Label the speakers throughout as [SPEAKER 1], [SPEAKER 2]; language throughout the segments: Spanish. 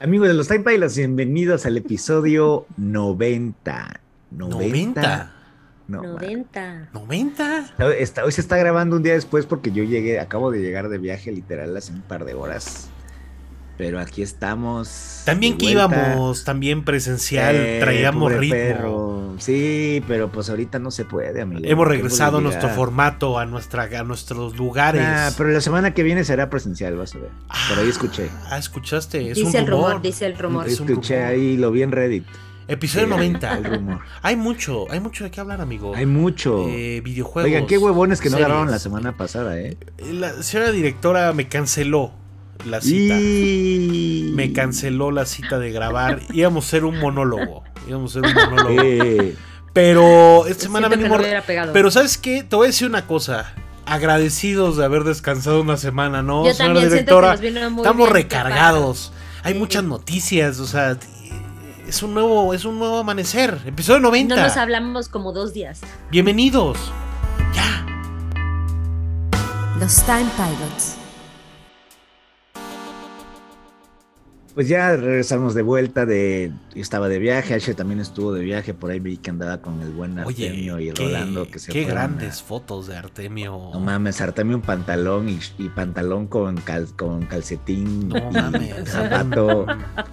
[SPEAKER 1] Amigos de los Time Pilots, bienvenidos al episodio 90.
[SPEAKER 2] 90.
[SPEAKER 1] No, man.
[SPEAKER 3] 90.
[SPEAKER 2] ¿90?
[SPEAKER 1] Está- está- hoy se está grabando un día después porque yo llegué, acabo de llegar de viaje literal hace un par de horas. Pero aquí estamos. de
[SPEAKER 2] También que
[SPEAKER 1] vuelta.
[SPEAKER 2] íbamos, también presencial,
[SPEAKER 1] Eh,
[SPEAKER 2] traíamos
[SPEAKER 1] pobre
[SPEAKER 2] ritmo.
[SPEAKER 1] perro. Sí, pero pues ahorita no se puede, amigo.
[SPEAKER 2] Hemos
[SPEAKER 1] Qué
[SPEAKER 2] regresado a nuestro
[SPEAKER 1] vulgaridad.
[SPEAKER 2] formato, a, nuestra, a nuestros lugares.
[SPEAKER 1] Nah, Ah, pero la semana que viene será presencial, vas a ver. Por ahí escuché.
[SPEAKER 2] Ah, escuchaste, es
[SPEAKER 3] Dice
[SPEAKER 2] un
[SPEAKER 3] el rumor,
[SPEAKER 2] rumor.
[SPEAKER 3] dice el rumor.
[SPEAKER 2] Es un
[SPEAKER 1] escuché
[SPEAKER 2] rumor.
[SPEAKER 1] ahí, lo vi en Reddit.
[SPEAKER 2] Episodio
[SPEAKER 1] Sí, El
[SPEAKER 2] 90.
[SPEAKER 1] rumor.
[SPEAKER 2] Hay mucho, hay mucho de qué hablar, amigo.
[SPEAKER 1] Hay mucho.
[SPEAKER 2] Eh, videojuegos.
[SPEAKER 1] Oigan, qué huevones que no
[SPEAKER 2] series.
[SPEAKER 1] agarraron la semana pasada, ¿eh?
[SPEAKER 2] La señora directora me canceló la cita.
[SPEAKER 1] Y...
[SPEAKER 2] Me canceló la cita de grabar. Íbamos a ser un monólogo. Íbamos a ser un monólogo.
[SPEAKER 1] Eh,
[SPEAKER 2] Pero esta
[SPEAKER 3] Siento
[SPEAKER 2] semana
[SPEAKER 3] que no
[SPEAKER 2] venimos.
[SPEAKER 3] lo hubiera pegado.
[SPEAKER 2] Pero ¿sabes qué? Te voy a decir una cosa. Agradecidos de haber descansado una semana, ¿no?
[SPEAKER 3] yo
[SPEAKER 2] Señora
[SPEAKER 3] también siento que
[SPEAKER 2] directora,
[SPEAKER 3] nos vino muy
[SPEAKER 2] estamos
[SPEAKER 3] bien
[SPEAKER 2] recargados. Hay
[SPEAKER 3] Sí.
[SPEAKER 2] muchas noticias, o sea, es un nuevo, es un nuevo amanecer. Episodio
[SPEAKER 3] capaz.
[SPEAKER 2] 90.
[SPEAKER 3] No nos hablamos como dos días.
[SPEAKER 2] Bienvenidos. Ya.
[SPEAKER 4] Los Time Pilots.
[SPEAKER 1] pues ya regresamos de vuelta de... Yo estaba de viaje, Ashe también estuvo de viaje, por ahí vi que andaba con el buen Artemio
[SPEAKER 2] Oye,
[SPEAKER 1] y
[SPEAKER 2] qué,
[SPEAKER 1] Rolando que se
[SPEAKER 2] qué
[SPEAKER 1] fueron a-
[SPEAKER 2] grandes fotos de Artemio.
[SPEAKER 1] No mames, Artemio un pantalón y, y pantalón con, cal- con calcetín.
[SPEAKER 2] No
[SPEAKER 1] y
[SPEAKER 2] mames.
[SPEAKER 1] Zapato.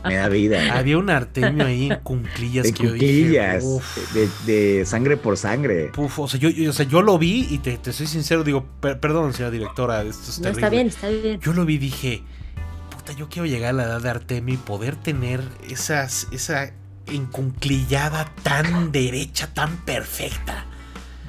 [SPEAKER 1] Me da vida.
[SPEAKER 2] Había un Artemio ahí en cunclillas
[SPEAKER 1] De
[SPEAKER 2] que yo dije,
[SPEAKER 1] cuquillas,
[SPEAKER 2] "Uf".
[SPEAKER 1] de, de sangre por sangre.
[SPEAKER 2] Puf, o sea, yo, yo- o sea, yo lo vi y te, te soy sincero, digo, per- perdón, señora directora, esto es
[SPEAKER 3] No
[SPEAKER 2] terrible.
[SPEAKER 3] está bien, está bien.
[SPEAKER 2] Yo lo vi y dije, puta, yo quiero llegar a la edad de Artemio y poder tener esas, esa encunclillada tan derecha, tan perfecta.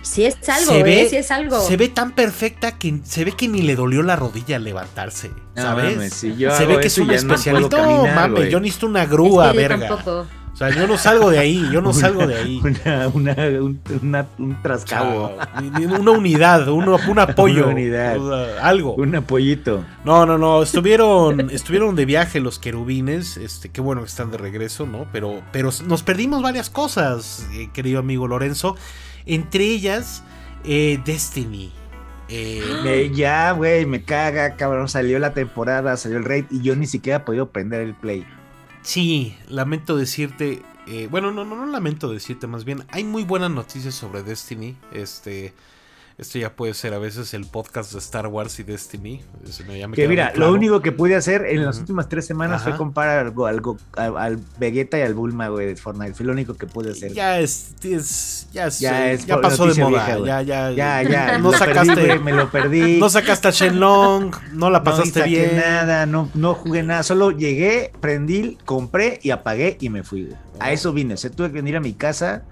[SPEAKER 3] Si es algo,
[SPEAKER 2] Se
[SPEAKER 3] ¿eh?
[SPEAKER 2] ve-
[SPEAKER 3] Si es algo.
[SPEAKER 2] Se ve tan perfecta que se ve que ni le dolió la rodilla al levantarse,
[SPEAKER 1] No
[SPEAKER 2] ¿sabes?
[SPEAKER 1] mames, si yo
[SPEAKER 2] se
[SPEAKER 1] hago
[SPEAKER 2] ve que es
[SPEAKER 1] eso,
[SPEAKER 2] un
[SPEAKER 1] ya no puedo
[SPEAKER 2] especialista. No,
[SPEAKER 1] caminar,
[SPEAKER 2] mames,
[SPEAKER 1] güey.
[SPEAKER 2] yo necesito una
[SPEAKER 3] Es que
[SPEAKER 2] grúa,
[SPEAKER 3] yo
[SPEAKER 2] verga.
[SPEAKER 3] tampoco.
[SPEAKER 2] O sea, yo no salgo de ahí, yo no
[SPEAKER 1] Una-
[SPEAKER 2] salgo de ahí.
[SPEAKER 1] Una, una- un, una- un trascabo.
[SPEAKER 2] Chao. Ni- ni Una unidad, uno- un apoyo.
[SPEAKER 1] Una unidad.
[SPEAKER 2] o sea, algo.
[SPEAKER 1] Un apoyito.
[SPEAKER 2] No, no, no. Estuvieron, estuvieron de viaje los querubines. Este, qué bueno que están de regreso, ¿no? Pero, pero nos perdimos varias cosas, eh, querido amigo Lorenzo. Entre ellas, eh, Destiny. Eh,
[SPEAKER 1] Me- ya, güey, me caga, cabrón. Salió la temporada, salió el raid y yo ni siquiera he podido prender el play.
[SPEAKER 2] sí, lamento decirte. eh, bueno, no, no, no lamento decirte, más bien. Hay muy buenas noticias sobre Destiny. Este. Esto ya puede ser a veces el podcast de Star Wars y Destiny. Eso no, ya me
[SPEAKER 1] Que
[SPEAKER 2] queda muy
[SPEAKER 1] mira,
[SPEAKER 2] claro.
[SPEAKER 1] lo único que pude hacer en las
[SPEAKER 2] Ujú.
[SPEAKER 1] últimas tres semanas
[SPEAKER 2] Ajá.
[SPEAKER 1] fue comparar algo, algo al, al Vegeta y al Bulma, güey, de Fortnite. Fue lo único que pude hacer. Ya,
[SPEAKER 2] Ya es, es- ya es-
[SPEAKER 1] Ya
[SPEAKER 2] eh,
[SPEAKER 1] es
[SPEAKER 2] ya
[SPEAKER 1] por-
[SPEAKER 2] pasó de
[SPEAKER 1] noticia
[SPEAKER 2] moda.
[SPEAKER 1] vieja, güey.
[SPEAKER 2] ya, ya,
[SPEAKER 1] ya.
[SPEAKER 2] No
[SPEAKER 1] lo perdí,
[SPEAKER 2] sacaste-
[SPEAKER 1] güey, me lo perdí.
[SPEAKER 2] No sacaste a Shenlong, no la pasaste
[SPEAKER 1] no saqué
[SPEAKER 2] bien.
[SPEAKER 1] nada, no, no jugué nada, solo llegué, prendí, compré y apagué y me fui. güey. A eso vine, o sea, tuve que venir a mi casa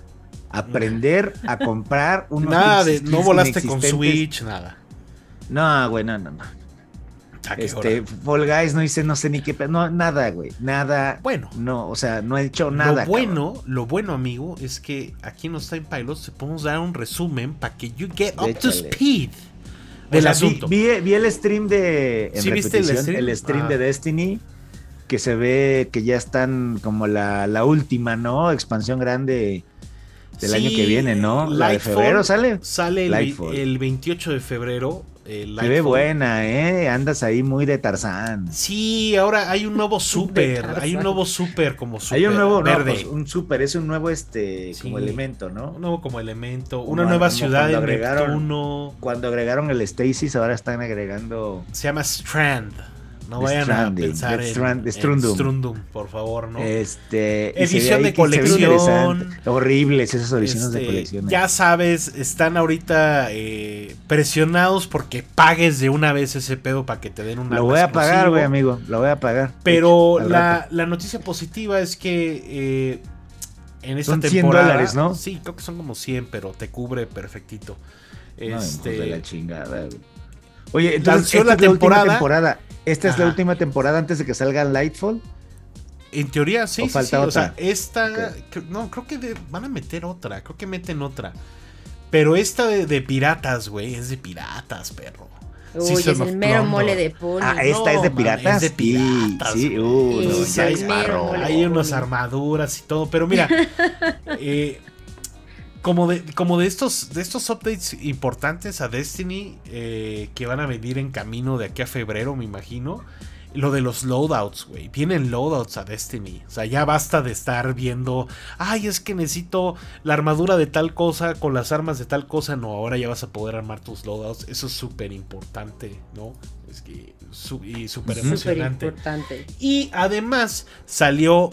[SPEAKER 1] a aprender, a comprar unos
[SPEAKER 2] Nada de,
[SPEAKER 1] pinches
[SPEAKER 2] no
[SPEAKER 1] skins
[SPEAKER 2] volaste con
[SPEAKER 1] inexistentes.
[SPEAKER 2] Switch, nada.
[SPEAKER 1] No, güey, no, no, no.
[SPEAKER 2] ¿A qué
[SPEAKER 1] Este,
[SPEAKER 2] hora?
[SPEAKER 1] Fall Guys no hice, no sé ni qué, pe- no, nada, güey, nada.
[SPEAKER 2] Bueno,
[SPEAKER 1] No, o sea, no he hecho nada.
[SPEAKER 2] lo
[SPEAKER 1] cabrón.
[SPEAKER 2] bueno, lo bueno, amigo, es que aquí en los Time Pilots te podemos dar un resumen para que you get up to
[SPEAKER 1] Échale.
[SPEAKER 2] speed
[SPEAKER 1] O
[SPEAKER 2] del
[SPEAKER 1] sea, vi-
[SPEAKER 2] asunto.
[SPEAKER 1] Vi, vi el stream de. en
[SPEAKER 2] ¿Sí viste el
[SPEAKER 1] repetición,
[SPEAKER 2] stream?
[SPEAKER 1] el stream
[SPEAKER 2] Ah.
[SPEAKER 1] de Destiny. Que se ve que ya están como la, la última, ¿no? Expansión grande del
[SPEAKER 2] Sí,
[SPEAKER 1] año que viene, ¿no? La de
[SPEAKER 2] Lightfall
[SPEAKER 1] febrero sale.
[SPEAKER 2] Sale el,
[SPEAKER 1] Lightfall.
[SPEAKER 2] el 28 de febrero. eh,
[SPEAKER 1] Se ve
[SPEAKER 2] Lightfall.
[SPEAKER 1] buena, ¿eh? Andas ahí muy de Tarzán.
[SPEAKER 2] Sí, ahora hay un nuevo super, hay un nuevo super como super
[SPEAKER 1] Hay un nuevo, no,
[SPEAKER 2] verde.
[SPEAKER 1] pues, un super, es un nuevo este,
[SPEAKER 2] Sí.
[SPEAKER 1] como elemento, ¿no?
[SPEAKER 2] un nuevo como elemento,
[SPEAKER 1] Como
[SPEAKER 2] una
[SPEAKER 1] a-
[SPEAKER 2] nueva
[SPEAKER 1] como
[SPEAKER 2] ciudad
[SPEAKER 1] cuando
[SPEAKER 2] en
[SPEAKER 1] agregaron-
[SPEAKER 2] Neptuno.
[SPEAKER 1] Cuando agregaron el Stasis, ahora están agregando
[SPEAKER 2] Se llama Strand. No
[SPEAKER 1] The
[SPEAKER 2] vayan
[SPEAKER 1] Stranding,
[SPEAKER 2] a pensar
[SPEAKER 1] The
[SPEAKER 2] en,
[SPEAKER 1] Strand-
[SPEAKER 2] en
[SPEAKER 1] Strundum.
[SPEAKER 2] Strundum, por favor, ¿no?
[SPEAKER 1] este y se ve
[SPEAKER 2] Edición
[SPEAKER 1] ahí
[SPEAKER 2] de
[SPEAKER 1] que se ve
[SPEAKER 2] colección.
[SPEAKER 1] interesante. Horribles esas ediciones de
[SPEAKER 2] Este,
[SPEAKER 1] colección.
[SPEAKER 2] ya sabes, están ahorita eh, presionados porque pagues de una vez ese pedo para que te den una
[SPEAKER 1] Lo voy a pagar, güey, amigo. Lo voy a pagar.
[SPEAKER 2] Pero
[SPEAKER 1] Al
[SPEAKER 2] la,
[SPEAKER 1] rato.
[SPEAKER 2] la noticia positiva es que eh, en esta
[SPEAKER 1] Son 100
[SPEAKER 2] temporada.
[SPEAKER 1] dólares, ¿no?
[SPEAKER 2] Sí, creo que son como 100, pero te cubre perfectito.
[SPEAKER 1] No, hijos
[SPEAKER 2] Este,
[SPEAKER 1] de la chingada, güey. Oye, entonces esta
[SPEAKER 2] Lanzó la
[SPEAKER 1] es la última
[SPEAKER 2] temporada.
[SPEAKER 1] temporada. Esta es la
[SPEAKER 2] Ajá.
[SPEAKER 1] última temporada antes de que salga Lightfall.
[SPEAKER 2] En teoría, sí.
[SPEAKER 1] ¿O
[SPEAKER 2] sí,
[SPEAKER 1] falta
[SPEAKER 2] sí, O sea,
[SPEAKER 1] otra?
[SPEAKER 2] esta. cre- No, creo que de- van a meter otra. Creo que meten otra. Pero esta de, de piratas, güey, es de piratas, perro.
[SPEAKER 3] Uy,
[SPEAKER 2] Season
[SPEAKER 3] es
[SPEAKER 2] of
[SPEAKER 3] el mero
[SPEAKER 2] Condor.
[SPEAKER 3] mole de poli.
[SPEAKER 1] Ah, esta es de
[SPEAKER 2] mames,
[SPEAKER 1] piratas.
[SPEAKER 2] es de piratas,
[SPEAKER 1] sí, sí,
[SPEAKER 2] güey.
[SPEAKER 1] uh, no,
[SPEAKER 3] Sí,
[SPEAKER 1] ya
[SPEAKER 3] sí,
[SPEAKER 1] es
[SPEAKER 3] mero
[SPEAKER 1] barro.
[SPEAKER 3] mole.
[SPEAKER 2] Hay unas armaduras y todo. Pero mira, eh, como, de, como de estos de estos updates importantes a Destiny eh, que van a venir en camino de aquí a febrero, me imagino. Lo de los loadouts, güey. Vienen loadouts a Destiny. O sea, ya basta de estar viendo. Ay, es que necesito la armadura de tal cosa con las armas de tal cosa. No, ahora ya vas a poder armar tus loadouts. Eso es súper importante, ¿no? Es que. su- y súper
[SPEAKER 3] Súper
[SPEAKER 2] emocionante.
[SPEAKER 3] importante.
[SPEAKER 2] Y además salió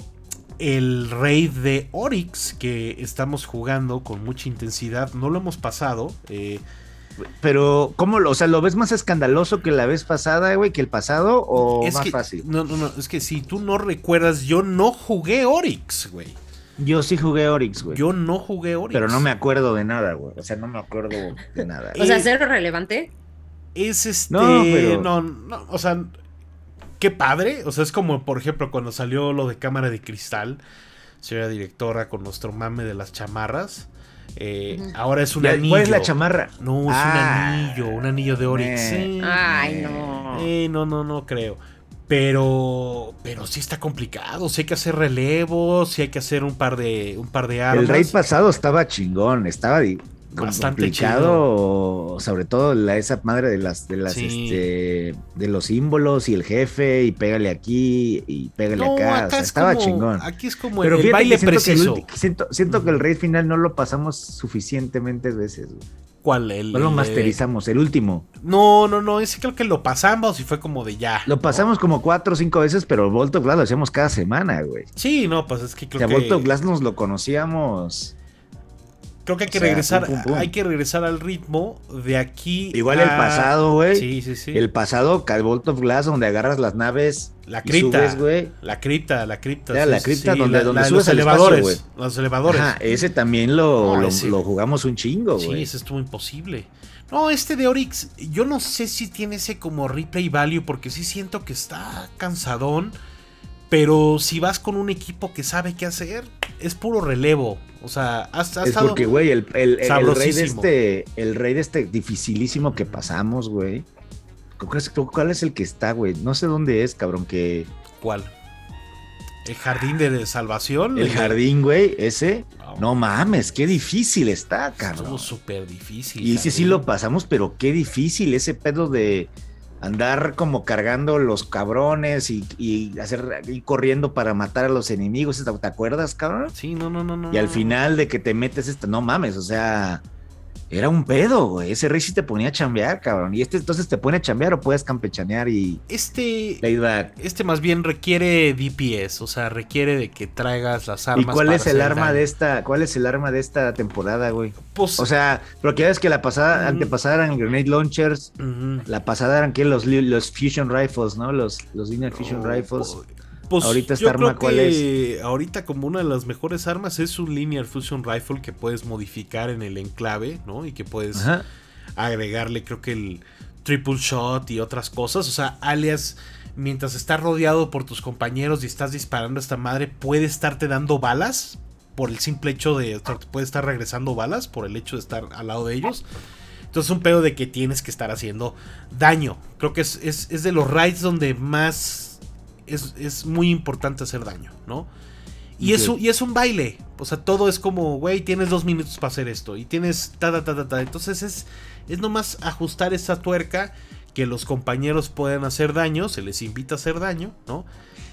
[SPEAKER 2] el raid de Oryx que estamos jugando con mucha intensidad. No lo hemos pasado. eh,
[SPEAKER 1] Pero, ¿cómo lo? O sea, ¿lo ves más escandaloso que la vez pasada, güey, que el pasado? ¿O
[SPEAKER 2] es
[SPEAKER 1] más
[SPEAKER 2] que,
[SPEAKER 1] fácil?
[SPEAKER 2] No, no, no. Es que si tú no recuerdas, yo no jugué Oryx, güey.
[SPEAKER 1] Yo sí jugué Oryx, güey.
[SPEAKER 2] Yo no jugué Oryx.
[SPEAKER 1] Pues Pero no me acuerdo de nada, güey. O sea, no me acuerdo de nada.
[SPEAKER 3] O sea,
[SPEAKER 2] Y-
[SPEAKER 3] cero relevante.
[SPEAKER 2] Es este.
[SPEAKER 1] No,
[SPEAKER 2] No,
[SPEAKER 1] pero-
[SPEAKER 2] no, o sea. Qué padre. O sea, es como, por ejemplo, cuando salió lo de cámara de cristal, señora directora, con nuestro mame de las chamarras. eh,
[SPEAKER 3] Ujú.
[SPEAKER 2] Ahora es un
[SPEAKER 1] Ya,
[SPEAKER 2] anillo.
[SPEAKER 1] ¿Cuál es la chamarra?
[SPEAKER 2] No, es
[SPEAKER 1] Ah,
[SPEAKER 2] un anillo, un anillo de Oryx.
[SPEAKER 1] eh.
[SPEAKER 2] Eh,
[SPEAKER 5] Ah.
[SPEAKER 3] Ay, no.
[SPEAKER 2] eh, no, no, no creo. Pero, pero sí está complicado. Sí hay que hacer relevos, sí hay que hacer un par de, un par de armas.
[SPEAKER 1] El raid pasado estaba chingón, estaba di- com-
[SPEAKER 2] Bastante
[SPEAKER 1] complicado, sobre todo la, esa madre de las, de las,
[SPEAKER 2] Sí.
[SPEAKER 1] este, de los símbolos y el jefe y pégale aquí y pégale
[SPEAKER 2] No,
[SPEAKER 1] acá, o
[SPEAKER 2] acá
[SPEAKER 1] sea,
[SPEAKER 2] es
[SPEAKER 1] estaba
[SPEAKER 2] como-
[SPEAKER 1] chingón.
[SPEAKER 2] Aquí es como
[SPEAKER 1] Pero
[SPEAKER 2] el, el
[SPEAKER 1] fíjate
[SPEAKER 2] baile
[SPEAKER 1] que siento, que el,
[SPEAKER 2] preciso.
[SPEAKER 1] ulti- siento, siento que el raid final no lo pasamos suficientemente veces, güey.
[SPEAKER 2] ¿Cuál? El,
[SPEAKER 1] no lo
[SPEAKER 2] el de-
[SPEAKER 1] masterizamos, el último.
[SPEAKER 2] No, no, no, ese creo que lo pasamos y fue como de ya.
[SPEAKER 1] Lo
[SPEAKER 2] ¿no?
[SPEAKER 1] pasamos como cuatro o cinco veces, pero Volt of Glass lo hacíamos cada semana, güey.
[SPEAKER 2] Sí, no, pues es que
[SPEAKER 1] O
[SPEAKER 2] creo
[SPEAKER 1] sea, Vault of
[SPEAKER 2] que,
[SPEAKER 1] Glass nos lo conocíamos.
[SPEAKER 2] creo que hay que
[SPEAKER 1] o sea,
[SPEAKER 2] regresar,
[SPEAKER 1] pum, pum, pum.
[SPEAKER 2] hay que regresar al ritmo de aquí.
[SPEAKER 1] Igual
[SPEAKER 2] a-
[SPEAKER 1] el pasado, güey.
[SPEAKER 2] Sí, sí, sí.
[SPEAKER 1] Ah, El pasado, Cal Vault of Glass, donde agarras las naves
[SPEAKER 2] la
[SPEAKER 1] y
[SPEAKER 2] cripta.
[SPEAKER 1] subes, güey.
[SPEAKER 2] La cripta, la cripta.
[SPEAKER 1] Ya, la cripta donde- donde
[SPEAKER 2] los
[SPEAKER 1] subes al espacio,
[SPEAKER 2] elevadores.
[SPEAKER 1] güey.
[SPEAKER 2] los elevadores.
[SPEAKER 1] Ajá, ese también lo,
[SPEAKER 2] No,
[SPEAKER 1] lo,
[SPEAKER 2] ese-
[SPEAKER 1] lo jugamos un chingo,
[SPEAKER 2] Sí,
[SPEAKER 1] güey.
[SPEAKER 2] ese estuvo imposible. No, este de Oryx, yo no sé si tiene ese como replay value, porque sí siento que está cansadón. Pero si vas con un equipo que sabe qué hacer, es puro relevo. O sea, has, has
[SPEAKER 1] es
[SPEAKER 2] estado-
[SPEAKER 1] porque, güey, el, el, el- el rey de
[SPEAKER 2] Sabrosísimo.
[SPEAKER 1] este, el rey de este dificilísimo que pasamos, güey. ¿Cuál es- ¿Cuál es el que está, güey? No sé dónde es, cabrón, que
[SPEAKER 2] ¿Cuál? ¿El jardín de salvación?
[SPEAKER 1] el jardín, güey, ese. No mames, qué difícil está,
[SPEAKER 2] Estuvo
[SPEAKER 1] cabrón.
[SPEAKER 2] súper difícil.
[SPEAKER 1] Y ese sí
[SPEAKER 2] jardín.
[SPEAKER 1] lo pasamos, pero qué difícil ese pedo de andar como cargando los cabrones y, y hacer y corriendo para matar a los enemigos. ¿Te te acuerdas, cabrón?
[SPEAKER 2] Sí, no, no, no, no.
[SPEAKER 1] Y al
[SPEAKER 2] no.
[SPEAKER 1] final de que te metes esta, no mames, o sea, era un pedo, güey. Ese rey sí te ponía a chambear, cabrón. Y este entonces te pone a chambear o puedes campechanear y
[SPEAKER 2] Este.
[SPEAKER 1] playback.
[SPEAKER 2] Este más bien requiere DPS, o sea, requiere de que traigas las
[SPEAKER 1] ¿Y
[SPEAKER 2] armas.
[SPEAKER 1] cuál
[SPEAKER 2] para
[SPEAKER 1] es el
[SPEAKER 2] hacer
[SPEAKER 1] arma
[SPEAKER 2] daño.
[SPEAKER 1] de esta? ¿Cuál es el arma de esta temporada, güey?
[SPEAKER 2] Pues,
[SPEAKER 1] O sea, porque ya ves que la pasada,
[SPEAKER 2] Mm.
[SPEAKER 1] antepasada eran grenade launchers,
[SPEAKER 2] ujú.
[SPEAKER 1] la pasada eran que los, li- los fusion rifles, ¿no? Los, los linear fusion
[SPEAKER 2] No,
[SPEAKER 1] rifles.
[SPEAKER 2] po- Pues,
[SPEAKER 1] Ahorita esta
[SPEAKER 2] yo
[SPEAKER 1] arma,
[SPEAKER 2] creo
[SPEAKER 1] ¿cuál
[SPEAKER 2] que Ahorita como una de las mejores armas es un linear fusion rifle que puedes modificar en el enclave, ¿no? Y que puedes
[SPEAKER 1] Ajá.
[SPEAKER 2] agregarle creo que el triple shot y otras cosas. O sea, alias, mientras estás rodeado por tus compañeros y estás disparando a esta madre, puede estarte dando balas por el simple hecho de... o sea, Te puede estar regresando balas por el hecho de estar al lado de ellos. Entonces un pedo de que tienes que estar haciendo daño. Creo que es, es- es de los raids donde más es, es muy importante hacer daño, ¿no? Y, es,
[SPEAKER 1] Ok.
[SPEAKER 2] un- y es un baile. O sea, todo es como, güey, tienes dos minutos para hacer esto. Y tienes ta, ta, ta, ta, ta. Entonces es, es nomás ajustar esa tuerca que los compañeros puedan hacer daño, se les invita a hacer daño, ¿no?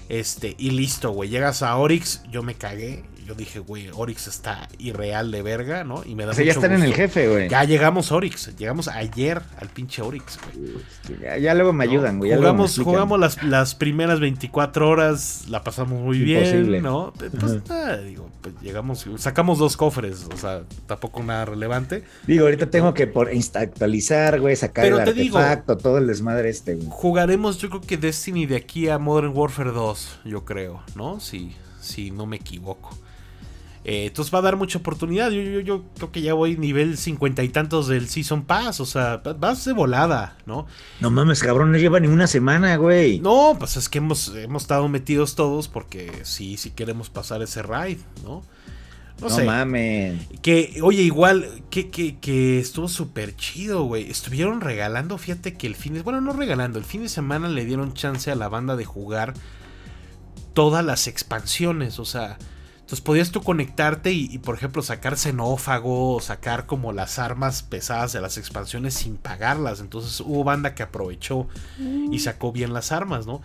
[SPEAKER 2] Este, y listo, güey. Llegas a Oryx, yo me cagué. Yo dije, güey, Oryx está irreal de verga, ¿no? Y me da
[SPEAKER 1] O sea, ya
[SPEAKER 2] mucho
[SPEAKER 1] están en el
[SPEAKER 2] gusto.
[SPEAKER 1] jefe, güey. Ya,
[SPEAKER 2] Ya llegamos a Oryx, llegamos ayer al pinche Oryx, güey.
[SPEAKER 1] ya luego me
[SPEAKER 2] ¿no?
[SPEAKER 1] ayudan, güey. ya luego me
[SPEAKER 2] Jugamos,
[SPEAKER 1] explican.
[SPEAKER 2] jugamos las, las primeras 24 horas, la pasamos muy
[SPEAKER 1] Imposible.
[SPEAKER 2] bien, ¿no? Pe- Pues nada, digo, pues llegamos, sacamos dos cofres, o sea, tampoco nada relevante.
[SPEAKER 1] Digo, ahorita tengo que por insta- actualizar, güey, sacar
[SPEAKER 2] Pero
[SPEAKER 1] el
[SPEAKER 2] te digo-
[SPEAKER 1] artefacto, todo el desmadre este, güey.
[SPEAKER 2] Jugaremos, yo creo que Destiny de aquí a Modern Warfare 2, yo creo, ¿no? Si, si no me equivoco. Eh, entonces va a dar mucha oportunidad. Yo, yo, yo creo que ya voy nivel cincuenta y tantos del Season Pass. O sea, va- vas de volada, ¿no?
[SPEAKER 1] No mames, cabrón, no lleva ni una semana, güey.
[SPEAKER 2] No, pues es que hemos, hemos estado metidos todos porque sí, sí queremos pasar ese raid, ¿no?
[SPEAKER 1] No
[SPEAKER 2] No, sé.
[SPEAKER 1] mames.
[SPEAKER 2] Que, oye, igual, que, que, que estuvo súper chido, güey. Estuvieron regalando, fíjate que el fin de... Bueno, no regalando, el fin de semana le dieron chance a la banda de jugar todas las expansiones, o sea... Entonces podías tú conectarte y, y, por ejemplo, sacar xenófago o sacar como las armas pesadas de las expansiones sin pagarlas. Entonces hubo banda que aprovechó y sacó bien las armas, ¿no?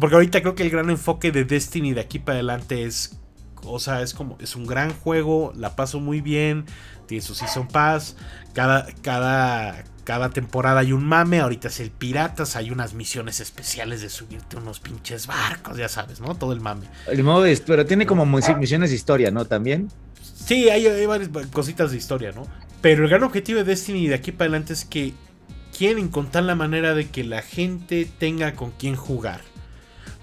[SPEAKER 2] Porque ahorita creo que el gran enfoque de Destiny de aquí para adelante es. O sea, es como. Es un gran juego. La paso muy bien. Tiene su Season Pass. Cada. cada cada temporada hay un mame, ahorita es el Piratas, hay unas misiones especiales de subirte unos pinches barcos, ya sabes, ¿no? Todo el mame.
[SPEAKER 1] El modo de, pero tiene como misiones de historia, ¿no? También.
[SPEAKER 2] Sí, hay, hay, varias cositas de historia, ¿no? Pero el gran objetivo de Destiny de aquí para adelante es que quieren encontrar la manera de que la gente tenga con quién jugar.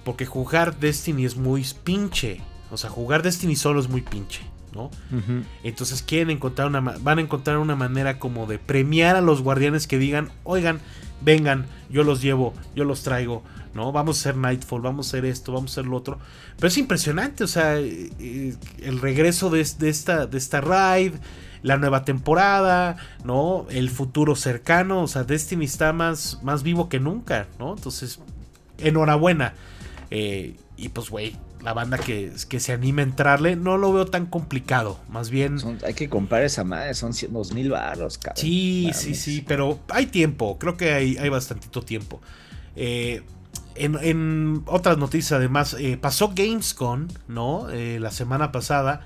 [SPEAKER 2] Porque jugar Destiny es muy pinche. O sea, jugar Destiny solo es muy pinche. ¿no? Uh -huh. Entonces quieren encontrar una van a encontrar una manera como de premiar a los guardianes que digan, "Oigan, vengan, yo los llevo, yo los traigo, ¿no? Vamos a hacer Nightfall, vamos a hacer esto, vamos a hacer lo otro." Pero es impresionante, o sea, eh, el regreso de, de esta de esta raid, la nueva temporada, ¿no? El futuro cercano, o sea, Destiny está más más vivo que nunca, ¿no? Entonces, enhorabuena. Eh, y pues, güey, la banda que, que, se anime a entrarle, no lo veo tan complicado. Más bien.
[SPEAKER 1] Son, hay que comprar esa madre, son 2 mil baros, cabrón.
[SPEAKER 2] Sí, Mames. sí, sí, pero hay tiempo, creo que hay, hay bastantito tiempo. Eh, en, en, otras noticias, además, eh, pasó Gamescom, ¿no? Eh, la semana pasada.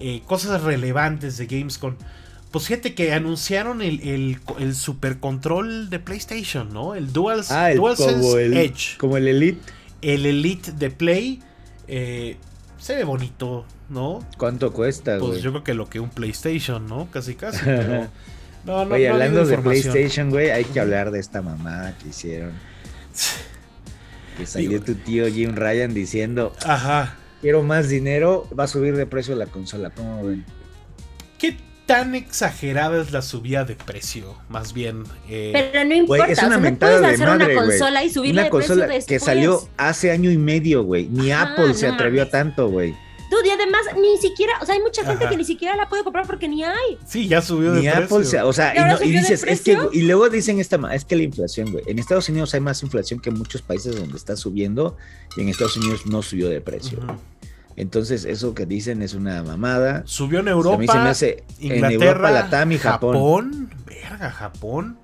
[SPEAKER 2] eh, cosas relevantes de Gamescom. Pues fíjate que anunciaron el, el, el, super control de PlayStation, ¿no? El Dual,
[SPEAKER 1] ah, el,
[SPEAKER 2] DualSense
[SPEAKER 1] como
[SPEAKER 2] Edge.
[SPEAKER 1] Como el Elite.
[SPEAKER 2] El Elite de Play. Eh, se ve bonito, ¿no?
[SPEAKER 1] ¿Cuánto cuesta?
[SPEAKER 2] Pues
[SPEAKER 1] wey?
[SPEAKER 2] yo creo que lo que un PlayStation, ¿no? Casi, casi. Pero... No, no,
[SPEAKER 1] Oye, no hablando de PlayStation, güey, hay que hablar de esta mamada que hicieron. Que salió Digo... tu tío Jim Ryan diciendo:
[SPEAKER 2] Ajá.
[SPEAKER 1] Quiero más dinero, va a subir de precio la consola. ¿Cómo ven?
[SPEAKER 2] ¿Qué tan exagerada es la subida de precio, más bien. Eh,
[SPEAKER 3] pero no importa,
[SPEAKER 1] wey, es una o sea, no puedes hacer madre, una consola wey. y subirle una de consola precio que salió hace año y medio, güey. Ni Ajá, Apple se no, atrevió a tanto, güey.
[SPEAKER 3] Dude, y además ni siquiera, o sea, hay mucha gente Ajá. que ni siquiera la puede comprar porque ni hay.
[SPEAKER 2] Sí, ya subió de
[SPEAKER 1] ni
[SPEAKER 2] precio.
[SPEAKER 1] Apple, se, o sea, y, no, y dices, es que, y luego dicen esta, es que la inflación, güey, en Estados Unidos hay más inflación que en muchos países donde está subiendo y en Estados Unidos no subió de precio. Uh -huh. Entonces, eso que dicen es una mamada.
[SPEAKER 2] Subió en Europa. O sea, a mí se me hace Inglaterra, en Europa, Latam y Japón. Japón, verga, Japón.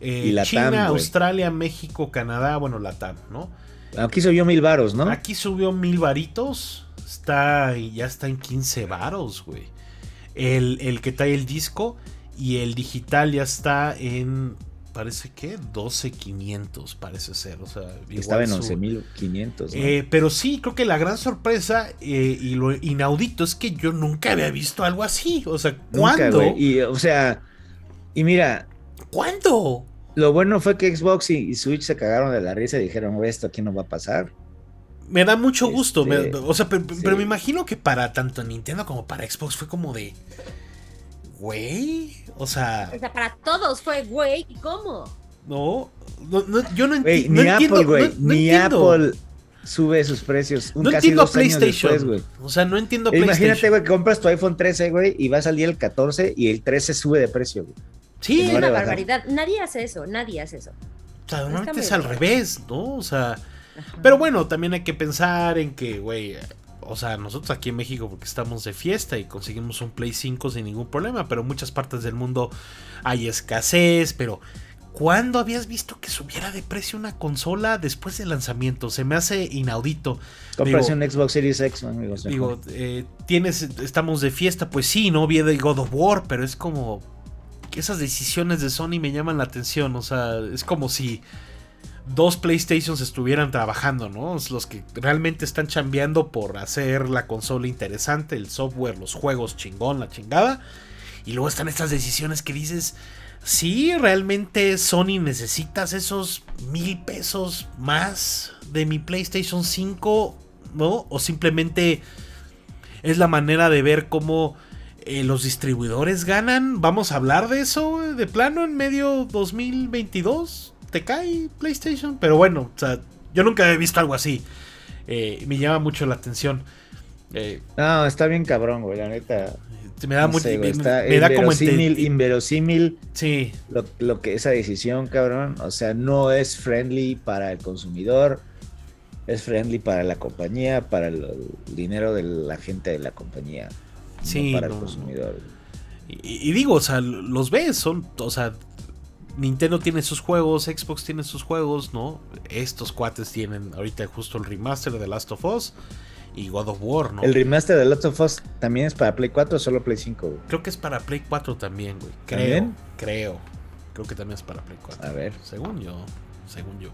[SPEAKER 2] Eh, y Latam, China, wey. Australia, México, Canadá, bueno, Latam, ¿no?
[SPEAKER 1] Aquí subió mil varos, ¿no?
[SPEAKER 2] Aquí subió mil varitos. Está, ya está en 15 varos, güey. El, el que trae el disco y el digital ya está en parece que 12,500 parece ser. O sea,
[SPEAKER 1] Estaba en pues, 11,500.
[SPEAKER 2] ¿no? Eh, pero sí, creo que la gran sorpresa eh, y lo inaudito es que yo nunca había visto algo así. O sea, ¿cuándo?
[SPEAKER 1] Nunca, y, o sea, y mira.
[SPEAKER 2] ¿Cuándo?
[SPEAKER 1] Lo bueno fue que Xbox y, y Switch se cagaron de la risa y dijeron, Oye, esto aquí no va a pasar.
[SPEAKER 2] Me da mucho este, gusto. Me, o sea, pero, sí. pero me imagino que para tanto Nintendo como para Xbox fue como de güey. O sea.
[SPEAKER 3] O sea, para todos fue güey, ¿cómo?
[SPEAKER 2] No, no, no yo no,
[SPEAKER 1] wey,
[SPEAKER 2] no
[SPEAKER 1] ni
[SPEAKER 2] entiendo.
[SPEAKER 1] Apple, güey. ni entiendo. Apple sube sus precios.
[SPEAKER 2] Un no casi entiendo PlayStation. Después, o sea, no entiendo
[SPEAKER 1] e PlayStation. Imagínate, güey, compras tu iPhone 13, güey, y va a salir el 14 y el 13 sube de precio, güey.
[SPEAKER 3] Sí, es una barbaridad. Nadie hace eso, nadie hace eso.
[SPEAKER 2] O sea, normalmente es al revés, ¿no? O sea. Ajá. Pero bueno, también hay que pensar en que, güey, o sea, nosotros aquí en México porque estamos de fiesta y conseguimos un Play 5 sin ningún problema, pero en muchas partes del mundo hay escasez, pero ¿cuándo habías visto que subiera de precio una consola después del lanzamiento? Se me hace inaudito.
[SPEAKER 1] Compras un Xbox Series X, amigos.
[SPEAKER 2] Digo, eh, tienes, estamos de fiesta, pues sí, no vi de God of War, pero es como que esas decisiones de Sony me llaman la atención, o sea, es como si dos PlayStations estuvieran trabajando, ¿no? Los que realmente están chambeando por hacer la consola interesante, el software, los juegos chingón, la chingada. Y luego están estas decisiones que dices, sí, realmente Sony necesitas esos mil pesos más de mi PlayStation 5, ¿no? O simplemente es la manera de ver cómo... Eh, los distribuidores ganan, vamos a hablar de eso de plano en medio 2022, te cae PlayStation. Pero bueno, o sea, yo nunca había visto algo así. Eh, me llama mucho la atención.
[SPEAKER 1] Eh, no, está bien cabrón, güey, la neta.
[SPEAKER 2] Me da,
[SPEAKER 1] no
[SPEAKER 2] muy, sé,
[SPEAKER 1] güey,
[SPEAKER 2] me, me da como
[SPEAKER 1] ente... inverosímil.
[SPEAKER 2] Sí.
[SPEAKER 1] Lo, lo, que esa decisión, cabrón. O sea, no es friendly para el consumidor. Es friendly para la compañía, para el, el dinero de la gente de la compañía. Sí. No para no, el consumidor.
[SPEAKER 2] Y, y, digo, o sea, los ves, son, o sea, Nintendo tiene sus juegos, Xbox tiene sus juegos, ¿no? Estos cuates tienen ahorita justo el remaster de Last of Us y God of War, ¿no?
[SPEAKER 1] El remaster de Last of Us también es para Play 4 o solo Play 5, güey?
[SPEAKER 2] Creo que es para Play 4 también, güey. Creo. ¿También? Creo. Creo que también es para Play 4.
[SPEAKER 1] A ver.
[SPEAKER 2] Según yo. Según yo.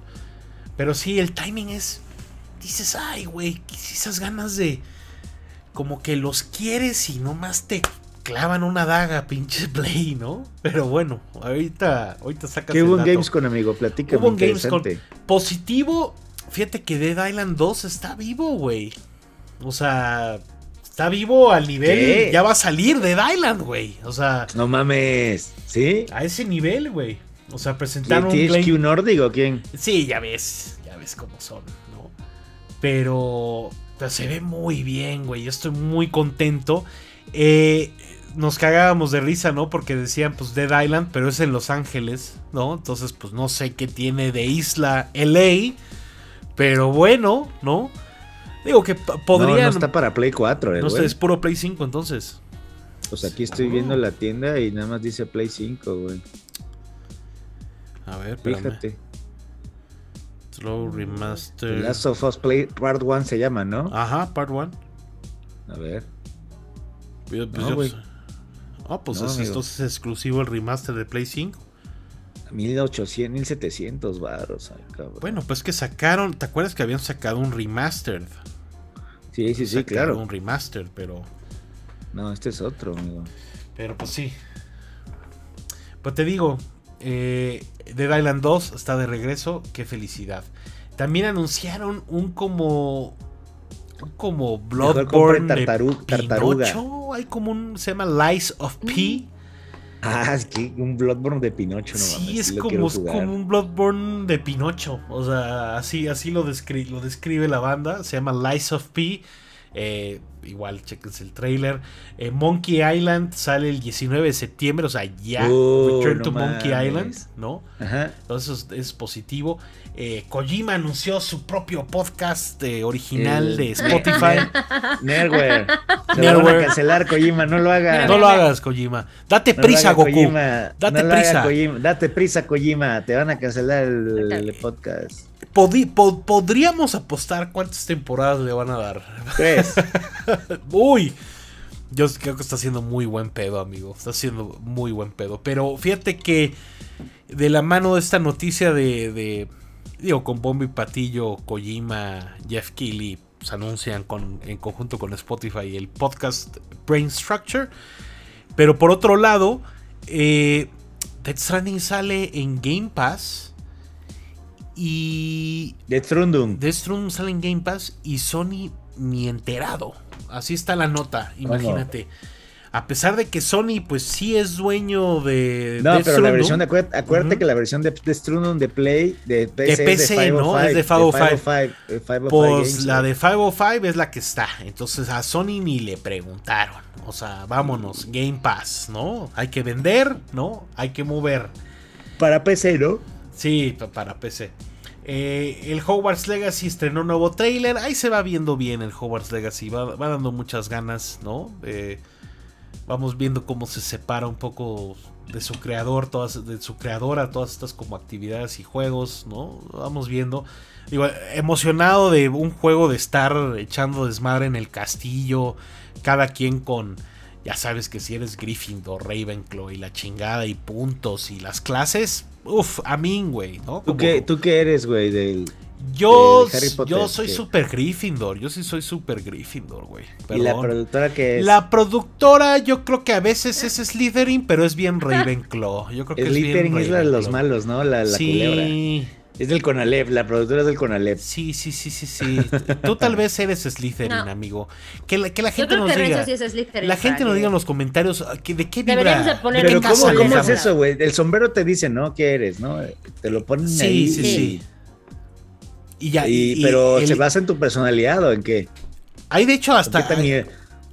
[SPEAKER 2] Pero sí, el timing es. Dices, ay, güey, esas ganas de. Como que los quieres y nomás te clavan una daga, pinche Play, ¿no? Pero bueno, ahorita, ahorita sacas
[SPEAKER 1] ¿Qué hubo en Gamescom, amigo? Platícame.
[SPEAKER 2] Hubo un Gamescom positivo. Fíjate que Dead Island 2 está vivo, güey. O sea, está vivo al nivel.
[SPEAKER 1] ¿Qué?
[SPEAKER 2] Ya va a salir Dead Island, güey. O sea,
[SPEAKER 1] No mames, ¿sí?
[SPEAKER 2] a ese nivel, güey. O sea,
[SPEAKER 1] ¿De
[SPEAKER 2] presentaron un
[SPEAKER 1] THQ
[SPEAKER 2] Play.
[SPEAKER 1] Nordic o quién?
[SPEAKER 2] Sí, ya ves, ya ves cómo son, ¿no? Pero, pero se ve muy bien, güey. Yo estoy muy contento. Eh, nos cagábamos de risa, ¿no? Porque decían, pues Dead Island, pero es en Los Ángeles, ¿no? Entonces, pues no sé qué tiene de isla LA, pero bueno, ¿no? Digo que p- podrían.
[SPEAKER 1] No, no está para Play 4, el
[SPEAKER 2] No sé,
[SPEAKER 1] güey.
[SPEAKER 2] es puro Play 5 entonces.
[SPEAKER 1] Pues aquí estoy viendo la tienda y nada más dice Play 5, güey.
[SPEAKER 2] A ver, espérame.
[SPEAKER 1] Fíjate.
[SPEAKER 2] Slow Remaster.
[SPEAKER 1] Last of Us Play Part 1 se llama, ¿no?
[SPEAKER 2] Ajá, Part 1.
[SPEAKER 1] A ver.
[SPEAKER 2] Pues
[SPEAKER 1] No,
[SPEAKER 2] yo-
[SPEAKER 1] güey.
[SPEAKER 2] Ah, pues
[SPEAKER 1] No,
[SPEAKER 2] es,
[SPEAKER 1] amigo.
[SPEAKER 2] entonces es exclusivo el remaster de Play 5.
[SPEAKER 1] 1800, 1700 baros. ay, cabrón.
[SPEAKER 2] Bueno, pues que sacaron. ¿Te acuerdas que habían sacado un remastered?
[SPEAKER 1] sí, sí, sí,
[SPEAKER 2] Sacaron
[SPEAKER 1] claro.
[SPEAKER 2] Un remaster, pero.
[SPEAKER 1] No, este es otro, amigo.
[SPEAKER 2] Pero pues sí. Pues te digo, eh, Dead Island 2 está de regreso, qué felicidad. También anunciaron un como. Un como
[SPEAKER 1] Mejor
[SPEAKER 2] Bloodborne
[SPEAKER 1] compren
[SPEAKER 2] de
[SPEAKER 1] tartaru- tartaruga.
[SPEAKER 2] Pinocho. Hay como un. Se llama Lies of P.
[SPEAKER 1] Ah, es que un Bloodborne de Pinocho, no mames.
[SPEAKER 2] sí, es
[SPEAKER 1] lo
[SPEAKER 2] como,
[SPEAKER 1] quiero
[SPEAKER 2] es
[SPEAKER 1] jugar.
[SPEAKER 2] como un Bloodborne de Pinocho. O sea, así, así lo, descri- lo describe la banda. Se llama Lies of P. Eh, igual, chequense el trailer. Eh, Monkey Island sale el 19 de septiembre. O sea, ya.
[SPEAKER 1] Oh,
[SPEAKER 2] Return
[SPEAKER 1] no
[SPEAKER 2] to Monkey
[SPEAKER 1] mames.
[SPEAKER 2] Island, ¿no?
[SPEAKER 1] Ajá.
[SPEAKER 2] Entonces es, es positivo. Eh, Kojima anunció su propio podcast eh, original
[SPEAKER 1] El-
[SPEAKER 2] de Spotify.
[SPEAKER 1] Nerware. Se lo van
[SPEAKER 2] Nerware.
[SPEAKER 1] a cancelar, Kojima, no lo haga.
[SPEAKER 2] no lo hagas, Kojima. Date
[SPEAKER 1] No lo
[SPEAKER 2] prisa,
[SPEAKER 1] haga,
[SPEAKER 2] Goku.
[SPEAKER 1] Kojima.
[SPEAKER 2] Date
[SPEAKER 1] No lo haga,
[SPEAKER 2] prisa.
[SPEAKER 1] Kojima. Date prisa, Kojima. Te van a cancelar el,
[SPEAKER 3] Está bien.
[SPEAKER 1] podcast.
[SPEAKER 2] Podi- po- podríamos apostar cuántas temporadas le van a dar.
[SPEAKER 1] Tres.
[SPEAKER 2] Uy. Yo creo que está haciendo muy buen pedo, amigo. Está haciendo muy buen pedo. Pero fíjate que de la mano de esta noticia de. de- digo, con Bombi Patillo, Kojima, Jeff Keighley, se anuncian con, en conjunto con Spotify el podcast Brain Structure. Pero por otro lado, eh, Death Stranding sale en Game Pass. Y
[SPEAKER 1] De Trundum.
[SPEAKER 2] Death Stranding sale en Game Pass y Sony ni enterado. Así está la nota, imagínate. A pesar de que Sony, pues sí es dueño de.
[SPEAKER 1] No,
[SPEAKER 2] Death
[SPEAKER 1] pero la
[SPEAKER 2] Stranding,
[SPEAKER 1] versión, de, acuérdate, acuérdate
[SPEAKER 2] Ujú.
[SPEAKER 1] que la versión de, de Strundum de Play, de oh PC,
[SPEAKER 2] PC, ¿no? Es de 505.
[SPEAKER 1] de 505,
[SPEAKER 2] Pues
[SPEAKER 1] Games,
[SPEAKER 2] la
[SPEAKER 1] güey.
[SPEAKER 2] de 505 es la que está. Entonces a Sony ni le preguntaron. O sea, vámonos, Game Pass, ¿no? Hay que vender, ¿no? Hay que mover.
[SPEAKER 1] Para PC, ¿no?
[SPEAKER 2] Sí, pa- para PC. Eh, el Hogwarts Legacy estrenó un nuevo trailer. Ahí se va viendo bien el Hogwarts Legacy. Va, va dando muchas ganas, ¿no? Eh, vamos viendo cómo se separa un poco de su creador, todas, de su creadora, todas estas como actividades y juegos, ¿no? Vamos viendo. Digo, emocionado de un juego de estar echando desmadre en el castillo. Cada quien con. Ya sabes que si eres Gryffindor, Ravenclaw y la chingada y puntos y las clases. Uf, a mí, güey, ¿no?
[SPEAKER 1] ¿Tú
[SPEAKER 2] Como-
[SPEAKER 1] qué, ¿Tú qué eres, güey? del-
[SPEAKER 2] yo,
[SPEAKER 1] de Harry Potter,
[SPEAKER 2] yo soy
[SPEAKER 1] que-
[SPEAKER 2] super Gryffindor. Yo sí soy super Gryffindor, güey.
[SPEAKER 1] Y la
[SPEAKER 2] Perdón.
[SPEAKER 1] productora que es.
[SPEAKER 2] La productora, yo creo que a veces es Slytherin, pero es bien Ravenclaw. Yo creo que es bien
[SPEAKER 1] Slytherin es la de los
[SPEAKER 2] Ravenclaw.
[SPEAKER 1] malos, ¿no? La, la culebra.
[SPEAKER 2] sí,
[SPEAKER 1] Es del Conalep, la productora es del Conalep.
[SPEAKER 2] sí, sí, sí, sí, sí. Tú tal vez eres Slytherin,
[SPEAKER 3] No.
[SPEAKER 2] amigo. Que la, que la
[SPEAKER 3] Yo
[SPEAKER 2] gente
[SPEAKER 3] creo que
[SPEAKER 2] nos diga.
[SPEAKER 3] Renzo sí es Slytherin. ¿eh?
[SPEAKER 2] la gente
[SPEAKER 3] no
[SPEAKER 2] nos diga en los comentarios ah, que- de qué vibra.
[SPEAKER 3] Deberíamos de poner
[SPEAKER 2] ¿De
[SPEAKER 1] Pero
[SPEAKER 2] qué
[SPEAKER 3] casa
[SPEAKER 1] ¿cómo,
[SPEAKER 2] casa
[SPEAKER 3] le
[SPEAKER 1] cómo
[SPEAKER 2] les
[SPEAKER 1] es
[SPEAKER 3] llaman?
[SPEAKER 2] habla?
[SPEAKER 1] eso, güey? El sombrero te dice, ¿no? ¿Qué eres, no? Te lo ponen ahí.
[SPEAKER 2] Sí, sí,
[SPEAKER 1] y-
[SPEAKER 2] sí. Y ya.
[SPEAKER 1] y-
[SPEAKER 2] y-
[SPEAKER 1] pero
[SPEAKER 2] y
[SPEAKER 1] se
[SPEAKER 2] el-
[SPEAKER 1] basa en tu personalidad o en qué.
[SPEAKER 2] Hay de hecho
[SPEAKER 1] ¿O,
[SPEAKER 2] hasta.
[SPEAKER 1] qué tan mier-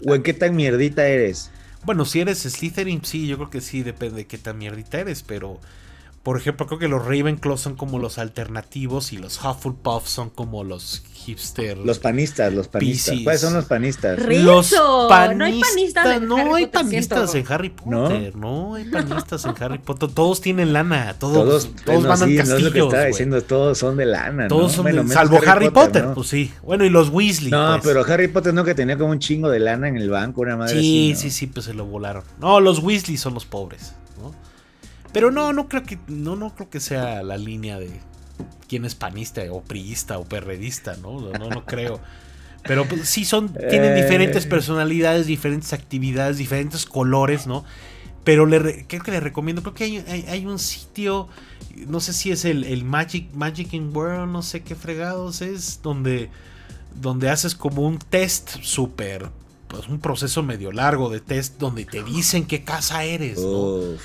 [SPEAKER 1] o en qué tan mierdita eres.
[SPEAKER 2] Bueno, si eres Slytherin, sí, yo creo que sí, depende de qué tan mierdita eres, pero. Por ejemplo, creo que los Ravenclaw son como los alternativos y los Hufflepuff son como los hipster.
[SPEAKER 1] Los panistas, los panistas.
[SPEAKER 2] Piscis.
[SPEAKER 1] ¿Cuáles son los panistas?
[SPEAKER 3] Re-
[SPEAKER 2] Los
[SPEAKER 3] Eso,
[SPEAKER 2] panistas,
[SPEAKER 3] no hay panistas en
[SPEAKER 2] no
[SPEAKER 3] Harry
[SPEAKER 2] hay
[SPEAKER 3] Potter,
[SPEAKER 2] panistas
[SPEAKER 3] siento.
[SPEAKER 2] en Harry Potter, no, hay panistas en Harry Potter, todos tienen lana, todos,
[SPEAKER 1] Todos,
[SPEAKER 2] todos
[SPEAKER 1] bueno,
[SPEAKER 2] van
[SPEAKER 1] sí,
[SPEAKER 2] a
[SPEAKER 1] no es
[SPEAKER 2] castillos,
[SPEAKER 1] lo que estaba
[SPEAKER 2] güey.
[SPEAKER 1] diciendo, todos son de lana.
[SPEAKER 2] todos
[SPEAKER 1] ¿no?
[SPEAKER 2] son
[SPEAKER 1] Bueno,
[SPEAKER 2] de-
[SPEAKER 1] menos
[SPEAKER 2] salvo Harry, Potter,
[SPEAKER 1] ¿no?
[SPEAKER 2] pues sí, bueno y los Weasley,
[SPEAKER 1] No,
[SPEAKER 2] pues.
[SPEAKER 1] pero Harry Potter no que tenía como un chingo de lana en el banco, una madre
[SPEAKER 2] Sí,
[SPEAKER 1] así,
[SPEAKER 2] sí,
[SPEAKER 1] ¿no?
[SPEAKER 2] sí, pues se lo volaron. No, los Weasley son los pobres, ¿no? Pero no, no creo que, no, no creo que sea la línea de quién es panista o priista o perredista, ¿no? No, no, no creo. Pero pues, sí son, tienen
[SPEAKER 1] Eh.
[SPEAKER 2] diferentes personalidades, diferentes actividades, diferentes colores, ¿no? Pero le re- creo que les recomiendo, creo que hay, hay- hay un sitio, no sé si es el, el Magic, Magic in World, no sé qué fregados es, donde, donde haces como un test súper, pues un proceso medio largo de test donde te dicen qué casa eres, ¿no?
[SPEAKER 1] Uf.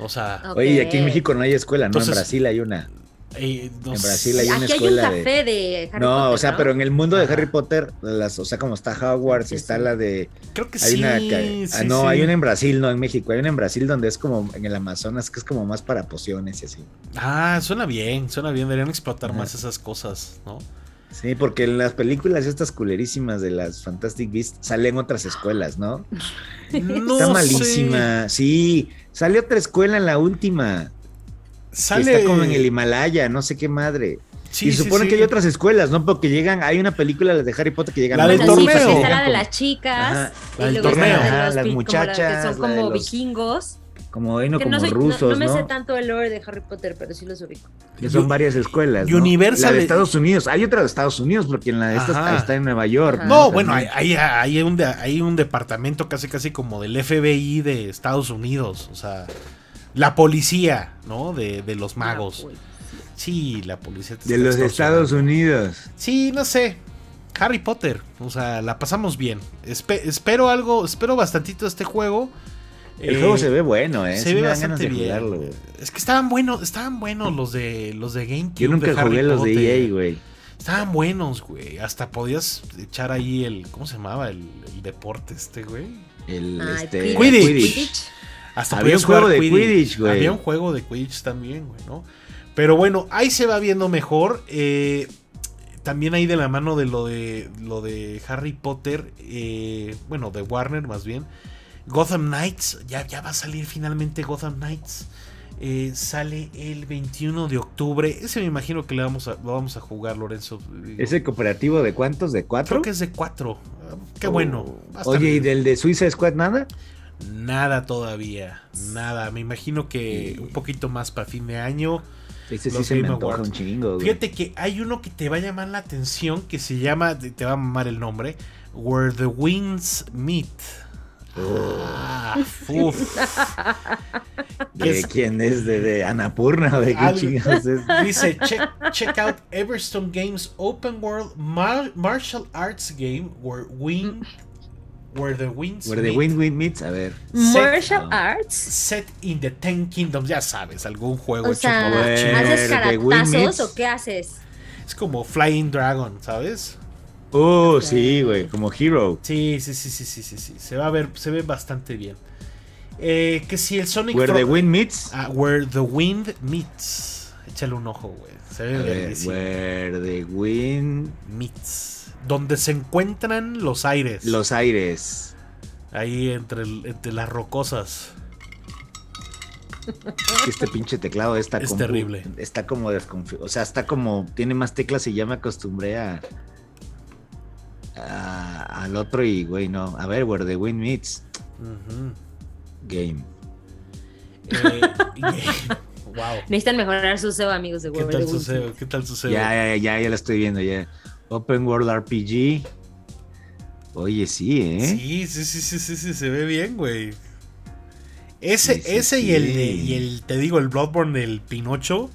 [SPEAKER 2] O sea,
[SPEAKER 3] Ok.
[SPEAKER 1] Oye, y aquí en México no hay escuela, ¿no?
[SPEAKER 2] Entonces-
[SPEAKER 1] en Brasil hay una.
[SPEAKER 2] eh, no
[SPEAKER 1] En
[SPEAKER 2] sé-
[SPEAKER 1] Brasil hay una
[SPEAKER 3] Aquí hay un
[SPEAKER 1] escuela de-
[SPEAKER 3] café de Harry
[SPEAKER 1] no,
[SPEAKER 3] Potter,
[SPEAKER 1] o sea, pero en el mundo de
[SPEAKER 2] Ajá.
[SPEAKER 1] Harry Potter, las, o sea, como está Hogwarts,
[SPEAKER 3] Sí,
[SPEAKER 1] está
[SPEAKER 3] sí.
[SPEAKER 1] la de.
[SPEAKER 2] creo que
[SPEAKER 1] Hay
[SPEAKER 2] sí.
[SPEAKER 1] una. ca-
[SPEAKER 2] sí,
[SPEAKER 1] ah, no,
[SPEAKER 2] sí.
[SPEAKER 1] hay una en Brasil, no en México. Hay una en Brasil donde es como en el Amazonas, que es como más para pociones y así.
[SPEAKER 2] Ah, suena bien, suena bien, deberían explotar
[SPEAKER 1] Ajá.
[SPEAKER 2] más esas cosas, ¿no?
[SPEAKER 1] Sí, porque en las películas estas culerísimas de las Fantastic Beasts salen otras escuelas, ¿no?
[SPEAKER 2] No
[SPEAKER 1] está
[SPEAKER 2] sé.
[SPEAKER 1] malísima. Sí, sale otra escuela en la última. que
[SPEAKER 2] Sale
[SPEAKER 1] está como en el Himalaya, no sé qué madre.
[SPEAKER 2] Sí,
[SPEAKER 1] y
[SPEAKER 2] sí,
[SPEAKER 1] supone
[SPEAKER 2] sí.
[SPEAKER 1] que hay otras escuelas, ¿no? Porque llegan, hay una película de Harry Potter que llegan
[SPEAKER 2] La
[SPEAKER 1] a
[SPEAKER 2] del
[SPEAKER 3] Bueno, sí, porque
[SPEAKER 2] torneo.
[SPEAKER 3] está la de
[SPEAKER 1] como,
[SPEAKER 3] las chicas.
[SPEAKER 1] Ajá,
[SPEAKER 2] la del
[SPEAKER 3] y luego está
[SPEAKER 2] torneo.
[SPEAKER 3] de
[SPEAKER 1] Ajá,
[SPEAKER 3] los
[SPEAKER 1] las
[SPEAKER 3] pi- como
[SPEAKER 1] muchachas,
[SPEAKER 3] que son
[SPEAKER 1] la de
[SPEAKER 3] como
[SPEAKER 1] los-
[SPEAKER 3] vikingos.
[SPEAKER 1] como bueno,
[SPEAKER 3] que
[SPEAKER 1] como
[SPEAKER 3] no, soy- no-
[SPEAKER 1] rusos,
[SPEAKER 3] no
[SPEAKER 1] ¿no?
[SPEAKER 3] me sé tanto el lore de Harry Potter, pero sí los ubico.
[SPEAKER 1] Que son
[SPEAKER 2] Yo-
[SPEAKER 1] varias escuelas. ¿no?
[SPEAKER 2] Universal
[SPEAKER 1] La de
[SPEAKER 2] es-
[SPEAKER 1] Estados Unidos. Hay otra de Estados Unidos, porque en la de estas
[SPEAKER 2] Ajá.
[SPEAKER 1] está en Nueva York.
[SPEAKER 3] Ajá.
[SPEAKER 2] No, bueno, hay,
[SPEAKER 1] Ah, También.
[SPEAKER 2] hay- hay un de- hay un departamento casi casi como del FBI de Estados Unidos, o sea, la policía, ¿no? De, de los magos.
[SPEAKER 3] Ah, uy.
[SPEAKER 2] Sí, la policía. te
[SPEAKER 1] De
[SPEAKER 2] está
[SPEAKER 1] los Estados
[SPEAKER 2] extorsionando.
[SPEAKER 1] Unidos.
[SPEAKER 2] Sí, no sé. Harry Potter, o sea, la pasamos bien. Espe- espero algo, espero bastantito este juego.
[SPEAKER 1] El
[SPEAKER 2] Eh,
[SPEAKER 1] juego se ve bueno, ¿eh?
[SPEAKER 2] se
[SPEAKER 1] Sí
[SPEAKER 2] ve
[SPEAKER 1] me dan ganas
[SPEAKER 2] bastante
[SPEAKER 1] de
[SPEAKER 2] bien.
[SPEAKER 1] jugarlo, güey.
[SPEAKER 2] Es que estaban buenos, estaban buenos los de los de GameCube.
[SPEAKER 1] Yo nunca
[SPEAKER 2] de Harry
[SPEAKER 1] jugué los de
[SPEAKER 2] Potter.
[SPEAKER 1] EA, güey.
[SPEAKER 2] Estaban buenos, güey. Hasta podías echar ahí el. ¿Cómo se llamaba? El, el deporte este, güey.
[SPEAKER 1] El
[SPEAKER 5] Ah,
[SPEAKER 3] Ay,
[SPEAKER 1] este,
[SPEAKER 2] Quidditch.
[SPEAKER 3] Ah, Quidditch.
[SPEAKER 2] Hasta
[SPEAKER 1] Había
[SPEAKER 2] podías
[SPEAKER 1] un juego
[SPEAKER 2] jugar
[SPEAKER 1] de Quidditch, güey.
[SPEAKER 2] Había un juego de Quidditch también, güey, ¿no? Pero bueno, ahí se va viendo mejor. eh, también ahí de la mano de lo de, lo de Harry Potter, eh, bueno, de Warner más bien. Gotham Knights, ya, ya va a salir finalmente Gotham Knights. Eh, sale el 21 de octubre. Ese me imagino que le vamos a, lo vamos a jugar, Lorenzo. Digo,
[SPEAKER 1] ¿Ese cooperativo de cuántos? ¿De cuatro? Oh,
[SPEAKER 2] Creo que es de 4. Qué bueno. va a estar
[SPEAKER 1] Oye, ¿y
[SPEAKER 2] bien.
[SPEAKER 1] del de Suiza Squad nada?
[SPEAKER 2] Nada todavía. Nada. Me imagino que un poquito más para fin de año.
[SPEAKER 1] Ese sí
[SPEAKER 2] Los
[SPEAKER 1] se me
[SPEAKER 2] Game
[SPEAKER 1] antoja
[SPEAKER 2] Awards.
[SPEAKER 1] un chingo, güey.
[SPEAKER 2] Fíjate que hay uno que te va a llamar la atención que se llama, te te va a mamar el nombre, Where the Winds Meet. Ah, uf.
[SPEAKER 1] ¿De
[SPEAKER 2] es-
[SPEAKER 1] quién es? ¿De, de Anapurna? ¿De qué
[SPEAKER 2] Algo.
[SPEAKER 1] chingados es?
[SPEAKER 2] Dice, check, check out Everstone Games Open World Mar- Martial Arts Game Where, wind, where the Winds
[SPEAKER 1] Where the
[SPEAKER 2] Meet.
[SPEAKER 1] Win Win Meets, a ver.
[SPEAKER 2] Sec-
[SPEAKER 3] Martial Arts.
[SPEAKER 2] Set in the Ten Kingdoms, ya sabes, algún juego
[SPEAKER 3] O
[SPEAKER 2] hecho
[SPEAKER 3] sea,
[SPEAKER 2] por los
[SPEAKER 1] Ah, Bueno,
[SPEAKER 2] chinos.
[SPEAKER 3] ¿haces
[SPEAKER 1] de Will
[SPEAKER 3] caratazos
[SPEAKER 1] Mitz.
[SPEAKER 3] o qué haces?
[SPEAKER 2] Es como Flying Dragon, ¿sabes? Uh,
[SPEAKER 1] Oh, sí, güey, como Hero.
[SPEAKER 2] Sí, sí, sí, sí, sí, sí, sí. Se va a ver, se ve bastante bien. Eh, que si el Sonic
[SPEAKER 1] Where the
[SPEAKER 2] Fro-
[SPEAKER 1] Win Meets.
[SPEAKER 2] Ah, Where the Wind Meets. Échale un ojo, güey. Se
[SPEAKER 1] A
[SPEAKER 2] ve
[SPEAKER 1] ver,
[SPEAKER 2] verguísimo.
[SPEAKER 1] Where the Win
[SPEAKER 2] Meets. Donde se encuentran los aires.
[SPEAKER 1] Los Aires.
[SPEAKER 2] Ahí entre, el- entre las rocosas.
[SPEAKER 1] Este pinche teclado está
[SPEAKER 2] Es terrible.
[SPEAKER 1] Está como desconfío. O sea, está como. Tiene más teclas y ya me acostumbré a. a- al otro y, güey, no. A ver, Where the Win Meets.
[SPEAKER 2] Ujú.
[SPEAKER 1] Game.
[SPEAKER 2] Eh, y- wow.
[SPEAKER 3] Necesitan mejorar su SEO, amigos de
[SPEAKER 2] ¿Qué
[SPEAKER 3] Word.
[SPEAKER 2] tal sucede? ¿Qué tal sucede?
[SPEAKER 1] Ya, ya, ya, ya la estoy viendo, ya. Open World RPG. Oye, sí, ¿eh?
[SPEAKER 2] Sí, sí, sí, sí, sí, sí, se ve bien, güey. Ese,
[SPEAKER 1] Sí, sí,
[SPEAKER 2] ese y el de-
[SPEAKER 1] sí.
[SPEAKER 2] y el, te digo, el Bloodborne del Pinocho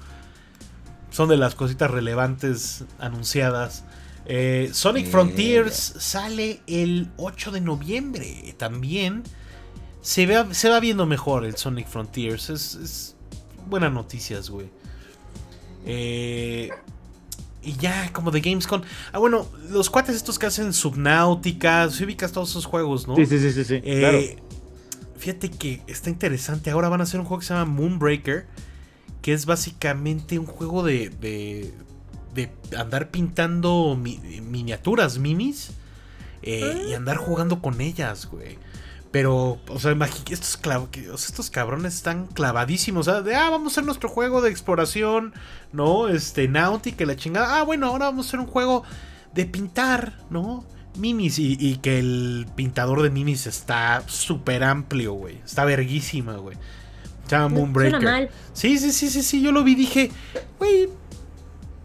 [SPEAKER 2] son de las cositas relevantes anunciadas. Eh, Sonic
[SPEAKER 1] Mira.
[SPEAKER 2] Frontiers sale el 8 de noviembre también. Se, ve, se va viendo mejor el Sonic Frontiers. Es, es buenas noticias, güey. Eh, y ya, como de Gamescom. Ah, bueno, los cuates estos que hacen Subnautica, si ubicas todos esos juegos, ¿no?
[SPEAKER 1] Sí, sí, sí, sí, sí,
[SPEAKER 2] Eh,
[SPEAKER 1] claro.
[SPEAKER 2] Fíjate que está interesante. Ahora van a hacer un juego que se llama Moonbreaker. que es básicamente un juego de, de, de andar pintando mi- miniaturas, minis, eh, y andar jugando con ellas, güey. Pero, o sea, imagi- estos, clav- que- o sea, estos cabrones están clavadísimos. O sea, de, ah, vamos a hacer nuestro juego de exploración, ¿no? Este, náutica, y la chingada. Ah, bueno, ahora vamos a hacer un juego de pintar, ¿no? Minis. Y, y que el pintador de minis está súper amplio, güey. Está verguísima, güey. Se llama
[SPEAKER 3] No,
[SPEAKER 2] Moonbreaker.
[SPEAKER 3] Suena mal.
[SPEAKER 2] Sí, sí, sí, sí, sí, yo lo vi, dije, güey,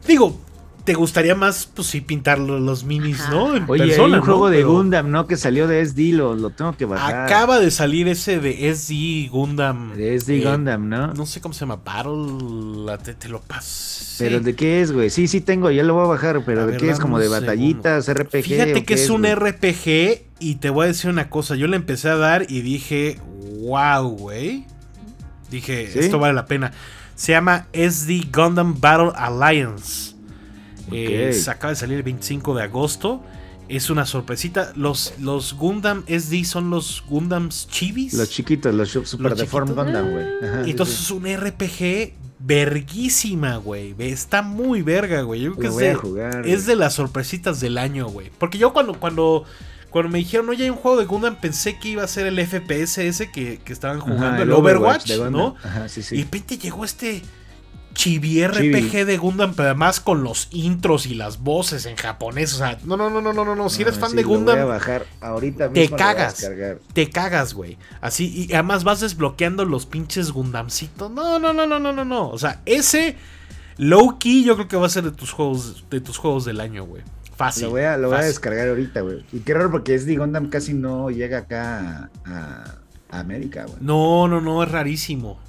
[SPEAKER 2] digo, te gustaría más, pues sí, pintar lo- los minis,
[SPEAKER 3] Ajá.
[SPEAKER 2] ¿no? En
[SPEAKER 1] Oye, hay
[SPEAKER 2] persona,
[SPEAKER 1] un juego
[SPEAKER 2] ¿no?
[SPEAKER 1] de
[SPEAKER 2] Pero
[SPEAKER 1] Gundam, ¿no? Que salió de SD, lo, lo tengo que bajar.
[SPEAKER 2] Acaba de salir ese de SD Gundam.
[SPEAKER 1] De SD
[SPEAKER 2] eh,
[SPEAKER 1] Gundam, ¿no?
[SPEAKER 2] No sé cómo se llama, Battle, la- te, te lo paso.
[SPEAKER 1] Pero ¿de qué es, güey? Sí, sí tengo, ya lo voy a bajar, pero
[SPEAKER 2] A
[SPEAKER 1] ¿de
[SPEAKER 2] ver,
[SPEAKER 1] qué es?
[SPEAKER 2] dame
[SPEAKER 1] ¿Como
[SPEAKER 2] un
[SPEAKER 1] de batallitas, RPG?
[SPEAKER 2] Fíjate
[SPEAKER 1] o
[SPEAKER 2] que
[SPEAKER 1] qué
[SPEAKER 2] es un
[SPEAKER 1] güey?
[SPEAKER 2] RPG y te voy a decir una cosa, yo le empecé a dar y dije, wow, güey. Dije,
[SPEAKER 1] ¿Sí?
[SPEAKER 2] esto vale la pena. Se llama SD Gundam Battle Alliance. Eh,
[SPEAKER 1] Ok.
[SPEAKER 2] se acaba de salir el 25 de agosto. Es una sorpresita. Los, los Gundam SD son los Gundams chibis.
[SPEAKER 1] Los chiquitos, los shu- Super
[SPEAKER 2] Los
[SPEAKER 1] Deform
[SPEAKER 2] chiquitos. Ah,
[SPEAKER 1] Gundam, güey. Ajá, sí,
[SPEAKER 2] Entonces
[SPEAKER 1] sí.
[SPEAKER 2] es un RPG verguísima, güey. Ve, Está muy verga, güey. Yo creo que
[SPEAKER 1] Lo
[SPEAKER 2] es
[SPEAKER 1] voy a
[SPEAKER 2] de,
[SPEAKER 1] jugar.
[SPEAKER 2] es
[SPEAKER 1] güey.
[SPEAKER 2] de las sorpresitas del año, güey. Porque yo cuando, cuando, cuando me dijeron, oye, hay un juego de Gundam, pensé que iba a ser el FPS ese que, que estaban
[SPEAKER 1] Ajá,
[SPEAKER 2] jugando, el Overwatch,
[SPEAKER 1] de
[SPEAKER 2] ¿no?
[SPEAKER 1] Gundam. Ajá, sí,
[SPEAKER 2] Y de
[SPEAKER 1] sí.
[SPEAKER 2] repente llegó este chibi
[SPEAKER 1] Chibi.
[SPEAKER 2] RPG de Gundam, pero además con los intros y las voces en japonés. O sea, no, no, no, no, no, no, no. pues, Si eres
[SPEAKER 1] No,
[SPEAKER 2] fan
[SPEAKER 1] Ah, sí,
[SPEAKER 2] de
[SPEAKER 1] lo voy a
[SPEAKER 2] Gundam,
[SPEAKER 1] bajar ahorita
[SPEAKER 2] te
[SPEAKER 1] mismo lo voy a
[SPEAKER 2] cagas.
[SPEAKER 1] descargar.
[SPEAKER 2] te cagas, güey. Así, y además vas desbloqueando los pinches Gundamcitos. No, no, no, no, no, no, no. O sea, ese low key yo creo que va a ser de tus juegos, de tus juegos del año, güey. Fácil.
[SPEAKER 1] lo voy a, lo voy a
[SPEAKER 2] fácil.
[SPEAKER 1] descargar ahorita, güey. Y qué raro porque SD Gundam casi no llega acá a, a- a América, güey.
[SPEAKER 2] No, no, no, es rarísimo.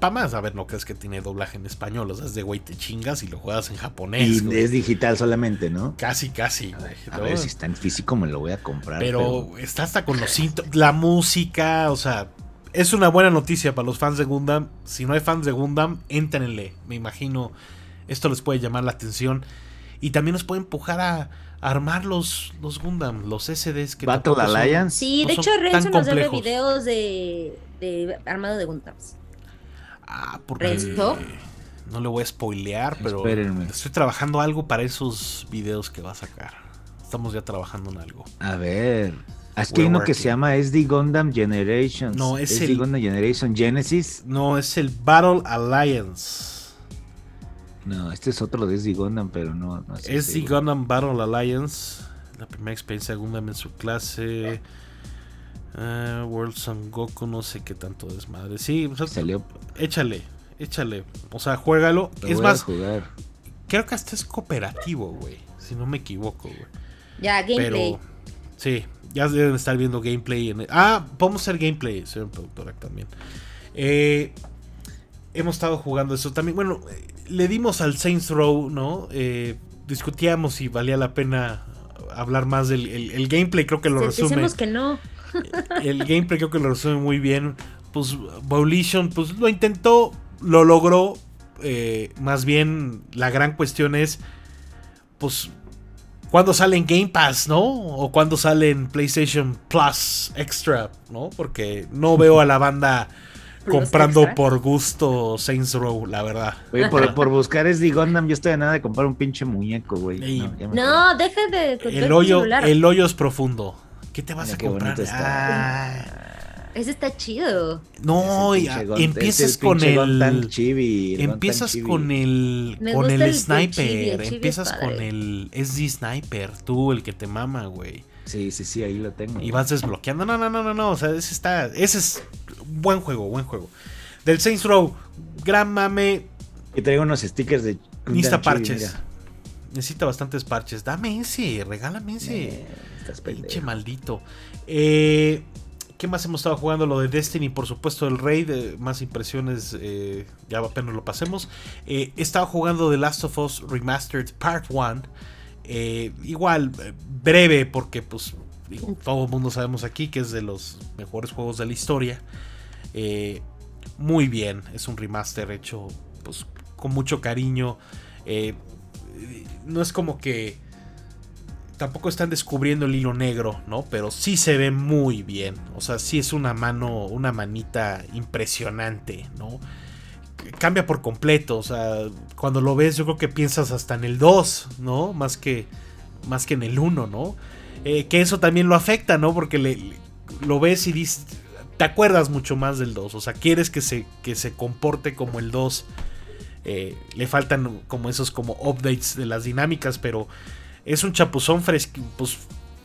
[SPEAKER 2] Para más, a ver, no crees que tiene doblaje en español. O sea, es de güey, te chingas y lo juegas en japonés.
[SPEAKER 1] y
[SPEAKER 2] güey.
[SPEAKER 1] es digital solamente, ¿no?
[SPEAKER 2] Casi, casi. güey,
[SPEAKER 1] A
[SPEAKER 2] ¿no?
[SPEAKER 1] ver si está en físico, me lo voy a comprar.
[SPEAKER 2] Pero está hasta con los cintos. La música, o sea, es una buena noticia para los fans de Gundam. Si no hay fans de Gundam, éntrenle. Me imagino esto les puede llamar la atención. Y también nos puede empujar a, a armar los, los Gundam, los SDs que
[SPEAKER 1] Battle
[SPEAKER 2] tampoco son-
[SPEAKER 1] Alliance.
[SPEAKER 3] Sí,
[SPEAKER 2] No
[SPEAKER 3] de
[SPEAKER 2] son
[SPEAKER 3] hecho,
[SPEAKER 2] tan
[SPEAKER 3] Renzo nos debe videos
[SPEAKER 2] complejos.
[SPEAKER 3] de, de armado de Gundams.
[SPEAKER 2] Ah, porque
[SPEAKER 3] ¿Renzo?
[SPEAKER 2] no le voy a spoilear, pero
[SPEAKER 1] Espérenme.
[SPEAKER 2] estoy trabajando algo para esos videos que va a sacar. Estamos ya trabajando en algo.
[SPEAKER 1] A ver. Es que
[SPEAKER 2] We're
[SPEAKER 1] hay uno que
[SPEAKER 2] working.
[SPEAKER 1] se llama SD Gundam Generations.
[SPEAKER 2] No, es
[SPEAKER 1] SD
[SPEAKER 2] el-
[SPEAKER 1] Gundam Generation Genesis.
[SPEAKER 2] No, es el Battle Alliance.
[SPEAKER 1] No, este es otro de SD Gundam, pero no. no es
[SPEAKER 2] Es
[SPEAKER 1] SD
[SPEAKER 2] The Gundam Battle Alliance, la primera experiencia de Gundam en su clase. Eh, World Son Goku, no sé qué tanto desmadre. Sí, o sea,
[SPEAKER 1] Salió.
[SPEAKER 2] échale, échale. O sea, juégalo.
[SPEAKER 1] lo
[SPEAKER 2] es
[SPEAKER 1] voy a
[SPEAKER 2] más,
[SPEAKER 1] jugar.
[SPEAKER 2] creo que hasta es cooperativo, güey. Si no me equivoco, güey.
[SPEAKER 3] Ya, gameplay.
[SPEAKER 2] Pero, sí, ya deben estar viendo gameplay. En Ah, podemos hacer gameplay, señor productora, también. Eh, hemos estado jugando eso también. Bueno, eh, le dimos al Saints Row, ¿no? Eh, discutíamos si valía la pena hablar más del el, el gameplay, creo que lo
[SPEAKER 3] Se-
[SPEAKER 2] resume.
[SPEAKER 3] Decimos que no.
[SPEAKER 2] El gameplay creo que lo resume muy bien. Pues Volition, pues lo intentó, lo logró. Eh, más bien, la gran cuestión es, pues, ¿cuándo sale en Game Pass, no? O cuándo sale en PlayStation Plus Extra, ¿no? Porque no veo a la banda
[SPEAKER 3] Plus
[SPEAKER 2] comprando
[SPEAKER 3] Extra.
[SPEAKER 2] por gusto Saints Row, la verdad.
[SPEAKER 1] Oye, por, por buscar SD Gundam, yo estoy a nada de comprar un pinche muñeco, güey.
[SPEAKER 2] Ey,
[SPEAKER 1] No, ya me acordé.
[SPEAKER 3] No, deja de con todo
[SPEAKER 2] El hoyo,
[SPEAKER 3] celular.
[SPEAKER 2] el hoyo es profundo. ¿Qué te vas
[SPEAKER 1] Mira
[SPEAKER 2] a
[SPEAKER 1] qué
[SPEAKER 2] comprar?
[SPEAKER 1] bonito está.
[SPEAKER 2] Ay,
[SPEAKER 3] Ese está chido.
[SPEAKER 2] no,
[SPEAKER 1] Ese
[SPEAKER 2] y
[SPEAKER 1] pinche
[SPEAKER 2] a-
[SPEAKER 1] Gun-
[SPEAKER 2] empiezas
[SPEAKER 1] es
[SPEAKER 2] con
[SPEAKER 1] pinche
[SPEAKER 2] el...
[SPEAKER 1] Gundam chibi, el Gundam
[SPEAKER 2] Empiezas
[SPEAKER 1] chibi.
[SPEAKER 2] con el
[SPEAKER 3] Me
[SPEAKER 2] con
[SPEAKER 3] gusta
[SPEAKER 2] el,
[SPEAKER 3] el
[SPEAKER 2] sniper,
[SPEAKER 3] chibi, el chibi es
[SPEAKER 2] empiezas con
[SPEAKER 3] padre.
[SPEAKER 2] el SD sniper, tú el que te mama, güey.
[SPEAKER 1] Sí, sí, sí, ahí lo tengo.
[SPEAKER 2] Y vas desbloqueando. No, no, no, no, no, o sea, ese está ese es buen juego, buen juego. Del Saints Row, gran mame,
[SPEAKER 1] Y traigo unos stickers de. Gundam
[SPEAKER 2] necesita
[SPEAKER 1] chibi,
[SPEAKER 2] parches.
[SPEAKER 1] mira.
[SPEAKER 2] Necesita bastantes parches. Dame ese, regálame ese.
[SPEAKER 1] Eh, estás
[SPEAKER 2] Pinche
[SPEAKER 1] pendejo.
[SPEAKER 2] maldito. Eh, ¿Qué más hemos estado jugando? Lo de Destiny, por supuesto, el Raid. eh, más impresiones, eh, ya apenas lo pasemos. Eh, he estado jugando The Last of Us Remastered Part 1. Eh, igual, eh, breve, porque pues digo, todo el mundo sabemos aquí que es de los mejores juegos de la historia. Eh, muy bien, es un remaster hecho pues, con mucho cariño. Eh, no es como que tampoco están descubriendo el hilo negro, ¿no? Pero sí se ve muy bien. O sea, sí es una mano, una manita impresionante, ¿no? cambia por completo. O sea, cuando lo ves, yo creo que piensas hasta en el 2, ¿no? Más que, más que en el 1, ¿no? Eh, que eso también lo afecta, ¿no? Porque le, le, lo ves y dices, te acuerdas mucho más del 2. O sea, quieres que se, que se comporte como el 2. Eh, le faltan como esos como updates de las dinámicas, pero es un chapuzón fresco, pues,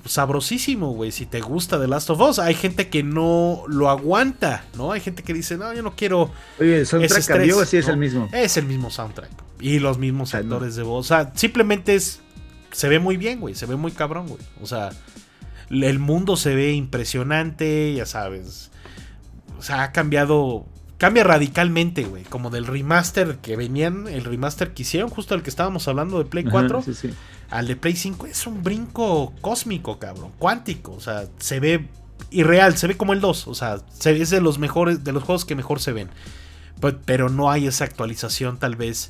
[SPEAKER 2] sabrosísimo, güey. Si te gusta The Last of Us, hay gente que no lo aguanta, ¿no? Hay gente que dice, no, yo no quiero.
[SPEAKER 1] Oye, el soundtrack ese cambió
[SPEAKER 2] estrés",
[SPEAKER 1] o sí es
[SPEAKER 2] ¿no?
[SPEAKER 1] el mismo.
[SPEAKER 2] Es el mismo soundtrack y los mismos
[SPEAKER 1] sea, no.
[SPEAKER 2] actores de voz. O sea, simplemente es. Se ve muy bien, güey. Se ve muy cabrón, güey. O sea, el mundo se ve impresionante, ya sabes. O sea, ha cambiado. Cambia radicalmente, güey. Como del remaster que venían, el remaster que hicieron, justo el que estábamos hablando de Play
[SPEAKER 1] Ajá,
[SPEAKER 2] 4
[SPEAKER 1] sí, sí.
[SPEAKER 2] al de Play 5 es un brinco cósmico, cabrón, cuántico, o sea, se ve irreal, se ve como el 2, o sea, se- es de los mejores de los juegos que mejor se ven. Pe- pero no hay esa actualización tal vez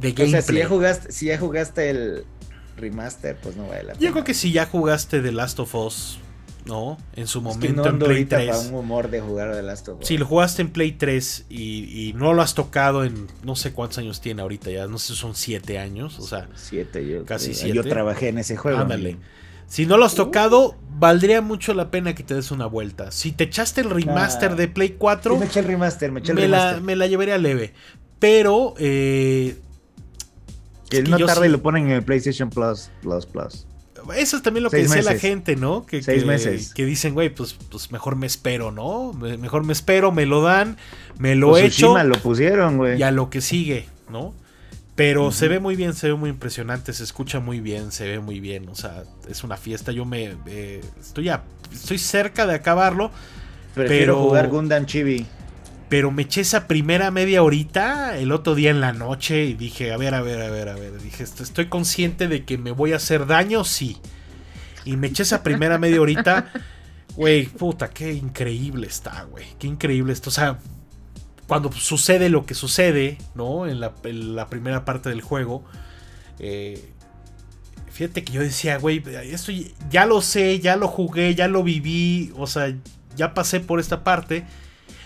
[SPEAKER 2] de
[SPEAKER 1] O
[SPEAKER 2] gameplay.
[SPEAKER 1] sea, si ya, jugaste, si ya jugaste el remaster, pues no vale la pena.
[SPEAKER 2] Yo creo que si ya jugaste The Last of Us, ¿no? En su
[SPEAKER 1] Es
[SPEAKER 2] momento
[SPEAKER 1] que no
[SPEAKER 2] en
[SPEAKER 1] ando
[SPEAKER 2] Play
[SPEAKER 1] ahorita
[SPEAKER 2] 3.
[SPEAKER 1] para un humor de jugar de Last of Us.
[SPEAKER 2] Si lo jugaste en Play 3 y, y no lo has tocado en no sé cuántos años tiene ahorita, ya no sé, son 7 años, o sea,
[SPEAKER 1] Siete, yo,
[SPEAKER 2] Casi
[SPEAKER 1] eh,
[SPEAKER 2] siete.
[SPEAKER 1] Yo trabajé en ese juego.
[SPEAKER 2] Ándale. Si no lo has
[SPEAKER 1] Uh.
[SPEAKER 2] tocado, valdría mucho la pena que te des una vuelta. Si te echaste el remaster
[SPEAKER 1] Ah.
[SPEAKER 2] de Play
[SPEAKER 1] Sí,
[SPEAKER 2] 4,
[SPEAKER 1] me eché el remaster, me eché el
[SPEAKER 2] me, la,
[SPEAKER 1] remaster.
[SPEAKER 2] me la llevaría leve. Pero, eh,
[SPEAKER 1] que
[SPEAKER 2] es que
[SPEAKER 1] no
[SPEAKER 2] yo
[SPEAKER 1] tarde
[SPEAKER 2] sí-
[SPEAKER 1] lo ponen en el PlayStation Plus, Plus, Plus.
[SPEAKER 2] eso es también lo que
[SPEAKER 1] Seis
[SPEAKER 2] decía la
[SPEAKER 1] meses.
[SPEAKER 2] gente, ¿no? Que,
[SPEAKER 1] Seis
[SPEAKER 2] que-
[SPEAKER 1] meses.
[SPEAKER 2] que dicen, güey, pues, pues mejor me espero, ¿no? Me- Mejor me espero, me lo dan, me lo
[SPEAKER 1] O
[SPEAKER 2] echo
[SPEAKER 1] Tsushima Pues lo pusieron, güey.
[SPEAKER 2] y a lo que sigue, ¿no? Pero se ve muy bien, se ve muy impresionante, se escucha muy bien, se ve muy bien. O sea, es una fiesta. Yo me eh, estoy a- estoy cerca de acabarlo.
[SPEAKER 1] Prefiero
[SPEAKER 2] pero-
[SPEAKER 1] jugar Gundam Chibi.
[SPEAKER 2] Pero me eché esa primera media horita el otro día en la noche y dije, a ver, a ver, a ver, a ver. Dije, "Est- estoy consciente de que me voy a hacer daño, sí. Y me eché esa primera media horita. Güey, puta, qué increíble está, güey. Qué increíble está. O sea, cuando sucede lo que sucede, ¿no? En la, en la primera parte del juego. eh, fíjate que yo decía, güey, esto ya- ya lo sé, ya lo jugué, ya lo viví. O sea, ya pasé por esta parte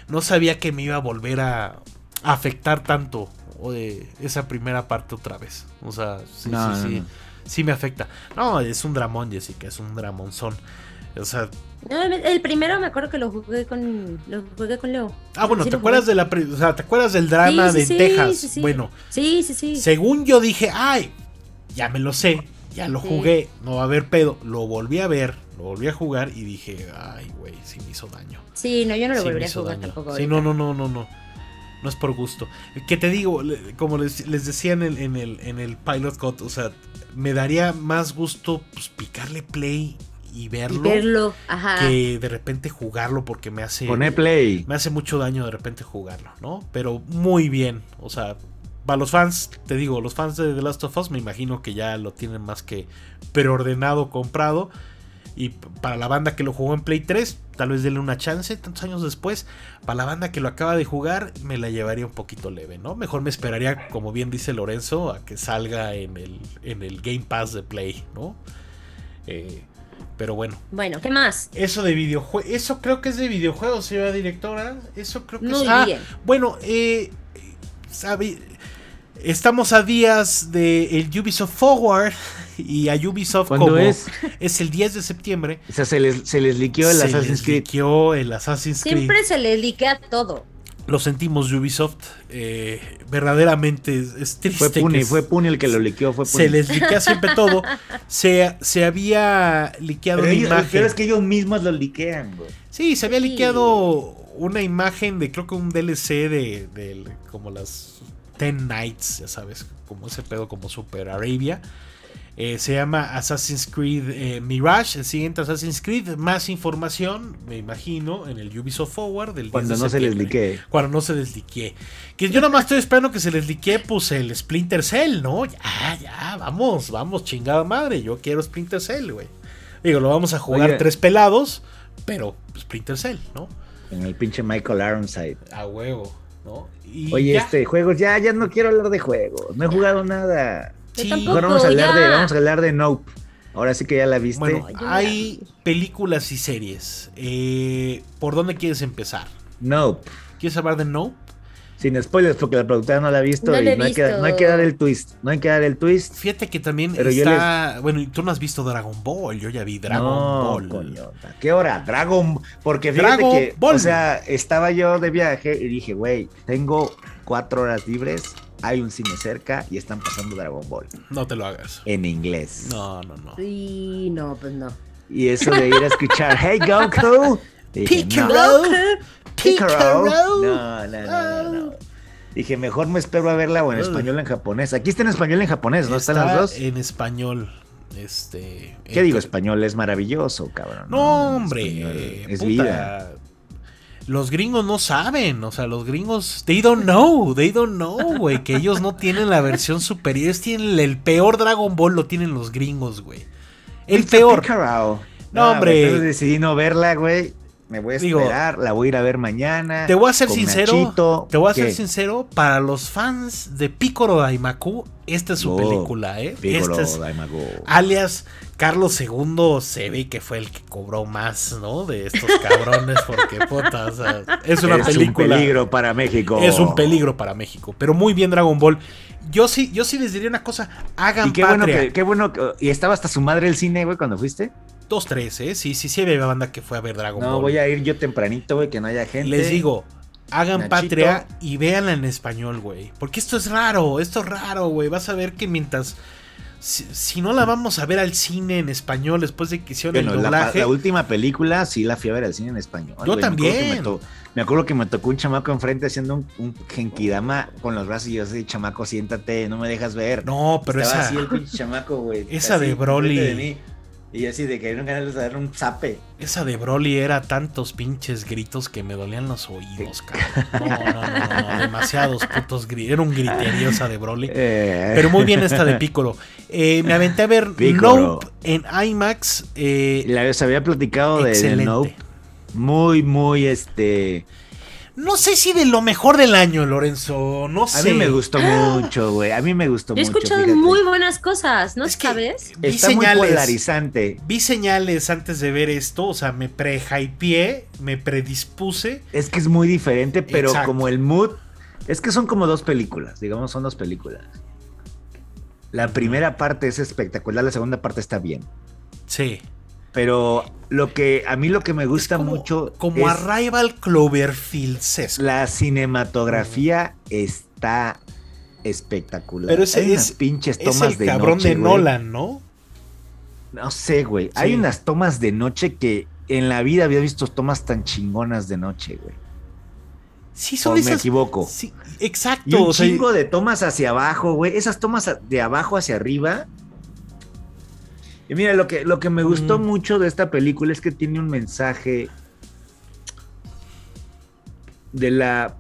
[SPEAKER 2] no sabía que me iba a volver a afectar tanto eh, esa primera parte otra vez. O sea, sí,
[SPEAKER 1] No,
[SPEAKER 2] sí,
[SPEAKER 1] no,
[SPEAKER 2] sí.
[SPEAKER 1] no.
[SPEAKER 2] Sí me afecta. No, es un dramón, Jessica, es un dramonzón. O sea,
[SPEAKER 3] No, el primero me acuerdo que lo jugué con, lo jugué con Leo.
[SPEAKER 2] ah, bueno,
[SPEAKER 3] Sí
[SPEAKER 2] ¿te
[SPEAKER 3] lo jugué.
[SPEAKER 2] acuerdas de la pri- o sea, te acuerdas del drama
[SPEAKER 3] Sí, sí,
[SPEAKER 2] de
[SPEAKER 3] sí,
[SPEAKER 2] Texas?
[SPEAKER 3] sí, sí.
[SPEAKER 2] Bueno,
[SPEAKER 3] Sí, sí, sí.
[SPEAKER 2] según yo dije, ay, ya me lo sé, ya lo
[SPEAKER 3] Sí.
[SPEAKER 2] jugué, no va a haber pedo. Lo volví a ver, lo volví a jugar y dije, ay, güey, sí me hizo daño.
[SPEAKER 3] Sí, no, yo no lo
[SPEAKER 2] Sí, me
[SPEAKER 3] volvería a
[SPEAKER 2] hizo
[SPEAKER 3] jugar
[SPEAKER 2] daño.
[SPEAKER 3] tampoco.
[SPEAKER 2] Sí,
[SPEAKER 3] ahorita.
[SPEAKER 2] no, no, no, no, no. No es por gusto. Que te digo, le- como les, les decía en el, en, el, en el Pilot Cut, o sea, me daría más gusto pues, picarle play y
[SPEAKER 3] Y
[SPEAKER 2] verlo,
[SPEAKER 3] verlo,
[SPEAKER 5] Ah.
[SPEAKER 3] ajá.
[SPEAKER 2] que de repente jugarlo porque me hace,
[SPEAKER 1] Poné play.
[SPEAKER 2] me hace mucho daño de repente jugarlo, ¿no? Pero muy bien, o sea, para los fans, te digo, los fans de The Last of Us me imagino que ya lo tienen más que preordenado, comprado. Y p- para la banda que lo jugó en Play 3, tal vez denle una chance tantos años después. Para la banda que lo acaba de jugar, me la llevaría un poquito leve, ¿no? Mejor me esperaría, como bien dice Lorenzo, a que salga en el, en el Game Pass de Play, ¿no? Eh, pero bueno,
[SPEAKER 3] Bueno, ¿qué más?
[SPEAKER 2] eso de videojuegos, eso creo que es de videojuegos, señora directora. Eso creo que
[SPEAKER 3] Muy
[SPEAKER 2] es. Ah,
[SPEAKER 3] bien.
[SPEAKER 2] bueno, eh, sabe- estamos a días de el Ubisoft Forward y a Ubisoft
[SPEAKER 1] ¿Cuándo
[SPEAKER 2] como
[SPEAKER 1] es?
[SPEAKER 2] es el 10 de septiembre.
[SPEAKER 1] O sea, se les, se les liqueó el
[SPEAKER 2] se
[SPEAKER 1] Assassin's
[SPEAKER 2] les
[SPEAKER 1] Creed.
[SPEAKER 2] liqueó el Assassin's Creed.
[SPEAKER 3] Siempre se le liquea todo.
[SPEAKER 2] Lo sentimos Ubisoft, eh, verdaderamente es, es triste.
[SPEAKER 1] Fue Puni,
[SPEAKER 2] que
[SPEAKER 1] fue Puni el que lo liqueó, fue Puni.
[SPEAKER 2] se les liquea siempre todo. Se, se había liqueado
[SPEAKER 1] Pero
[SPEAKER 2] una
[SPEAKER 1] ellos,
[SPEAKER 2] imagen.
[SPEAKER 1] pero es que ellos mismos lo liquean, güey.
[SPEAKER 2] Sí, se había
[SPEAKER 3] Sí.
[SPEAKER 2] liqueado una imagen de creo que un DLC de, del- como las Ten Nights, ya sabes, como ese pedo como Super Arabia. Eh, se llama Assassin's Creed eh, Mirage, el siguiente Assassin's Creed. Más información, me imagino, en el Ubisoft Forward del 10
[SPEAKER 1] Cuando
[SPEAKER 2] de
[SPEAKER 1] no se les
[SPEAKER 2] septiembre.
[SPEAKER 1] liquee.
[SPEAKER 2] Cuando no se les liquee. Que yo nada más estoy esperando que se les liquee, pues el Splinter Cell, ¿no? Ya, ya, vamos, vamos, chingada madre. Yo quiero Splinter Cell, güey. Digo, lo vamos a jugar
[SPEAKER 1] Oye.
[SPEAKER 2] tres pelados, pero Splinter Cell, ¿no?
[SPEAKER 1] En el pinche Michael Ironside.
[SPEAKER 2] A huevo, ¿no? Y
[SPEAKER 1] Oye,
[SPEAKER 2] ya.
[SPEAKER 1] este, juegos, ya, ya no quiero hablar de juegos. No he jugado nada.
[SPEAKER 3] Yo
[SPEAKER 2] Sí.
[SPEAKER 1] Mejor
[SPEAKER 3] tampoco,
[SPEAKER 1] vamos a hablar de,
[SPEAKER 3] ya.
[SPEAKER 1] vamos a hablar de Nope. Ahora sí que ya la viste.
[SPEAKER 2] Bueno,
[SPEAKER 3] Yo ya-
[SPEAKER 2] hay películas y series. Eh, ¿Por dónde quieres empezar?
[SPEAKER 1] Nope.
[SPEAKER 2] ¿Quieres hablar de Nope?
[SPEAKER 1] sin spoilers, porque la productora no la ha visto no y no hay, que, no hay, que, dar el twist. No hay que dar el twist.
[SPEAKER 2] Fíjate que también Pero está. Les... Bueno, tú no has visto Dragon Ball. Yo ya vi Dragon no, Ball.
[SPEAKER 1] Coño, ¿a qué hora? Dragon. Porque fíjate Dragon que. Ball. O sea, estaba yo de viaje y dije, güey, tengo cuatro horas libres. Hay un cine cerca y están pasando Dragon Ball.
[SPEAKER 2] No te lo hagas.
[SPEAKER 1] En inglés.
[SPEAKER 2] No, no, no.
[SPEAKER 3] Sí, no, pues no.
[SPEAKER 1] Y eso de ir a escuchar, hey Goku. Dije, Piccolo. Piccolo. No, no, no, no, Dije, mejor me espero a verla o en español en japonés. Aquí está en español en japonés, ¿no? Están las dos.
[SPEAKER 2] En español. Este.
[SPEAKER 1] ¿Qué digo? Español es maravilloso, cabrón.
[SPEAKER 2] No, hombre. Es vida. Los gringos no saben, o sea, los gringos, they don't know, they don't know, güey, que ellos no tienen la versión superior, ellos tienen el peor Dragon Ball, lo tienen los gringos, güey. El peor.
[SPEAKER 1] No, hombre. Entonces decidí no verla, güey me voy a esperar, Digo, la voy a ir a ver mañana.
[SPEAKER 2] Te voy a ser sincero, Nachito, te voy a ¿qué? ser sincero, para los fans de Piccolo Daimaku, esta es su oh, película, ¿eh? Piccolo es, Ah, Daimaku. Alias Carlos II se ve que fue el que cobró más, ¿no? De estos cabrones, porque puta, o sea, es una es película.
[SPEAKER 1] Es un peligro para México.
[SPEAKER 2] Es un peligro para México, pero muy bien Dragon Ball. Yo sí, yo sí les diría una cosa, hagan
[SPEAKER 1] y qué
[SPEAKER 2] patria.
[SPEAKER 1] Bueno que, qué bueno, que, y estaba hasta su madre el cine, güey, cuando fuiste.
[SPEAKER 2] 2-3, ¿eh? Sí, sí, sí había banda que fue a ver Dragon
[SPEAKER 1] no, Ball. No, voy a ir yo tempranito, güey, que no haya gente.
[SPEAKER 2] Les digo, hagan Nachito. patria y véanla en español, güey. Porque esto es raro, esto es raro, güey. Vas a ver que mientras... Si, si, no la vamos a ver al cine en español después de que hicieron bueno, el doblaje.
[SPEAKER 1] La, la, última película sí la fui a ver al cine en español.
[SPEAKER 2] Yo wey. también.
[SPEAKER 1] Me acuerdo, me acuerdo, que me tocó un chamaco enfrente haciendo un, un genkidama con los brazos y yo así, chamaco, siéntate, no me dejas ver.
[SPEAKER 2] No, pero
[SPEAKER 1] Estaba
[SPEAKER 2] esa.
[SPEAKER 1] así el pinche chamaco, güey.
[SPEAKER 2] Esa de Broly. De mí.
[SPEAKER 1] Y así de que ganas de dar un zape.
[SPEAKER 2] Esa de Broly era tantos pinches gritos que me dolían los oídos, cabrón. No, no, no, no demasiados putos gritos. Era un griterío esa de Broly. Eh. Pero muy bien esta de Piccolo. Eh, me aventé a ver Piccolo. Nope en IMAX. Eh,
[SPEAKER 1] La, os había platicado de, de, Nope. Muy, muy este.
[SPEAKER 2] No sé si de lo mejor del año, Lorenzo. No sé.
[SPEAKER 1] A mí me gustó mucho, güey. A mí me gustó
[SPEAKER 3] Yo
[SPEAKER 1] mucho.
[SPEAKER 3] He escuchado fíjate. muy buenas cosas, ¿no es sabes?
[SPEAKER 1] Que Está señales, muy polarizante.
[SPEAKER 2] Vi señales antes de ver esto, o sea, me prehypeé, me predispuse.
[SPEAKER 1] Es que es muy diferente, pero Exacto. como el mood. Es que son como dos películas, digamos, son dos películas. La primera parte es espectacular, la segunda parte está bien.
[SPEAKER 2] Sí.
[SPEAKER 1] Pero lo que a mí lo que me gusta
[SPEAKER 2] como,
[SPEAKER 1] mucho
[SPEAKER 2] como es Arrival Cloverfield César.
[SPEAKER 1] La cinematografía mm. está espectacular.
[SPEAKER 2] Pero ese Hay es unas
[SPEAKER 1] pinches tomas
[SPEAKER 2] es el
[SPEAKER 1] de
[SPEAKER 2] cabrón
[SPEAKER 1] noche,
[SPEAKER 2] de wey. Nolan, ¿no?
[SPEAKER 1] No sé, güey. Sí. Hay unas tomas de noche que en la vida había visto tomas tan chingonas de noche, güey.
[SPEAKER 2] Sí, son o esas,
[SPEAKER 1] me equivoco.
[SPEAKER 2] Sí, exacto.
[SPEAKER 1] Y un o sea, chingo de tomas hacia abajo, güey. Esas tomas de abajo hacia arriba y mira, lo que, lo que me gustó mm. mucho de esta película es que tiene un mensaje de la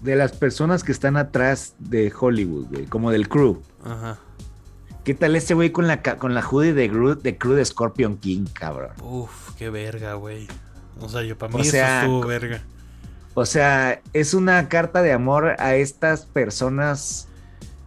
[SPEAKER 1] de las personas que están atrás de Hollywood, güey, como del crew. Ajá. ¿Qué tal este güey con la con la hoodie de Groot, de crew de Scorpion King, cabrón?
[SPEAKER 2] Uf, qué verga, güey. O sea, yo para mí o sea, eso estuvo verga.
[SPEAKER 1] O sea, es una carta de amor a estas personas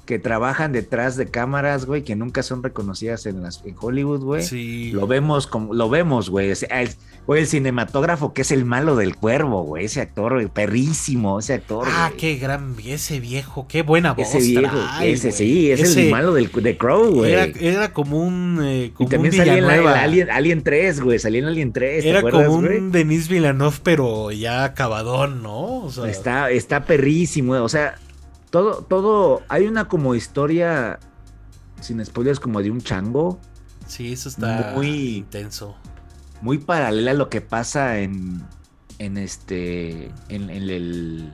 [SPEAKER 1] que trabajan detrás de cámaras, güey, que nunca son reconocidas en, las, en Hollywood, güey.
[SPEAKER 2] Sí.
[SPEAKER 1] Lo vemos, como, lo vemos, güey. O sea, el, güey, el cinematógrafo que es el malo del cuervo, güey. Ese actor, güey, perrísimo, ese actor.
[SPEAKER 2] Ah,
[SPEAKER 1] güey.
[SPEAKER 2] qué gran, ese viejo, qué buena voz.
[SPEAKER 1] Ese viejo, trae, ese güey. sí, es ese, el malo del de Crow, güey.
[SPEAKER 2] Era, era como un. Eh, como
[SPEAKER 1] y también
[SPEAKER 2] un
[SPEAKER 1] salía en Alien, Alien 3, güey. Salía en Alien 3.
[SPEAKER 2] ¿te era acuerdas, como güey? un Denis Villeneuve, pero ya acabadón, ¿no?
[SPEAKER 1] O sea, está, está perrísimo, eh. o sea todo, todo, hay una como historia, sin spoilers, como de un chango.
[SPEAKER 2] Sí, eso está muy intenso.
[SPEAKER 1] Muy paralela a lo que pasa en, en este, en, en, el,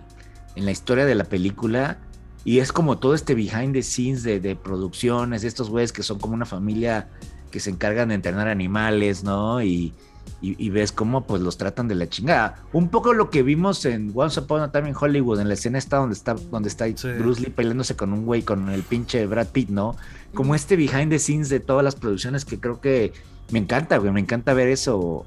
[SPEAKER 1] en la historia de la película. Y es como todo este behind the scenes de, de producciones, de estos güeyes que son como una familia que se encargan de entrenar animales, ¿no? Y, y, y, ves cómo pues los tratan de la chingada. Un poco lo que vimos en Once Upon a Time in Hollywood, en la escena esta donde está, donde está sí. Bruce Lee peleándose con un güey, con el pinche Brad Pitt, ¿no? Como este behind the scenes de todas las producciones que creo que me encanta, güey, me encanta ver eso.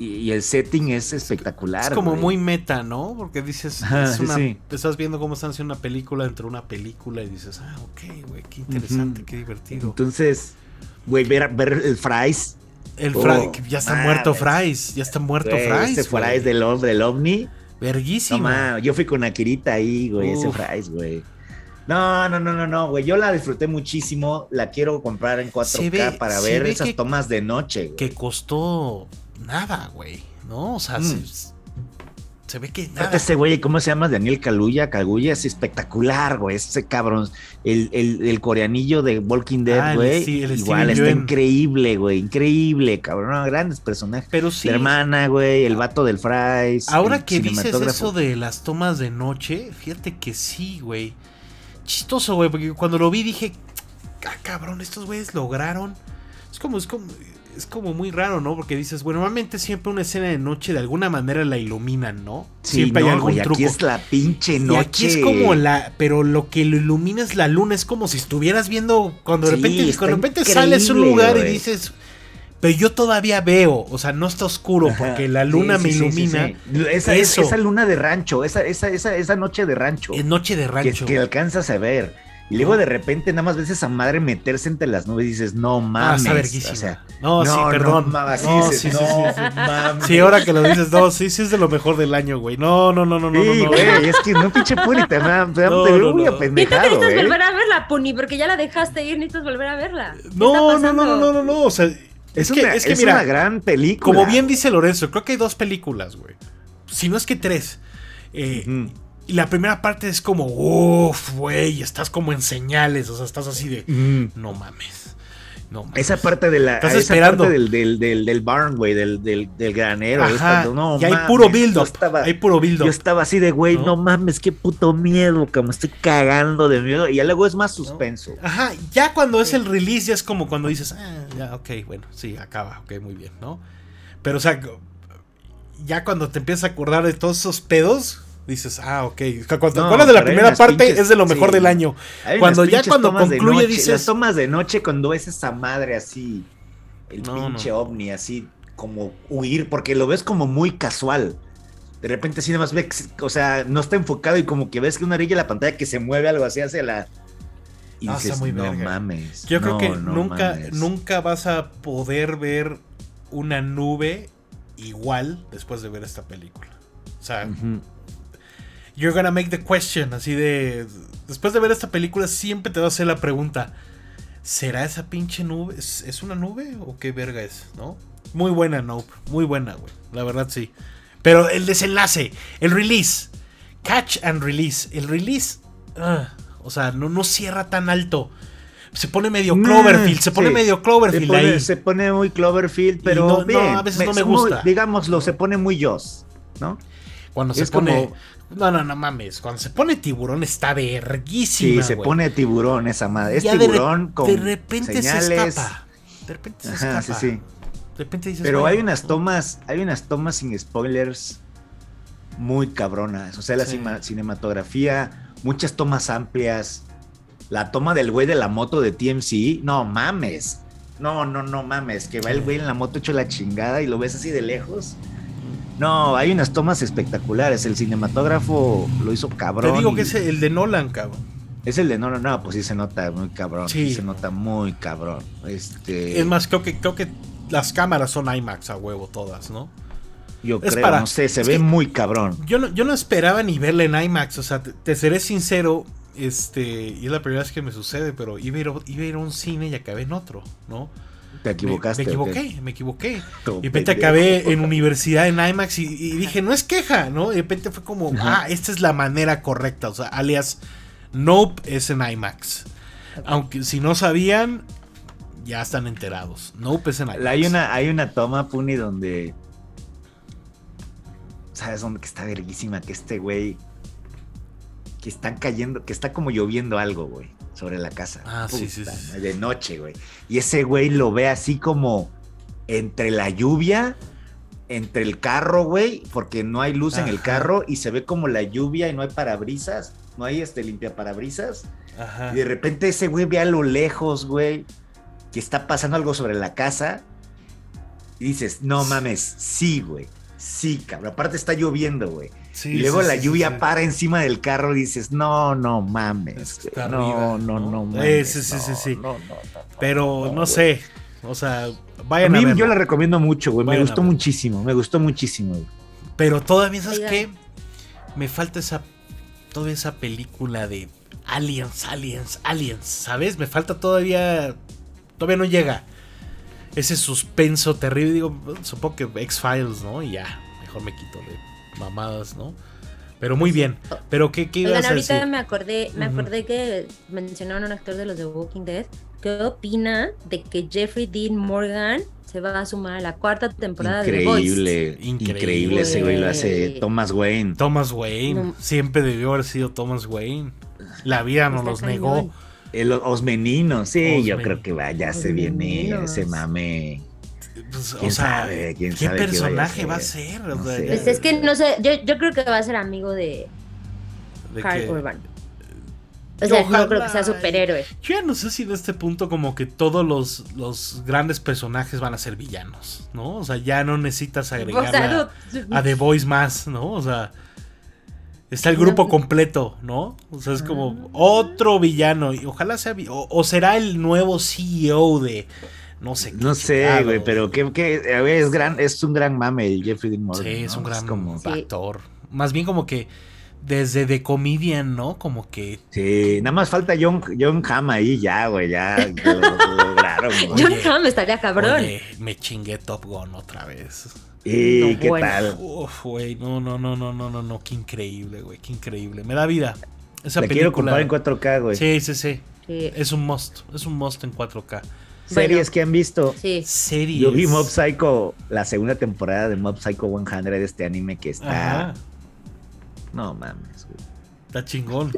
[SPEAKER 1] Y, y el setting es espectacular.
[SPEAKER 2] Es como
[SPEAKER 1] güey.
[SPEAKER 2] muy meta, ¿no? Porque dices, ah, es una, sí. estás viendo cómo están haciendo una película dentro de una película y dices, ah, ok, güey, qué interesante, uh -huh. qué divertido.
[SPEAKER 1] Entonces, güey, ver, ver el Fries,
[SPEAKER 2] el oh, Frank, ya está madre. muerto Fries, ya está muerto Fries.
[SPEAKER 1] Este Fries del, del, ovni.
[SPEAKER 2] Verguísima.
[SPEAKER 1] No, ma, yo fui con Akirita ahí, güey, ese
[SPEAKER 2] Uf.
[SPEAKER 1] fries, güey. No, no, no, no, no, güey. Yo la disfruté muchísimo. La quiero comprar en 4K
[SPEAKER 2] Se ve-
[SPEAKER 1] para
[SPEAKER 2] se
[SPEAKER 1] ver
[SPEAKER 2] ve
[SPEAKER 1] esas
[SPEAKER 2] que-
[SPEAKER 1] tomas de noche, güey.
[SPEAKER 2] Que costó nada, güey. ¿No? O sea,
[SPEAKER 1] Mm.
[SPEAKER 2] se, se ve que
[SPEAKER 1] Aparte
[SPEAKER 2] nada.
[SPEAKER 1] ese güey, ¿cómo se llama? Daniel Kaluuya. Kaluuya es espectacular, güey. Ese cabrón. El, el- el coreanillo de Walking Dead,
[SPEAKER 2] Ah, el
[SPEAKER 1] güey.
[SPEAKER 2] Steve- el
[SPEAKER 1] Igual,
[SPEAKER 2] Steven
[SPEAKER 1] está
[SPEAKER 2] Yeun.
[SPEAKER 1] increíble, güey. Increíble, cabrón. Grandes personajes.
[SPEAKER 2] Pero sí.
[SPEAKER 1] La hermana, güey. El vato del Fries.
[SPEAKER 2] Ahora
[SPEAKER 1] el
[SPEAKER 2] que dices
[SPEAKER 1] cinematógrafo.
[SPEAKER 2] eso de las tomas de noche, fíjate que sí, güey. Chistoso, güey, porque cuando lo vi dije, ah, cabrón, estos güeyes lograron. Es como, es como, es como muy raro, ¿no? Porque dices, bueno, normalmente siempre una escena de noche de alguna manera la iluminan, ¿no?
[SPEAKER 1] Sí,
[SPEAKER 2] siempre
[SPEAKER 1] no,
[SPEAKER 2] hay algún
[SPEAKER 1] güey,
[SPEAKER 2] truco.
[SPEAKER 1] Aquí es la pinche
[SPEAKER 2] Y
[SPEAKER 1] noche.
[SPEAKER 2] aquí es como la, pero lo que lo ilumina es la luna, es como si estuvieras viendo cuando de
[SPEAKER 1] Sí,
[SPEAKER 2] repente,
[SPEAKER 1] está
[SPEAKER 2] cuando de repente sales a un
[SPEAKER 1] increíble,
[SPEAKER 2] lugar y
[SPEAKER 1] güey.
[SPEAKER 2] dices, pero yo todavía veo, o sea, no está oscuro
[SPEAKER 1] Ajá.
[SPEAKER 2] porque la luna
[SPEAKER 1] Sí,
[SPEAKER 2] me
[SPEAKER 1] sí, sí, sí,
[SPEAKER 2] ilumina.
[SPEAKER 1] sí. Esa, es-
[SPEAKER 2] Eso.
[SPEAKER 1] esa luna de rancho, esa, esa, esa, esa noche de rancho.
[SPEAKER 2] En Noche de
[SPEAKER 1] que,
[SPEAKER 2] Rancho.
[SPEAKER 1] que alcanzas a ver. Y luego de repente nada más ves a esa madre meterse entre las nubes y dices, no
[SPEAKER 2] Ah,
[SPEAKER 1] mames.
[SPEAKER 2] está verguísima.
[SPEAKER 1] o sea,
[SPEAKER 2] no, sí, perdón.
[SPEAKER 1] No, mames,
[SPEAKER 2] No,
[SPEAKER 1] dices,
[SPEAKER 2] sí, sí,
[SPEAKER 1] no
[SPEAKER 2] sí, sí.
[SPEAKER 1] mames.
[SPEAKER 2] Sí, ahora que lo dices, no, sí, sí es de lo mejor del año, güey. No, no, no, no, no,
[SPEAKER 1] Sí,
[SPEAKER 2] no, no.
[SPEAKER 1] güey, es que no pinche purita, man, te,
[SPEAKER 2] No,
[SPEAKER 1] te veo
[SPEAKER 2] no,
[SPEAKER 1] muy
[SPEAKER 2] no.
[SPEAKER 3] Neta,
[SPEAKER 1] apendejado,
[SPEAKER 3] necesitas
[SPEAKER 1] ¿eh?
[SPEAKER 3] volver a verla, Pony, porque ya la dejaste ir, necesitas volver a verla. ¿Qué
[SPEAKER 2] No,
[SPEAKER 3] está
[SPEAKER 2] no, no, no, no, no, no, o sea, es,
[SPEAKER 1] Es,
[SPEAKER 2] que,
[SPEAKER 1] una,
[SPEAKER 2] es que
[SPEAKER 1] es
[SPEAKER 2] mira,
[SPEAKER 1] una gran película.
[SPEAKER 2] como bien dice Lorenzo, creo que hay dos películas, güey. Si no es que tres. Eh,
[SPEAKER 1] Ujú.
[SPEAKER 2] Y la primera parte es como, uff, güey, estás como en señales, o sea, estás así de,
[SPEAKER 1] Ujú.
[SPEAKER 2] no mames, no mames.
[SPEAKER 1] Esa parte de la.
[SPEAKER 2] Mm. Estás
[SPEAKER 1] esa
[SPEAKER 2] esperando.
[SPEAKER 1] parte del, del, del, del barn, güey, del, del, del granero. es
[SPEAKER 2] Ajá,
[SPEAKER 1] cuando, no
[SPEAKER 2] y hay
[SPEAKER 1] mames,
[SPEAKER 2] puro
[SPEAKER 1] yo
[SPEAKER 2] build-up,
[SPEAKER 1] estaba-
[SPEAKER 2] hay puro
[SPEAKER 1] Yo
[SPEAKER 2] build-up.
[SPEAKER 1] estaba así de, güey,
[SPEAKER 2] ¿No?
[SPEAKER 1] ¿No? mames, qué puto miedo, como estoy cagando de miedo. Y ya luego es más suspenso.
[SPEAKER 2] Ajá, ya cuando es el release, ya es como cuando dices, ah, ya, ok, bueno, sí, acaba, ok, muy bien, ¿no? Pero, o sea, ya cuando te empiezas a acordar de todos esos pedos, dices, ah, ok. Cuando te
[SPEAKER 1] No,
[SPEAKER 2] acuerdas de la
[SPEAKER 1] pero hay
[SPEAKER 2] primera
[SPEAKER 1] unas
[SPEAKER 2] parte,
[SPEAKER 1] pinches-
[SPEAKER 2] es de lo mejor
[SPEAKER 1] sí.
[SPEAKER 2] del año.
[SPEAKER 1] Hay unas
[SPEAKER 2] Cuando ya
[SPEAKER 1] pinches
[SPEAKER 2] cuando
[SPEAKER 1] tomas de
[SPEAKER 2] concluye
[SPEAKER 1] noche,
[SPEAKER 2] dices-
[SPEAKER 1] Las tomas de noche cuando ves esa madre así, el
[SPEAKER 2] No,
[SPEAKER 1] pinche
[SPEAKER 2] no.
[SPEAKER 1] ovni así, como huir, porque lo ves como muy casual. De repente así nada más ves, o sea, no está enfocado y como que ves que una orilla de la pantalla que se mueve algo así hacia la... Y
[SPEAKER 2] Ah,
[SPEAKER 1] dices,
[SPEAKER 2] está muy
[SPEAKER 1] no
[SPEAKER 2] verga".
[SPEAKER 1] mames.
[SPEAKER 2] Yo creo
[SPEAKER 1] no,
[SPEAKER 2] que
[SPEAKER 1] no
[SPEAKER 2] nunca,
[SPEAKER 1] mames".
[SPEAKER 2] nunca vas a poder ver una nube igual después de ver esta película. O sea,
[SPEAKER 1] Ujú.
[SPEAKER 2] You're gonna make the question, así de. Después de ver esta película, siempre te va a hacer la pregunta: ¿será esa pinche nube? ¿Es, es una nube o qué verga es? ¿No? Muy buena, Nope. Muy buena, güey. La verdad, sí. Pero el desenlace, el release. Catch and release. El release. ah, o sea, no, no cierra tan alto. Se pone medio
[SPEAKER 1] Nah,
[SPEAKER 2] Cloverfield. Se pone
[SPEAKER 1] sí.
[SPEAKER 2] medio
[SPEAKER 1] Se
[SPEAKER 2] Cloverfield
[SPEAKER 1] pone,
[SPEAKER 2] ahí.
[SPEAKER 1] se pone muy Cloverfield, pero
[SPEAKER 2] no- no,
[SPEAKER 1] bien.
[SPEAKER 2] a veces no me
[SPEAKER 1] es muy-
[SPEAKER 2] gusta.
[SPEAKER 1] digámoslo, se pone muy Joss, ¿no?
[SPEAKER 2] cuando se
[SPEAKER 1] es como-
[SPEAKER 2] pone. No, no, no mames. Cuando se pone tiburón está verguísima.
[SPEAKER 1] Sí, se
[SPEAKER 2] güey.
[SPEAKER 1] pone tiburón esa madre. Es
[SPEAKER 2] Ya de re-
[SPEAKER 1] tiburón con
[SPEAKER 2] de repente se
[SPEAKER 1] señales.
[SPEAKER 2] escapa. De repente se
[SPEAKER 1] Ajá,
[SPEAKER 2] escapa.
[SPEAKER 1] sí, sí.
[SPEAKER 2] De repente dices,
[SPEAKER 1] Pero
[SPEAKER 2] "Bueno,
[SPEAKER 1] hay unas
[SPEAKER 2] ¿no?".
[SPEAKER 1] tomas, hay unas tomas sin spoilers muy cabronas. O sea, la
[SPEAKER 2] Sí.
[SPEAKER 1] cima- cinematografía, muchas tomas amplias. La toma del güey de la moto de TMC, no mames. No, no, no mames. Que va el güey en la moto hecho la chingada y lo ves así de lejos. No, hay unas tomas espectaculares. El cinematógrafo lo hizo cabrón.
[SPEAKER 2] Te digo que
[SPEAKER 1] y-
[SPEAKER 2] es el de Nolan, cabrón.
[SPEAKER 1] Es el de no, no, no, pues sí se nota muy cabrón. Sí,
[SPEAKER 2] Sí.
[SPEAKER 1] se nota muy cabrón. Este,
[SPEAKER 2] Es más, creo que, creo que las cámaras son IMAX a huevo todas, ¿no?
[SPEAKER 1] yo
[SPEAKER 2] es
[SPEAKER 1] creo,
[SPEAKER 2] para-
[SPEAKER 1] no sé, se
[SPEAKER 2] es
[SPEAKER 1] ve
[SPEAKER 2] que-
[SPEAKER 1] muy cabrón.
[SPEAKER 2] Yo no, yo no esperaba ni verla en IMAX, o sea, te, te seré sincero, este, y es la primera vez que me sucede, pero iba a ir, a- iba a ir a un cine y acabé en otro, ¿no?
[SPEAKER 1] Te equivocaste.
[SPEAKER 2] Me, me
[SPEAKER 1] ¿o qué?
[SPEAKER 2] equivoqué, me equivoqué.
[SPEAKER 1] Tú,
[SPEAKER 2] Y de repente
[SPEAKER 1] pendejo.
[SPEAKER 2] acabé en universidad en IMAX y, y dije, no es queja, ¿no? Y de repente fue como,
[SPEAKER 1] Ajá.
[SPEAKER 2] ah, esta es la manera correcta. O sea, alias, Nope es en IMAX. Aunque si no sabían, ya están enterados. Nope es en IMAX.
[SPEAKER 1] La- Hay una, hay una toma, Puni, donde. ¿Sabes dónde que está verguísima? Que este güey. Que están cayendo, que está como lloviendo algo, güey, sobre la casa.
[SPEAKER 2] Ah, sí, sí,
[SPEAKER 1] Puta,
[SPEAKER 2] sí.
[SPEAKER 1] De noche, güey. Y ese güey lo ve así como entre la lluvia, entre el carro, güey, porque no hay luz en el
[SPEAKER 2] Ajá.
[SPEAKER 1] carro y se ve como la lluvia y no hay parabrisas, no hay este limpiaparabrisas.
[SPEAKER 2] Ajá.
[SPEAKER 1] Y de repente ese güey ve a lo lejos, güey, que está pasando algo sobre la casa. Y dices, no mames, sí, güey. Sí, cabrón. Aparte está lloviendo, güey.
[SPEAKER 2] Sí,
[SPEAKER 1] y luego
[SPEAKER 2] sí,
[SPEAKER 1] la
[SPEAKER 2] sí,
[SPEAKER 1] lluvia
[SPEAKER 2] sí, sí.
[SPEAKER 1] para encima del carro y dices, no, no
[SPEAKER 2] Es
[SPEAKER 1] mames. güey.
[SPEAKER 2] que está
[SPEAKER 1] no, no,
[SPEAKER 2] arriba, ¿no?
[SPEAKER 1] no,
[SPEAKER 2] Eh,
[SPEAKER 1] mames.
[SPEAKER 2] sí, sí,
[SPEAKER 1] no,
[SPEAKER 2] sí, sí.
[SPEAKER 1] no, no, no.
[SPEAKER 2] Pero no,
[SPEAKER 1] güey.
[SPEAKER 2] sé, o sea,
[SPEAKER 1] A
[SPEAKER 2] vayan a,
[SPEAKER 1] mí
[SPEAKER 2] verla.
[SPEAKER 1] yo la recomiendo mucho, güey. Me
[SPEAKER 2] Vayan a
[SPEAKER 1] gustó
[SPEAKER 2] verla.
[SPEAKER 1] muchísimo, me gustó muchísimo. güey.
[SPEAKER 2] Pero todavía, ¿sabes
[SPEAKER 3] Oigan.
[SPEAKER 2] qué? me falta esa toda esa película de aliens, aliens, aliens, ¿sabes? Me falta todavía todavía no llega ese suspenso terrible, digo, supongo que X-Files, ¿no? Y ya, mejor me quito de mamadas, ¿no? Pero muy bien. Pero qué, qué
[SPEAKER 5] ibas Oigan, a ahorita decir? me acordé, me uh -huh. acordé que mencionaron a un actor de los de Walking Dead. ¿Qué opina de que Jeffrey Dean Morgan se va a sumar a la cuarta temporada
[SPEAKER 1] increíble,
[SPEAKER 5] de The
[SPEAKER 1] Voice? Increíble, increíble ese güey lo hace Thomas Wayne.
[SPEAKER 2] Thomas Wayne, no. siempre debió haber sido Thomas Wayne. La vida nos los cañón. negó.
[SPEAKER 1] El Osmenino, sí, Osmen. yo creo que vaya, se viene ese mame.
[SPEAKER 2] Pues, o sea, ¿quién ¿qué sabe personaje va a ser?
[SPEAKER 5] No o sea, sé. pues es que no sé, yo, yo, creo que va a ser amigo de, ¿De Hard Urban. O sea, Ojalá. no creo que sea superhéroe.
[SPEAKER 2] Yo ya no sé si en este punto como que todos los, los grandes personajes van a ser villanos, ¿no? O sea, ya no necesitas agregar o sea, no. a The Voice más, ¿no? O sea, está el grupo completo, ¿no? O sea, es como otro villano. Y ojalá sea... o, o será el nuevo CEO de... No sé.
[SPEAKER 1] No sé, güey, pero que, que es, gran, es un gran mame el Jeffrey Dean Morgan.
[SPEAKER 2] Sí, es
[SPEAKER 1] ¿no?
[SPEAKER 2] un gran es como, sí. actor. Más bien como que desde The Comedian, ¿no? Como que.
[SPEAKER 1] Sí, nada más falta John, John Hamm ahí ya, güey, ya lo, lo lograron.
[SPEAKER 5] Oye, John Hamm estaría cabrón.
[SPEAKER 2] Oye, me chingué Top Gun otra vez.
[SPEAKER 1] Y no, qué bueno. tal.
[SPEAKER 2] Uf, güey, no, no, no, no, no, no, no, qué increíble, güey, qué increíble. Me da vida. Esa
[SPEAKER 1] La
[SPEAKER 2] película,
[SPEAKER 1] quiero comprar en 4K, güey.
[SPEAKER 2] Sí, sí, sí, sí. Es un must, es un must en 4K.
[SPEAKER 1] Series bueno, que han visto.
[SPEAKER 5] Sí.
[SPEAKER 2] Series.
[SPEAKER 1] Yo vi Mob Psycho, la segunda temporada de Mob Psycho 100, de este anime que está. Ajá. No mames, güey.
[SPEAKER 2] Está chingón.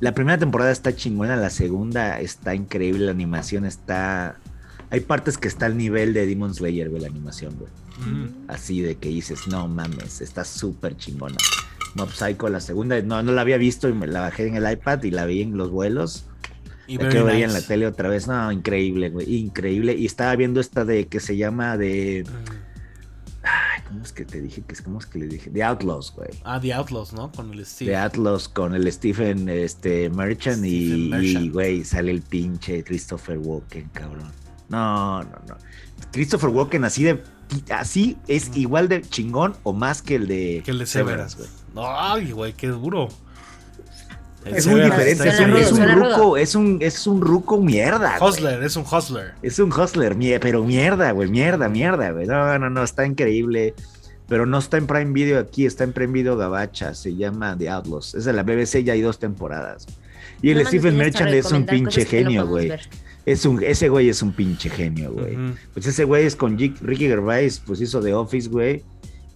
[SPEAKER 1] La primera temporada está chingona, la segunda está increíble, la animación está. Hay partes que está al nivel de Demon Slayer, güey, la animación, güey. Mm. Así de que dices, no mames, está súper chingona. Mob Psycho, la segunda, no, no la había visto y me la bajé en el iPad y la vi en los vuelos. Y la que nice. veía en la tele otra vez. No, increíble, güey. Increíble. Y estaba viendo esta de que se llama de.
[SPEAKER 2] Mm.
[SPEAKER 1] Ay, ¿Cómo es que te dije? ¿Cómo es que le dije? The Outlaws, güey.
[SPEAKER 2] Ah, The Outlaws, ¿no? Con el Steve.
[SPEAKER 1] The Outlaws con el Stephen este, Merchant, Stephen y, güey, sale el pinche Christopher Walken, cabrón. No, no, no. Christopher Walken así de. Así es mm. igual de chingón o más que el de.
[SPEAKER 2] Que el de Severas, güey. Ay, güey, qué duro.
[SPEAKER 1] Es muy diferente, es un, es un ruco, es un, es un ruco mierda.
[SPEAKER 2] Hustler, wey. es un hustler.
[SPEAKER 1] Es un hustler, pero mierda, güey, mierda, mierda, güey. No, no, no, está increíble. Pero no está en Prime Video aquí, está en Prime Video Gabacha, se llama The Outlaws. Es de la BBC, ya hay dos temporadas. Y el no Stephen Merchant es un pinche genio, güey. No es un, ese güey es un pinche genio, güey. Uh -huh. Pues ese güey es con G Ricky Gervais, pues hizo The Office, güey.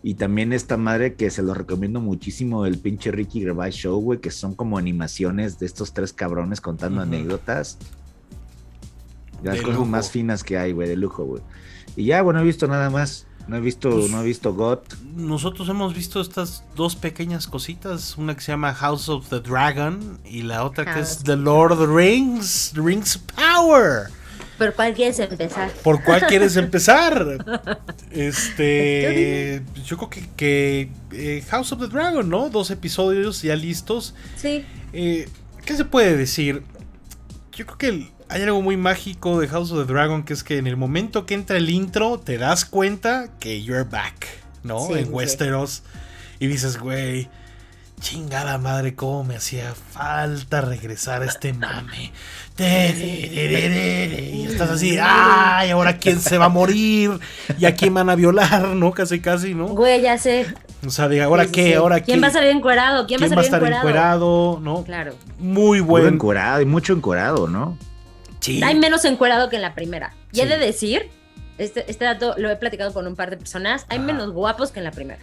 [SPEAKER 1] Y también esta madre que se lo recomiendo muchísimo, el pinche Ricky Gervais Show, güey, que son como animaciones de estos tres cabrones contando uh -huh. anécdotas. De las de cosas lujo. más finas que hay, güey, de lujo, güey. Y ya, bueno, no he visto nada más. No he visto, pues, no he visto God.
[SPEAKER 2] Nosotros hemos visto estas dos pequeñas cositas, una que se llama House of the Dragon y la otra House. que es The Lord of the Rings, The Rings Power.
[SPEAKER 5] ¿Por cuál quieres empezar?
[SPEAKER 2] ¿Por cuál quieres empezar? este. Yo creo que, que eh, House of the Dragon, ¿no? Dos episodios ya listos.
[SPEAKER 5] Sí.
[SPEAKER 2] Eh, ¿Qué se puede decir? Yo creo que el, hay algo muy mágico de House of the Dragon que es que en el momento que entra el intro te das cuenta que you're back, ¿no? Sí, en sí. Westeros. Y dices, güey chingada madre, cómo me hacía falta regresar a este mame. Y estás así, ay, ahora quién se va a morir y a quién van a violar, ¿no? Casi, casi, ¿no?
[SPEAKER 5] Güey, ya sé.
[SPEAKER 2] O sea, diga, ¿ahora sí, qué? Sí. ¿Ahora
[SPEAKER 5] ¿Quién
[SPEAKER 2] qué?
[SPEAKER 5] va a salir encuerado? ¿Quién, ¿Quién va a salir encuerado?
[SPEAKER 2] encuerado? ¿No?
[SPEAKER 5] Claro.
[SPEAKER 2] Muy buen.
[SPEAKER 1] Muy encuerado y mucho encuerado, ¿no?
[SPEAKER 5] Sí. Hay menos encuerado que en la primera. Y sí. he de decir, este, este dato lo he platicado con un par de personas, hay ah. menos guapos que en la primera.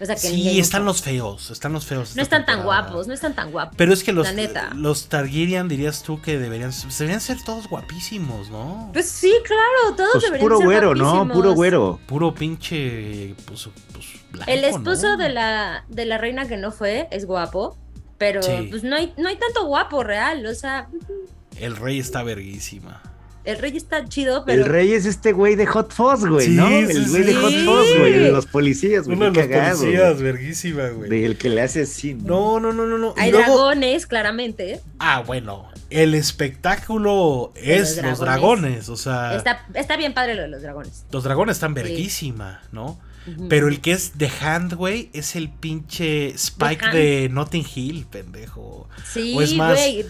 [SPEAKER 2] O sea, que sí, están los feos, están los feos.
[SPEAKER 5] No están temporada. tan guapos, no están tan guapos.
[SPEAKER 2] Pero es que los, los Targaryen dirías tú que deberían, deberían ser todos guapísimos, ¿no?
[SPEAKER 5] Pues sí, claro, todos pues deberían
[SPEAKER 1] puro
[SPEAKER 5] ser
[SPEAKER 1] güero,
[SPEAKER 5] guapísimos.
[SPEAKER 1] ¿no? Puro güero.
[SPEAKER 2] Puro pinche, pues, pues, blanco,
[SPEAKER 5] El esposo
[SPEAKER 2] ¿no?
[SPEAKER 5] de, la, de la reina que no fue es guapo, pero sí. pues no hay, no hay tanto guapo real, o sea...
[SPEAKER 2] El rey está verguísima.
[SPEAKER 5] El rey está chido, pero.
[SPEAKER 1] El rey es este güey de Hot Fuzz, güey, sí, ¿no? El güey sí. de Hot Fuzz, güey. De los policías, güey.
[SPEAKER 2] Uno de cagado, los policías, güey. verguísima, güey.
[SPEAKER 1] Del que le hace así.
[SPEAKER 2] No, no, no, no. no.
[SPEAKER 5] Hay luego... dragones, claramente.
[SPEAKER 2] Ah, bueno. El espectáculo es los dragones. O
[SPEAKER 1] Ah.
[SPEAKER 2] sea,
[SPEAKER 5] Está, está bien padre lo de los dragones.
[SPEAKER 2] los dragones están
[SPEAKER 5] Sí.
[SPEAKER 2] verguísima, ¿no?
[SPEAKER 5] Ujú.
[SPEAKER 2] Pero el que es The Hand, güey, es el pinche Spike
[SPEAKER 5] Hand.
[SPEAKER 2] de Notting Hill, pendejo.
[SPEAKER 5] Sí,
[SPEAKER 2] o es más-
[SPEAKER 5] güey.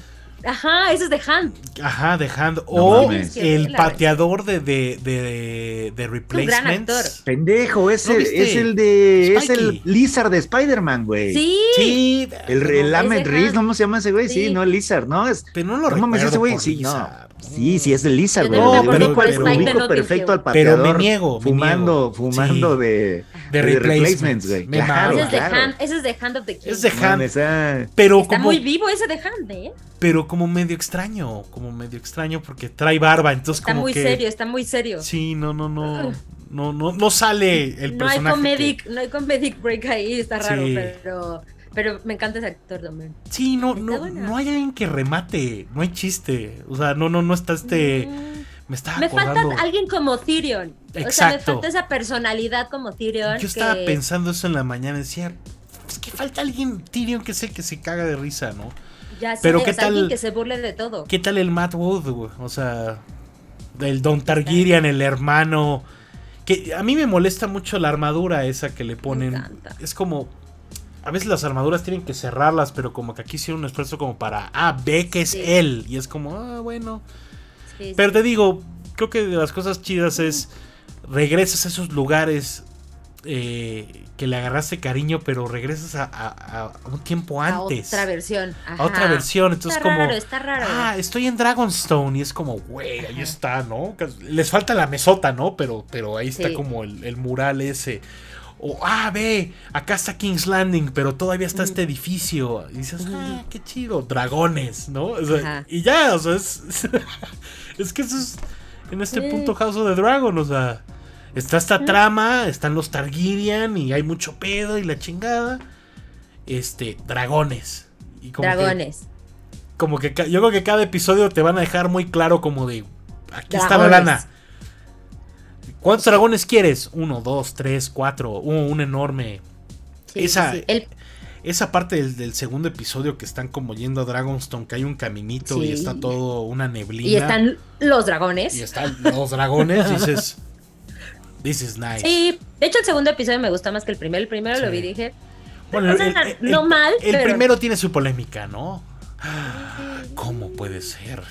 [SPEAKER 5] Ajá, eso es de Hand.
[SPEAKER 2] Ajá, The Hand. o
[SPEAKER 1] mames.
[SPEAKER 2] el
[SPEAKER 5] Claro.
[SPEAKER 2] pateador de, de, de, de
[SPEAKER 5] gran
[SPEAKER 2] Replacements.
[SPEAKER 5] actor.
[SPEAKER 1] Pendejo, es,
[SPEAKER 2] ¿No
[SPEAKER 1] el,
[SPEAKER 2] viste?
[SPEAKER 1] es el de. Es
[SPEAKER 2] Spikey.
[SPEAKER 1] el Lizard de Spider-Man, güey.
[SPEAKER 5] Sí.
[SPEAKER 2] Sí,
[SPEAKER 1] El,
[SPEAKER 5] No,
[SPEAKER 1] el
[SPEAKER 5] ese
[SPEAKER 1] Ahmed Riz,
[SPEAKER 5] Hans.
[SPEAKER 1] ¿no? ¿cómo se llama ese güey? Sí,
[SPEAKER 5] Sí.
[SPEAKER 1] no, Lizard, ¿no, es.
[SPEAKER 2] pero no lo
[SPEAKER 1] No mames,
[SPEAKER 2] recuerdo
[SPEAKER 1] ese güey,
[SPEAKER 2] por
[SPEAKER 1] sí, no.
[SPEAKER 2] Lizard.
[SPEAKER 1] Sí, sí, es el Lizard,
[SPEAKER 5] Yo
[SPEAKER 1] güey.
[SPEAKER 2] también
[SPEAKER 1] Lo
[SPEAKER 2] me acuerdo
[SPEAKER 1] ubico,
[SPEAKER 2] que
[SPEAKER 1] al-
[SPEAKER 2] Spike
[SPEAKER 1] lo
[SPEAKER 2] de
[SPEAKER 1] ubico
[SPEAKER 5] Notting
[SPEAKER 1] perfecto
[SPEAKER 5] Hill.
[SPEAKER 1] al pateador.
[SPEAKER 2] Mm. Pero me niego, me
[SPEAKER 1] Fumando,
[SPEAKER 2] niego.
[SPEAKER 1] fumando
[SPEAKER 2] Sí.
[SPEAKER 1] de,
[SPEAKER 2] De
[SPEAKER 1] de
[SPEAKER 2] Replacements.
[SPEAKER 1] replacements, güey.
[SPEAKER 2] Me
[SPEAKER 1] Claro,
[SPEAKER 5] Ese
[SPEAKER 2] mama.
[SPEAKER 5] es de
[SPEAKER 1] claro.
[SPEAKER 5] Hand. Ese es de Hand of the King.
[SPEAKER 2] Es The
[SPEAKER 1] Man,
[SPEAKER 2] Hand.
[SPEAKER 1] esa-
[SPEAKER 2] Pero
[SPEAKER 5] Está
[SPEAKER 2] como,
[SPEAKER 5] muy vivo ese de Hand, ¿eh?
[SPEAKER 2] pero como medio extraño, como medio extraño porque trae barba, entonces
[SPEAKER 5] Está
[SPEAKER 2] como
[SPEAKER 5] muy
[SPEAKER 2] que
[SPEAKER 5] serio, está muy serio.
[SPEAKER 2] Sí, no, no, no. No, no, no sale el
[SPEAKER 5] no hay
[SPEAKER 2] personaje. que-
[SPEAKER 5] comedic, no hay comedic break ahí, está raro,
[SPEAKER 2] Sí.
[SPEAKER 5] pero pero me encanta ese actor también.
[SPEAKER 2] Sí, no,
[SPEAKER 5] Está
[SPEAKER 2] no,
[SPEAKER 5] buena.
[SPEAKER 2] no hay alguien que remate, no hay chiste. O sea, no, no, no está este.
[SPEAKER 5] Mm.
[SPEAKER 2] Me estaba
[SPEAKER 5] me falta
[SPEAKER 2] acordando.
[SPEAKER 5] alguien como Tyrion. O sea, me
[SPEAKER 2] Exacto.
[SPEAKER 5] falta esa personalidad como Tyrion.
[SPEAKER 2] Yo estaba
[SPEAKER 5] que-
[SPEAKER 2] pensando eso en la mañana, decía. Es que falta alguien, Tyrion, que sé que se caga de risa, ¿no?
[SPEAKER 5] Ya sé,
[SPEAKER 2] Pero
[SPEAKER 5] o
[SPEAKER 2] ¿qué
[SPEAKER 5] sea, alguien
[SPEAKER 2] tal-
[SPEAKER 5] que se burle de todo.
[SPEAKER 2] ¿Qué tal el Matt Wood, güey? O sea, del Don Targaryen, el hermano. Que a mí me molesta mucho la armadura esa que le ponen.
[SPEAKER 5] encanta.
[SPEAKER 2] Es como. A veces las armaduras tienen que cerrarlas, pero como que aquí hicieron un esfuerzo como para. Ah, ve que es
[SPEAKER 5] Sí.
[SPEAKER 2] él. Y es como, ah, bueno.
[SPEAKER 5] Sí, sí.
[SPEAKER 2] Pero te digo, creo que de las cosas chidas es. Regresas a esos lugares. eh, que le agarraste cariño, pero regresas a, a- a un tiempo
[SPEAKER 5] A
[SPEAKER 2] antes.
[SPEAKER 5] otra versión.
[SPEAKER 2] a otra
[SPEAKER 5] ajá.
[SPEAKER 2] versión. Entonces,
[SPEAKER 5] Está
[SPEAKER 2] como.
[SPEAKER 5] raro, está raro. ¿eh?
[SPEAKER 2] Ah, estoy en Dragonstone y es como, güey, ahí está, ¿no? Les falta la mesota, ¿no? Pero, pero ahí está
[SPEAKER 5] Sí.
[SPEAKER 2] como el, el mural ese. O, ah, ve, acá está King's Landing, pero todavía está este edificio. Y dices, ah, qué chido, dragones, ¿no? O sea,
[SPEAKER 5] Ajá.
[SPEAKER 2] y ya, o sea, es, es que eso es en este
[SPEAKER 5] Sí.
[SPEAKER 2] punto House of the Dragon, o sea, está esta trama, están los Targaryen y hay mucho pedo y la chingada. Este, dragones. Y como que-
[SPEAKER 5] Dragones.
[SPEAKER 2] como que ca- yo creo que cada episodio te van a dejar muy claro como de aquí está la
[SPEAKER 5] Dragones.
[SPEAKER 2] lana. ¿Cuántos dragones quieres? Uno, dos, tres, cuatro, un, un enorme.
[SPEAKER 5] Sí,
[SPEAKER 2] Esa-
[SPEAKER 5] sí, sí. El-
[SPEAKER 2] Esa parte del, del segundo episodio que están como yendo a Dragonstone, que hay un caminito y
[SPEAKER 5] Sí.
[SPEAKER 2] está todo una neblina.
[SPEAKER 5] y están los dragones.
[SPEAKER 2] y están los dragones, dices. Dices nice.
[SPEAKER 5] Sí, de hecho el segundo episodio me gusta más que el primero. El primero lo
[SPEAKER 2] Sí.
[SPEAKER 5] vi y dije,
[SPEAKER 2] Bueno,
[SPEAKER 5] o sea, no mal,
[SPEAKER 2] el
[SPEAKER 5] pero-
[SPEAKER 2] primero tiene su polémica, ¿no? ¿Cómo puede ser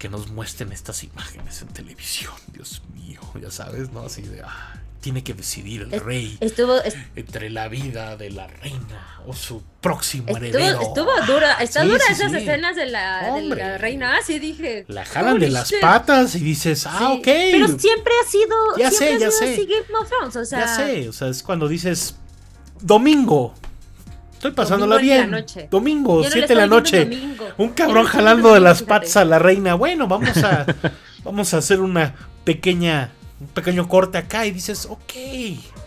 [SPEAKER 2] que nos muestren estas imágenes en televisión? Dios mío, ya sabes, ¿no? Así de, ah, tiene que decidir el
[SPEAKER 5] Es-
[SPEAKER 2] rey
[SPEAKER 5] estuvo, est-
[SPEAKER 2] entre la vida de la reina o su próximo heredero.
[SPEAKER 5] estuvo, estuvo dura, está
[SPEAKER 2] Sí,
[SPEAKER 5] dura
[SPEAKER 2] sí,
[SPEAKER 5] esas
[SPEAKER 2] sí.
[SPEAKER 5] escenas de la, de
[SPEAKER 2] Hombre.
[SPEAKER 5] la reina. Ah, sí, dije.
[SPEAKER 2] La jalan de
[SPEAKER 5] "Holy
[SPEAKER 2] las
[SPEAKER 5] shit".
[SPEAKER 2] patas y dices, ah,
[SPEAKER 5] Sí,
[SPEAKER 2] ok.
[SPEAKER 3] Pero siempre ha sido.
[SPEAKER 2] Ya sé,
[SPEAKER 3] siempre
[SPEAKER 2] ya
[SPEAKER 3] ha sido
[SPEAKER 2] sé.
[SPEAKER 3] así.
[SPEAKER 5] Sí, Game of Thrones, o sea,
[SPEAKER 2] ya sé, o sea, es cuando dices, domingo, estoy pasándola
[SPEAKER 5] Domingo en
[SPEAKER 2] bien.
[SPEAKER 5] la noche.
[SPEAKER 2] Domingo,
[SPEAKER 5] yo no le
[SPEAKER 2] 7 de la
[SPEAKER 5] estoy viendo
[SPEAKER 2] noche.
[SPEAKER 5] el domingo.
[SPEAKER 2] Un
[SPEAKER 5] Yo
[SPEAKER 2] cabrón
[SPEAKER 5] no le estoy
[SPEAKER 2] jalando de
[SPEAKER 5] viendo el
[SPEAKER 2] las
[SPEAKER 5] domingo,
[SPEAKER 2] patas a la reina. Bueno, vamos a, vamos a hacer una pequeña, un pequeño corte acá y dices, ok,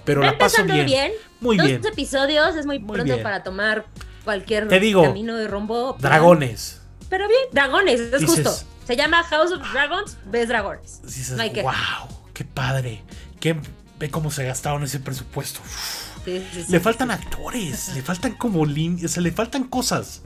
[SPEAKER 2] pero
[SPEAKER 5] fíjate.
[SPEAKER 2] la
[SPEAKER 5] Está
[SPEAKER 2] paso
[SPEAKER 5] empezando
[SPEAKER 2] bien.
[SPEAKER 5] bien.
[SPEAKER 2] Muy
[SPEAKER 5] Dos
[SPEAKER 2] bien.
[SPEAKER 5] episodios es muy,
[SPEAKER 2] Muy
[SPEAKER 5] pronto
[SPEAKER 2] bien.
[SPEAKER 5] para tomar cualquier
[SPEAKER 2] Te digo,
[SPEAKER 5] camino de rumbo. optimal.
[SPEAKER 2] Dragones.
[SPEAKER 5] Pero bien, dragones, es
[SPEAKER 2] Dices-
[SPEAKER 5] justo. Se llama House of Dragons, ves dragones.
[SPEAKER 2] Dices,
[SPEAKER 5] No hay que-
[SPEAKER 2] wow, qué padre. Qué, ve cómo se gastaron ese presupuesto.
[SPEAKER 5] Sí, sí, sí.
[SPEAKER 2] Le faltan actores, le faltan como líneas, o sea, le faltan cosas.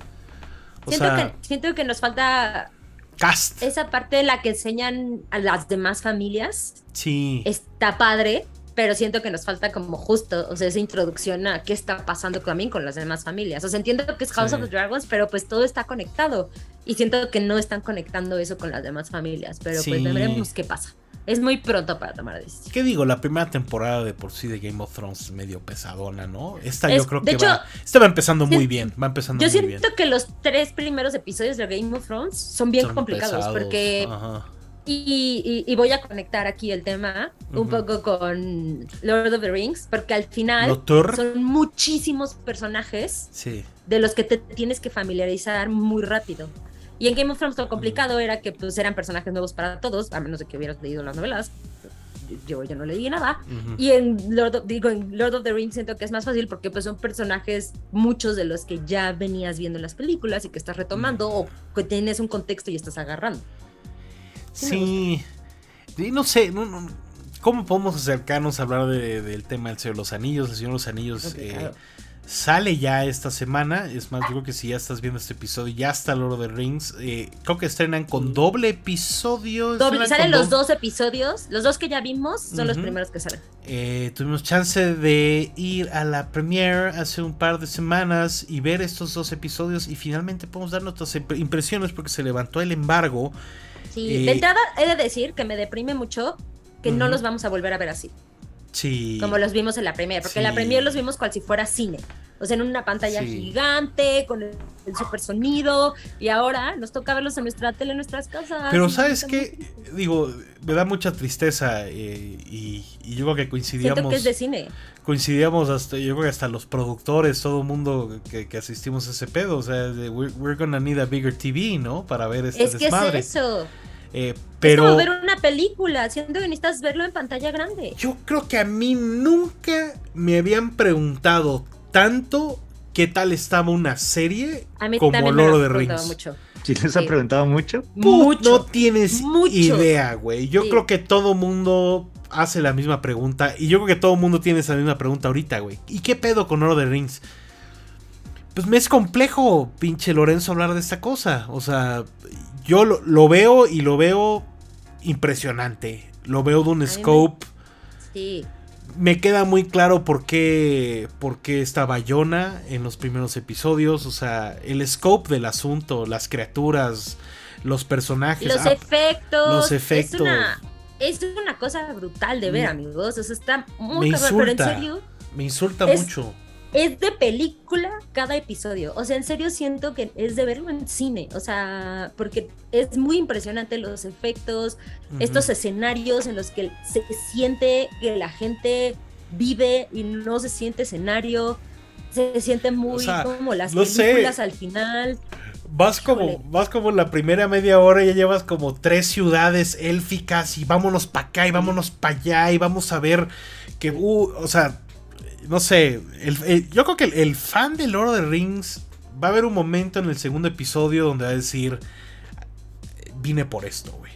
[SPEAKER 2] O
[SPEAKER 5] siento,
[SPEAKER 2] sea,
[SPEAKER 5] que, siento que nos falta
[SPEAKER 2] cast.
[SPEAKER 5] esa parte en la que enseñan a las demás familias.
[SPEAKER 2] sí.
[SPEAKER 5] Está padre, pero siento que nos falta como justo, o sea, esa introducción a qué está pasando también con las demás familias. O sea, entiendo que es House
[SPEAKER 2] Sí.
[SPEAKER 5] of the Dragons, pero pues todo está conectado. Y siento que no están conectando eso con las demás familias, pero
[SPEAKER 2] Sí.
[SPEAKER 5] pues veremos qué pasa. Es muy pronto para tomar decisiones.
[SPEAKER 2] ¿Qué digo? La primera temporada de por sí de Game of Thrones es medio pesadona, ¿no? Esta
[SPEAKER 5] Es-
[SPEAKER 2] yo creo que
[SPEAKER 5] de
[SPEAKER 2] va.
[SPEAKER 5] hecho,
[SPEAKER 2] Esta va empezando muy
[SPEAKER 5] sien-
[SPEAKER 2] bien. Va empezando
[SPEAKER 5] Yo
[SPEAKER 2] Ah, muy
[SPEAKER 5] siento
[SPEAKER 2] bien.
[SPEAKER 5] que los tres primeros episodios de Game of Thrones son bien
[SPEAKER 2] Son
[SPEAKER 5] complicados
[SPEAKER 2] pesados,
[SPEAKER 5] porque
[SPEAKER 2] ajá.
[SPEAKER 5] Y, y- y voy a conectar aquí el tema un
[SPEAKER 2] Ujú.
[SPEAKER 5] poco con Lord of the Rings, porque al final
[SPEAKER 2] Lo tur-
[SPEAKER 5] son muchísimos personajes
[SPEAKER 2] Sí.
[SPEAKER 5] de los que te tienes que familiarizar muy rápido. Y en Game of Thrones lo complicado era que pues eran personajes nuevos para todos, a menos de que hubieras leído las novelas. Yo, yo no leí nada.
[SPEAKER 2] ujú.
[SPEAKER 5] Y en Lord, of, digo, en Lord of the Rings siento que es más fácil porque pues son personajes muchos de los que ya venías viendo en las películas y que estás retomando o que tienes un contexto y estás agarrando.
[SPEAKER 2] Sí. Y no sé, no- no- ¿cómo podemos acercarnos a hablar de- del tema del Señor de los Anillos? El Señor de los Anillos eh,
[SPEAKER 5] Complicado.
[SPEAKER 2] Sale ya esta semana. Es más, yo creo que si ya estás viendo este episodio, ya está Lord of the Rings. Eh, creo que estrenan con doble episodio.
[SPEAKER 5] Mm. Doble,
[SPEAKER 2] estrenan
[SPEAKER 5] salen
[SPEAKER 2] con
[SPEAKER 5] los
[SPEAKER 2] doble-
[SPEAKER 5] dos episodios. Los dos que ya vimos son los
[SPEAKER 2] Ujú.
[SPEAKER 5] primeros que salen.
[SPEAKER 2] Eh, tuvimos chance de ir a la premiere hace un par de semanas y ver estos dos episodios. Y finalmente podemos dar nuestras imp- impresiones porque se levantó el embargo.
[SPEAKER 5] Sí,
[SPEAKER 2] Eh,
[SPEAKER 5] de entrada he de decir que me deprime mucho que no
[SPEAKER 2] Ujú.
[SPEAKER 5] los vamos a volver a ver así,
[SPEAKER 2] Sí.
[SPEAKER 5] como los vimos en la premier, porque en la
[SPEAKER 2] Sí.
[SPEAKER 5] premier los vimos cual si fuera cine. O sea, en una pantalla
[SPEAKER 2] Sí.
[SPEAKER 5] gigante, con el, el super sonido, y ahora nos toca verlos en nuestra tele, en nuestras casas.
[SPEAKER 2] Pero
[SPEAKER 5] Y
[SPEAKER 2] sabes
[SPEAKER 5] también
[SPEAKER 2] qué, digo, me da mucha tristeza eh, y, y yo creo que
[SPEAKER 5] Siento
[SPEAKER 2] coincidíamos,
[SPEAKER 5] que es de cine.
[SPEAKER 2] coincidíamos hasta, yo creo que hasta los productores, todo el mundo que, que asistimos a ese pedo, o sea, de, we're, we're gonna need a bigger TV, ¿no? Para ver este
[SPEAKER 5] Es que
[SPEAKER 2] desmadre.
[SPEAKER 5] es eso.
[SPEAKER 2] Eh,
[SPEAKER 5] Es
[SPEAKER 2] pero
[SPEAKER 5] como ver una película, siento que necesitas verlo en pantalla grande.
[SPEAKER 2] yo creo que a mí nunca me habían preguntado tanto qué tal estaba una serie
[SPEAKER 5] A mí
[SPEAKER 2] como
[SPEAKER 5] también me
[SPEAKER 2] Loro
[SPEAKER 5] lo
[SPEAKER 2] de
[SPEAKER 5] preguntaba
[SPEAKER 2] Rings.
[SPEAKER 5] mucho.
[SPEAKER 1] Si les ha
[SPEAKER 5] Sí.
[SPEAKER 1] preguntado mucho,
[SPEAKER 2] Put, No
[SPEAKER 5] Mucho.
[SPEAKER 2] tienes
[SPEAKER 5] mucho.
[SPEAKER 2] idea, güey. Yo
[SPEAKER 5] Sí.
[SPEAKER 2] creo que todo mundo hace la misma pregunta. Y yo creo que todo mundo tiene esa misma pregunta ahorita, güey. ¿Y qué pedo con Oro de Rings? Pues me es complejo, pinche Lorenzo, hablar de esta cosa. O sea, yo lo, lo veo y lo veo impresionante. Lo veo de un
[SPEAKER 5] me-
[SPEAKER 2] scope.
[SPEAKER 5] Sí.
[SPEAKER 2] Me queda muy claro por qué, por qué está Bayona en los primeros episodios. O sea, el scope del asunto, las criaturas, los personajes.
[SPEAKER 5] Los e-
[SPEAKER 2] Ah,
[SPEAKER 5] efectos.
[SPEAKER 2] los
[SPEAKER 5] Es
[SPEAKER 2] efectos.
[SPEAKER 5] una, es una cosa brutal de ver,
[SPEAKER 2] Me-
[SPEAKER 5] amigos. O sea, está
[SPEAKER 2] me
[SPEAKER 5] muy cabrón, pero en
[SPEAKER 2] insulta.
[SPEAKER 5] serio,
[SPEAKER 2] Me insulta
[SPEAKER 5] Es-
[SPEAKER 2] mucho.
[SPEAKER 5] es de película cada episodio. O sea, en serio siento que es de verlo en cine. O sea, porque es muy impresionante los efectos, estos
[SPEAKER 2] Ujú.
[SPEAKER 5] escenarios en los que se siente que la gente vive y no se siente escenario. Se siente muy
[SPEAKER 2] sea,
[SPEAKER 5] como las
[SPEAKER 2] no sé.
[SPEAKER 5] películas al final.
[SPEAKER 2] vas como
[SPEAKER 5] híjole.
[SPEAKER 2] vas como la primera media hora y ya llevas como tres ciudades élficas y vámonos para acá y vámonos para allá y vamos a ver que uh, o sea, no sé, el- el- yo creo que el, el fan de Lord of the Rings va a haber un momento en el segundo episodio donde va a decir vine por esto, güey.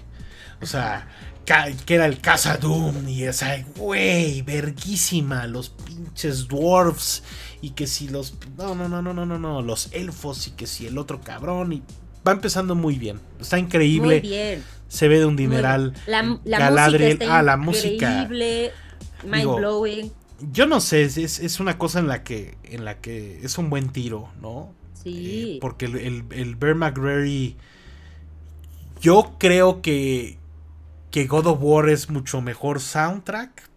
[SPEAKER 2] O sea, ca- que era el Casa Doom y esa, güey, verguísima, los pinches dwarfs y que si los... No, no, no, no, no, no, no, los elfos y que si el otro cabrón y... Va empezando muy bien, está
[SPEAKER 5] Muy
[SPEAKER 2] increíble,
[SPEAKER 5] bien.
[SPEAKER 2] se ve de un
[SPEAKER 5] muy
[SPEAKER 2] dineral.
[SPEAKER 5] bien. La, la
[SPEAKER 2] Galadriel-
[SPEAKER 5] música está
[SPEAKER 2] ah, la música.
[SPEAKER 5] Increíble. Mind
[SPEAKER 2] Digo,
[SPEAKER 5] blowing.
[SPEAKER 2] Yo no sé, es, es- es una cosa en la que en la que es un buen tiro, ¿no?
[SPEAKER 5] Sí.
[SPEAKER 2] Eh, porque el, el, el Bear McGrary. Yo creo que. Que God of War es mucho mejor soundtrack.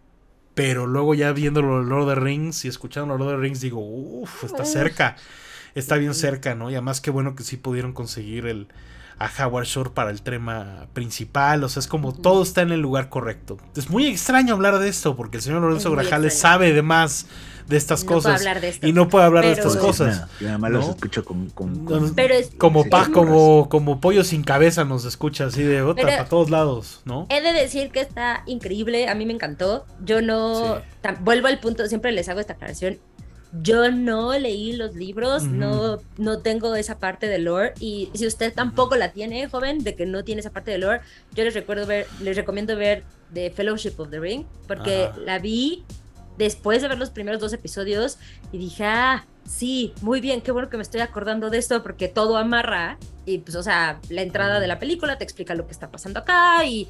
[SPEAKER 2] Pero luego ya viendo lo de Lord of the Rings y escuchando Lord of the Rings, digo, uff, está
[SPEAKER 5] Uf.
[SPEAKER 2] cerca. Está bien cerca, ¿no? Y además, qué bueno que sí pudieron conseguir el. A Howard Shore para el tema principal, o sea, es como
[SPEAKER 5] Ujú.
[SPEAKER 2] todo está en el lugar correcto. Es muy extraño hablar de esto porque el señor Lorenzo
[SPEAKER 5] Es muy
[SPEAKER 2] Grajales
[SPEAKER 5] extraño.
[SPEAKER 2] sabe de más de estas
[SPEAKER 5] No puedo
[SPEAKER 2] cosas
[SPEAKER 5] hablar de esto.
[SPEAKER 2] y no puede hablar de
[SPEAKER 5] Pero-
[SPEAKER 2] estas
[SPEAKER 5] Puedo decir
[SPEAKER 2] cosas.
[SPEAKER 1] Pues, nada. Yo nada más
[SPEAKER 2] ¿no?
[SPEAKER 1] los escucho con. con-
[SPEAKER 2] No,
[SPEAKER 1] con-
[SPEAKER 5] Pero es-
[SPEAKER 2] Como,
[SPEAKER 1] sí,
[SPEAKER 2] pa-
[SPEAKER 1] con horas.
[SPEAKER 2] como, como pollo sin cabeza nos escucha así de otra
[SPEAKER 5] Pero-
[SPEAKER 2] para todos lados, ¿no?
[SPEAKER 5] He de decir que está increíble, a mí me encantó. Yo no,
[SPEAKER 2] Sí.
[SPEAKER 5] tam- vuelvo al punto, siempre les hago esta aclaración. Yo no leí los libros,
[SPEAKER 2] Ujú.
[SPEAKER 5] no, no tengo esa parte de lore y si usted tampoco la tiene, joven, de que no tiene esa parte de lore, yo les recuerdo ver, les recomiendo ver The Fellowship of the Ring porque
[SPEAKER 2] Ajá.
[SPEAKER 5] la vi después de ver los primeros dos episodios y dije, ah, sí, muy bien, qué bueno que me estoy acordando de esto porque todo amarra y pues, o sea, la entrada de la película te explica lo que está pasando acá y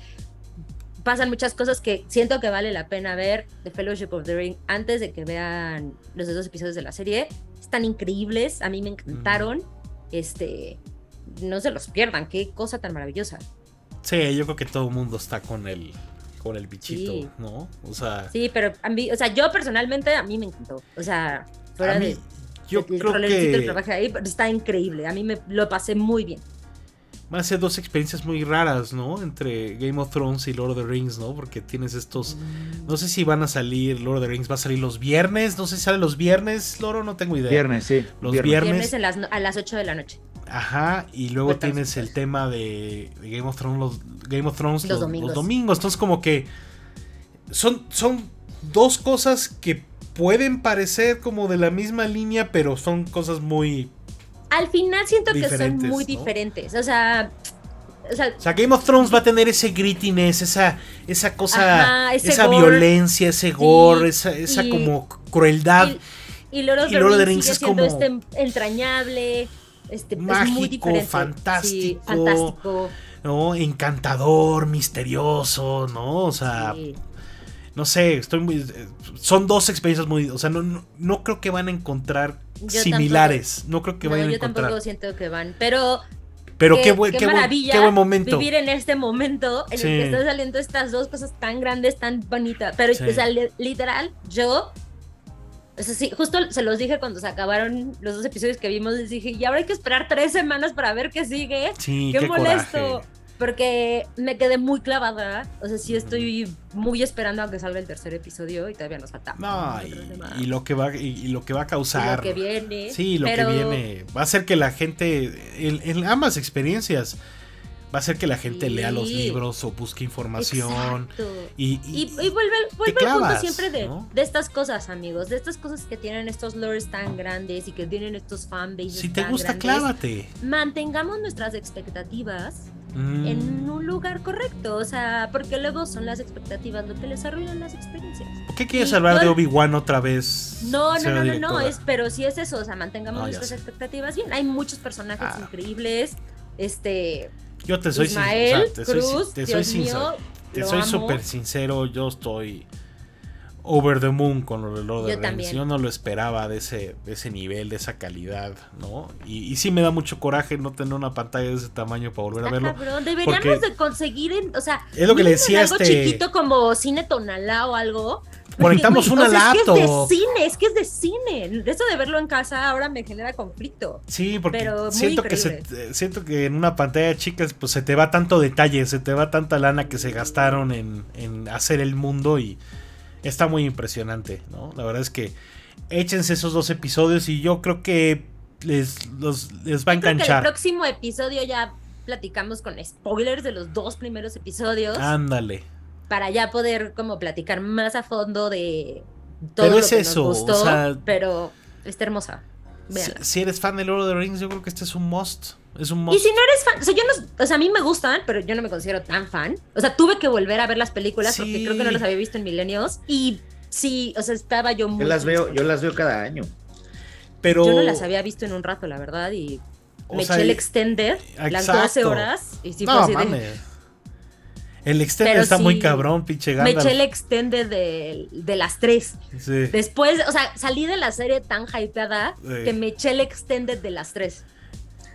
[SPEAKER 5] pasan muchas cosas que siento que vale la pena ver The Fellowship of the Ring antes de que vean los dos episodios de la serie. Están increíbles, a mí me encantaron. Este, no se los pierdan, qué cosa tan maravillosa.
[SPEAKER 2] Sí, yo creo que todo el mundo está con el, con el bichito,
[SPEAKER 5] Sí.
[SPEAKER 2] ¿no? O sea,
[SPEAKER 5] Sí, pero a mí, o sea, yo personalmente a mí me encantó. O sea, fuera
[SPEAKER 2] a mí-
[SPEAKER 5] de
[SPEAKER 2] yo
[SPEAKER 5] el
[SPEAKER 2] creo
[SPEAKER 5] rolercito que
[SPEAKER 2] que
[SPEAKER 5] trabajé ahí, pero está increíble. A mí me lo pasé muy bien.
[SPEAKER 2] van a ser dos experiencias muy raras, ¿no? Entre Game of Thrones y Lord of the Rings, ¿no? Porque tienes estos... No sé si van a salir, Lord of the Rings va a salir los viernes, no sé si sale los viernes, Loro, no tengo idea.
[SPEAKER 1] Viernes, sí.
[SPEAKER 2] Los
[SPEAKER 1] viernes.
[SPEAKER 5] Viernes,
[SPEAKER 2] Viernes.
[SPEAKER 5] en las no- a las 8 de la noche.
[SPEAKER 2] Ajá, y luego
[SPEAKER 5] Cuéntanos,
[SPEAKER 2] tienes el tema de, de Game of Thrones, los, Game of Thrones
[SPEAKER 5] Los
[SPEAKER 2] los, los domingos.
[SPEAKER 5] domingos.
[SPEAKER 2] Entonces, como que son, son dos cosas que pueden parecer como de la misma línea, pero son cosas muy.
[SPEAKER 5] Al final siento que son
[SPEAKER 2] Diferentes,
[SPEAKER 5] muy
[SPEAKER 2] ¿no?
[SPEAKER 5] diferentes. O sea, o sea,
[SPEAKER 2] O sea, Game of Thrones va a tener ese grittiness, esa, esa cosa,
[SPEAKER 5] Ajá, ese
[SPEAKER 2] esa
[SPEAKER 5] gore.
[SPEAKER 2] violencia, ese gore,
[SPEAKER 5] Sí,
[SPEAKER 2] esa, esa
[SPEAKER 5] y-
[SPEAKER 2] como crueldad.
[SPEAKER 5] y- Y Lord of,
[SPEAKER 2] Ah, Y Lord of
[SPEAKER 5] the
[SPEAKER 2] the
[SPEAKER 5] Rings
[SPEAKER 2] Rings
[SPEAKER 5] sigue
[SPEAKER 2] es
[SPEAKER 5] siendo
[SPEAKER 2] como-
[SPEAKER 5] este entrañable, este, es
[SPEAKER 2] Mágico,
[SPEAKER 5] muy diferente. Sí,
[SPEAKER 2] fantástico.
[SPEAKER 5] fantástico.
[SPEAKER 2] ¿no? Encantador, misterioso, ¿no? O sea,
[SPEAKER 5] sí.
[SPEAKER 2] no sé, estoy muy. eh, Son dos experiencias muy. O sea, no, no, no creo que van a encontrar
[SPEAKER 5] Yo
[SPEAKER 2] similares. No creo eh, que
[SPEAKER 5] No,
[SPEAKER 2] vayan a
[SPEAKER 5] yo
[SPEAKER 2] encontrar.
[SPEAKER 5] tampoco siento que van, pero
[SPEAKER 2] Pero qué,
[SPEAKER 5] qué-
[SPEAKER 2] buen,
[SPEAKER 5] qué
[SPEAKER 2] qué buen-
[SPEAKER 5] maravilla
[SPEAKER 2] qué buen momento.
[SPEAKER 5] vivir en este momento en
[SPEAKER 2] Sí.
[SPEAKER 5] el que están saliendo estas dos cosas tan grandes, tan bonitas. Pero,
[SPEAKER 2] Sí.
[SPEAKER 5] o sea, li- literal, yo. O sea, sí, justo se los dije cuando se acabaron los dos episodios que vimos, les dije, y ahora hay que esperar tres semanas para ver qué sigue.
[SPEAKER 2] Sí,
[SPEAKER 5] qué,
[SPEAKER 2] qué,
[SPEAKER 5] molesto.
[SPEAKER 2] coraje.
[SPEAKER 5] Porque me quedé muy clavada. O sea, sí estoy muy esperando a que salga el tercer episodio y todavía nos falta.
[SPEAKER 2] No,
[SPEAKER 5] otros
[SPEAKER 2] y,
[SPEAKER 5] demás.
[SPEAKER 2] y lo que va, y, y lo que va a
[SPEAKER 5] Y
[SPEAKER 2] causar.
[SPEAKER 5] lo que viene.
[SPEAKER 2] Sí, lo
[SPEAKER 5] pero-
[SPEAKER 2] que viene. Va a hacer que la gente, en, en ambas experiencias, va a hacer que la gente
[SPEAKER 5] Sí.
[SPEAKER 2] lea los libros o busque información.
[SPEAKER 5] Exacto.
[SPEAKER 2] Y,
[SPEAKER 5] Y,
[SPEAKER 2] y-
[SPEAKER 5] y vuelve, vuelve al punto
[SPEAKER 2] clavas,
[SPEAKER 5] siempre de,
[SPEAKER 2] ¿no?
[SPEAKER 5] de estas cosas, amigos, de estas cosas que tienen estos lores tan grandes y que tienen estos fanbases.
[SPEAKER 2] si te
[SPEAKER 5] tan
[SPEAKER 2] gusta,
[SPEAKER 5] grandes.
[SPEAKER 2] clávate.
[SPEAKER 5] Mantengamos nuestras expectativas
[SPEAKER 2] Mm.
[SPEAKER 5] en un lugar correcto, o sea, porque luego son las expectativas lo que les arruinan las experiencias.
[SPEAKER 2] ¿Por qué quieres
[SPEAKER 5] y
[SPEAKER 2] hablar
[SPEAKER 5] todo
[SPEAKER 2] de
[SPEAKER 5] el-
[SPEAKER 2] Obi-Wan otra vez?
[SPEAKER 5] No, no,
[SPEAKER 2] señora
[SPEAKER 5] no, no, no,
[SPEAKER 2] directora?
[SPEAKER 5] es, pero sí es eso, o sea, mantengamos
[SPEAKER 2] No, ya
[SPEAKER 5] nuestras
[SPEAKER 2] sé.
[SPEAKER 5] expectativas bien. Hay muchos personajes
[SPEAKER 2] Ah.
[SPEAKER 5] increíbles, este,
[SPEAKER 2] Yo te soy sin- o sea,
[SPEAKER 5] Ismael,
[SPEAKER 2] te soy sin-
[SPEAKER 5] Cruz,
[SPEAKER 2] te soy
[SPEAKER 5] Dios
[SPEAKER 2] sincero.
[SPEAKER 5] mío,
[SPEAKER 2] Te
[SPEAKER 5] lo
[SPEAKER 2] soy
[SPEAKER 5] amo.
[SPEAKER 2] súper sincero, yo estoy over the moon con lo de Lord of the
[SPEAKER 5] Yo
[SPEAKER 2] Rings.
[SPEAKER 5] también.
[SPEAKER 2] Yo no lo esperaba de ese, de ese nivel, de esa calidad, ¿no? Y, y sí me da mucho coraje no tener una pantalla de ese tamaño para volver a
[SPEAKER 5] Está
[SPEAKER 2] verlo.
[SPEAKER 5] cabrón, Deberíamos
[SPEAKER 2] porque-
[SPEAKER 5] de conseguir, en- o sea,
[SPEAKER 2] Es lo que le
[SPEAKER 5] mínimo en
[SPEAKER 2] decía
[SPEAKER 5] algo
[SPEAKER 2] este-
[SPEAKER 5] chiquito como cine tonalá o algo.
[SPEAKER 2] Conectamos
[SPEAKER 5] Porque,
[SPEAKER 2] una
[SPEAKER 5] güey, o
[SPEAKER 2] laptop.
[SPEAKER 5] sea, Es que es de cine, es que es de cine. Eso de verlo en casa ahora me genera conflicto.
[SPEAKER 2] Sí, porque
[SPEAKER 5] Pero muy
[SPEAKER 2] siento que se, eh, siento que en una pantalla chica pues se te va tanto detalle, se te va tanta lana que se gastaron en, en hacer el mundo y está muy impresionante, ¿no? La verdad es que échense esos dos episodios y yo creo que les, los- les va a
[SPEAKER 5] Creo que en el
[SPEAKER 2] enganchar.
[SPEAKER 5] próximo episodio ya platicamos con spoilers de los dos primeros episodios
[SPEAKER 2] Ah, Ándale.
[SPEAKER 5] para ya poder como platicar más a fondo de todo
[SPEAKER 2] Pero
[SPEAKER 5] lo
[SPEAKER 2] es
[SPEAKER 5] que
[SPEAKER 2] eso, o
[SPEAKER 5] nos gustó,
[SPEAKER 2] sea-
[SPEAKER 5] pero está hermosa.
[SPEAKER 2] Si,
[SPEAKER 5] Véanla.
[SPEAKER 2] si eres fan del Lord of the Rings, yo creo que este es un must. Es un
[SPEAKER 5] Y
[SPEAKER 2] must.
[SPEAKER 5] si no eres fan, o sea, yo no, o sea, a mí me gustan, pero yo no me considero tan fan. O sea, tuve que volver a ver las películas
[SPEAKER 2] Sí.
[SPEAKER 5] porque creo que no las había visto en Millennials. Y sí, o sea, estaba yo muy.
[SPEAKER 1] Yo las veo,
[SPEAKER 5] triste.
[SPEAKER 1] yo las veo cada año.
[SPEAKER 2] Pero
[SPEAKER 5] Yo no las había visto en un rato, la verdad. Y
[SPEAKER 2] O
[SPEAKER 5] me
[SPEAKER 2] sea,
[SPEAKER 5] eché el
[SPEAKER 2] y-
[SPEAKER 5] extended, las
[SPEAKER 2] exacto.
[SPEAKER 5] 12 horas. Y sí, fue
[SPEAKER 2] No,
[SPEAKER 5] así de-
[SPEAKER 2] mames. El extender
[SPEAKER 5] Pero
[SPEAKER 2] está muy
[SPEAKER 5] sí.
[SPEAKER 2] cabrón, pinche
[SPEAKER 5] Me
[SPEAKER 2] Gandalf.
[SPEAKER 5] eché el extended de, de las tres.
[SPEAKER 2] Sí.
[SPEAKER 5] Después, o sea, salí de la serie tan hypeada
[SPEAKER 2] Sí.
[SPEAKER 5] que me eché el extended de las tres.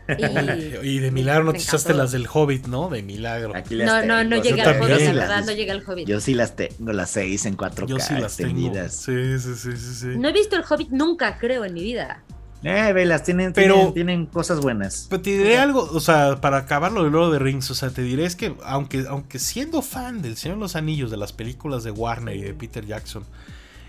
[SPEAKER 5] Y-
[SPEAKER 2] Y de milagro no
[SPEAKER 5] me
[SPEAKER 2] te usaste
[SPEAKER 5] encantó.
[SPEAKER 2] las del Hobbit, ¿no? De milagro.
[SPEAKER 1] Aquí las
[SPEAKER 5] No, no, no
[SPEAKER 1] tengo.
[SPEAKER 5] llegué
[SPEAKER 2] pues, yo
[SPEAKER 5] al hobbit,
[SPEAKER 2] también.
[SPEAKER 5] la
[SPEAKER 1] sí las-
[SPEAKER 5] verdad, no llegué al hobbit.
[SPEAKER 1] Yo sí las tengo, las seis en 4K
[SPEAKER 2] Yo sí las tengo.
[SPEAKER 1] extendidas.
[SPEAKER 2] Sí, sí, sí, sí, sí.
[SPEAKER 5] No he visto el Hobbit nunca, creo, en mi vida.
[SPEAKER 1] Eh, velas, tienen,
[SPEAKER 2] Pero-
[SPEAKER 1] tienen, tienen cosas buenas.
[SPEAKER 2] Pero te diré algo, o sea, para acabar lo de Lord of the Rings, o sea, te diré es que aunque, aunque siendo fan del Señor de los Anillos, de las películas de Warner y de Peter Jackson,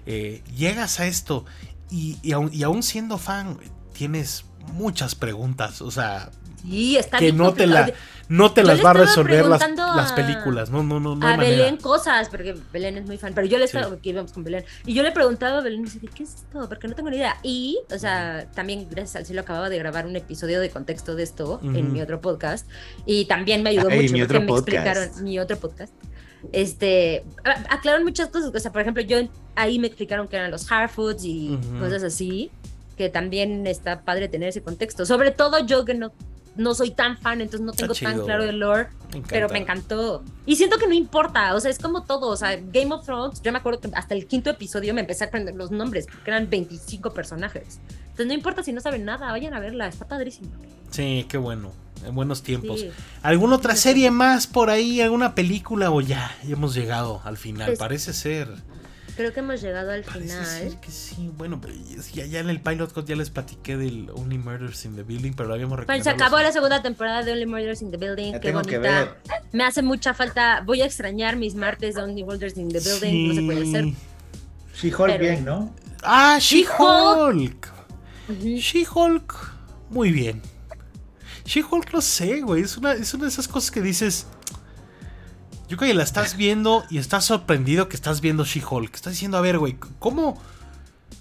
[SPEAKER 2] eh, llegas a esto y, y, aun- y aún siendo fan, tienes muchas preguntas, o sea,
[SPEAKER 5] Sí, está
[SPEAKER 2] que
[SPEAKER 5] bien
[SPEAKER 2] no te,
[SPEAKER 5] complicado.
[SPEAKER 2] la, no te
[SPEAKER 5] Yo
[SPEAKER 2] las
[SPEAKER 5] le
[SPEAKER 2] va a
[SPEAKER 5] estaba
[SPEAKER 2] resolver las,
[SPEAKER 5] preguntando
[SPEAKER 2] las
[SPEAKER 5] a-
[SPEAKER 2] películas, no, no, no, no
[SPEAKER 5] a
[SPEAKER 2] hay manera.
[SPEAKER 5] Belén cosas, porque Belén es muy fan, pero yo le estaba,
[SPEAKER 2] Sí.
[SPEAKER 5] que íbamos con Belén, y yo le preguntaba a Belén, así de, ¿qué es esto? Porque no tengo ni idea. Y, o sea, también gracias al cielo acababa de grabar un episodio de contexto de esto
[SPEAKER 2] Ujú. Ah,
[SPEAKER 5] en mi otro podcast, y también me ayudó
[SPEAKER 1] Ay,
[SPEAKER 5] mucho
[SPEAKER 1] mi
[SPEAKER 5] porque
[SPEAKER 1] otro
[SPEAKER 5] me
[SPEAKER 1] podcast.
[SPEAKER 5] explicaron mi otro podcast. Este, a- aclararon muchas cosas, o sea, por ejemplo, yo ahí me explicaron que eran los hard foods y
[SPEAKER 2] Ujú.
[SPEAKER 5] cosas así, que también está padre tener ese contexto. Sobre todo yo que no, no soy tan fan, entonces no
[SPEAKER 2] Está
[SPEAKER 5] tengo tan
[SPEAKER 2] chido.
[SPEAKER 5] claro el lore. Pero me encantó. Y siento que no importa, o sea, es como todo, o sea, Game of Thrones, yo me acuerdo que hasta el quinto episodio me empecé a aprender los nombres, porque eran 25 personajes. Entonces no importa si no saben nada, vayan a verla, está padrísimo.
[SPEAKER 2] Sí, qué bueno. En buenos tiempos.
[SPEAKER 5] Sí.
[SPEAKER 2] ¿Alguna otra
[SPEAKER 5] Sí, sí.
[SPEAKER 2] serie más por ahí? ¿Alguna película? O ya, ya hemos llegado al final.
[SPEAKER 5] Pues-
[SPEAKER 2] parece ser.
[SPEAKER 5] Creo que hemos llegado al
[SPEAKER 2] Parece ser
[SPEAKER 5] final.
[SPEAKER 2] que sí. Bueno, pero es- ya, ya en el pilot code ya les platiqué del Only Murders in the Building, pero lo habíamos
[SPEAKER 5] Bueno, Pues, se
[SPEAKER 2] recomendado.
[SPEAKER 5] acabó la segunda temporada de Only Murders in the Building,
[SPEAKER 1] Ya
[SPEAKER 5] qué
[SPEAKER 1] tengo que
[SPEAKER 5] bonita.
[SPEAKER 1] ver.
[SPEAKER 5] Me hace mucha falta, voy a extrañar mis martes de Only Murders in the Building, no se puede hacer.
[SPEAKER 2] Sí.
[SPEAKER 1] She-Hulk
[SPEAKER 5] Pero-
[SPEAKER 1] bien, ¿no?
[SPEAKER 2] Ah, She-Hulk.
[SPEAKER 5] Ujú.
[SPEAKER 2] She-Hulk. Muy bien. She-Hulk, no sé, güey. Es una, es una de esas cosas que dices. Yo creo que la estás viendo y estás sorprendido que estás viendo She-Hulk. Estás diciendo, a ver, güey, ¿cómo.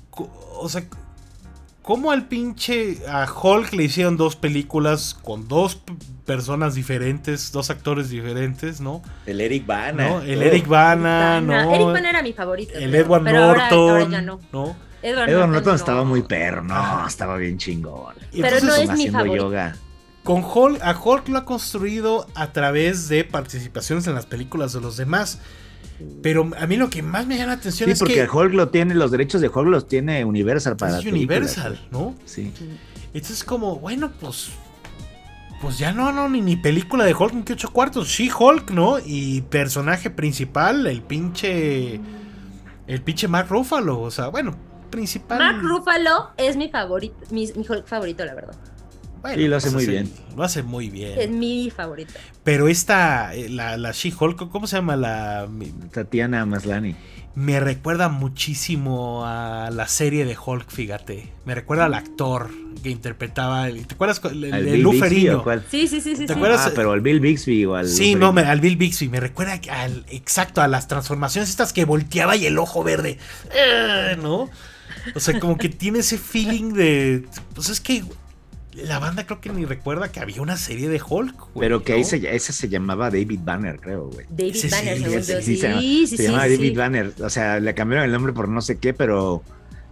[SPEAKER 2] co- O sea, ¿cómo al pinche. A Hulk le hicieron dos películas con dos p- personas diferentes, dos actores diferentes, ¿no?
[SPEAKER 1] El Eric Bana.
[SPEAKER 2] ¿No? El Eric Bana,
[SPEAKER 5] Bana.
[SPEAKER 2] ¿no?
[SPEAKER 5] Eric Bana era mi favorito.
[SPEAKER 2] el
[SPEAKER 5] creo,
[SPEAKER 2] Edward
[SPEAKER 5] pero ahora-
[SPEAKER 2] Norton,
[SPEAKER 5] ahora ya no.
[SPEAKER 2] ¿no?
[SPEAKER 1] Edward, Edward Norton, Norton estaba muy perro, no, estaba bien chingón.
[SPEAKER 5] Pero no es mi favorito.
[SPEAKER 1] yoga.
[SPEAKER 2] Con Hulk, a Hulk lo ha construido a través de participaciones en las películas de los demás. Pero a mí lo que más me llama la atención
[SPEAKER 1] Sí,
[SPEAKER 2] es
[SPEAKER 1] porque
[SPEAKER 2] que
[SPEAKER 1] Hulk lo tiene, los derechos de Hulk los tiene Universal para
[SPEAKER 2] es
[SPEAKER 1] las
[SPEAKER 2] Universal, ¿no?
[SPEAKER 1] películas. Sí.
[SPEAKER 2] Entonces es como, bueno, pues. Pues ya no, no, ni, ni película de Hulk, ni que ocho cuartos. She-Hulk, ¿no? Y personaje principal, el pinche. El pinche Mark Ruffalo. O sea, bueno, principal.
[SPEAKER 5] Mark
[SPEAKER 1] Mm.
[SPEAKER 5] Ruffalo es mi favorito, mi, mi Hulk favorito, la verdad.
[SPEAKER 2] bueno,
[SPEAKER 1] Y lo hace
[SPEAKER 2] pues,
[SPEAKER 1] muy
[SPEAKER 2] sí,
[SPEAKER 1] bien.
[SPEAKER 2] Lo hace muy
[SPEAKER 5] Es
[SPEAKER 2] bien.
[SPEAKER 5] mi favorito.
[SPEAKER 2] Pero esta, eh, la, la She-Hulk, ¿cómo se llama? La. Me,
[SPEAKER 1] Tatiana Maslani.
[SPEAKER 2] me recuerda muchísimo a la serie de Hulk, fíjate. Me recuerda al actor que interpretaba. el- ¿Te acuerdas? El, el,
[SPEAKER 1] ¿Al
[SPEAKER 2] el
[SPEAKER 1] Bill Bixby
[SPEAKER 2] Luferino.
[SPEAKER 1] o cuál?
[SPEAKER 5] Sí, sí, sí, sí.
[SPEAKER 2] ¿Te
[SPEAKER 5] sí.
[SPEAKER 2] acuerdas?
[SPEAKER 1] Ah, pero al Bill Bixby o al.
[SPEAKER 2] Sí,
[SPEAKER 1] Luferino.
[SPEAKER 2] no, me- al Bill Bixby. Me recuerda al exacto a las transformaciones estas que volteaba y el ojo verde. eh, ¿No? O sea, como que tiene ese feeling de. Pues es que la banda creo que ni recuerda que había una serie de Hulk. güey,
[SPEAKER 1] Pero que
[SPEAKER 2] ¿no?
[SPEAKER 1] ahí se, esa se llamaba David Banner, creo, güey.
[SPEAKER 5] David
[SPEAKER 2] Sí, sí,
[SPEAKER 5] Banner,
[SPEAKER 2] sí,
[SPEAKER 5] según
[SPEAKER 1] sí,
[SPEAKER 5] yo.
[SPEAKER 1] sí,
[SPEAKER 5] Sí,
[SPEAKER 1] se llama-
[SPEAKER 5] sí, sí.
[SPEAKER 1] Se llamaba
[SPEAKER 5] sí.
[SPEAKER 1] David Banner. O sea, le cambiaron el nombre por no sé qué, pero.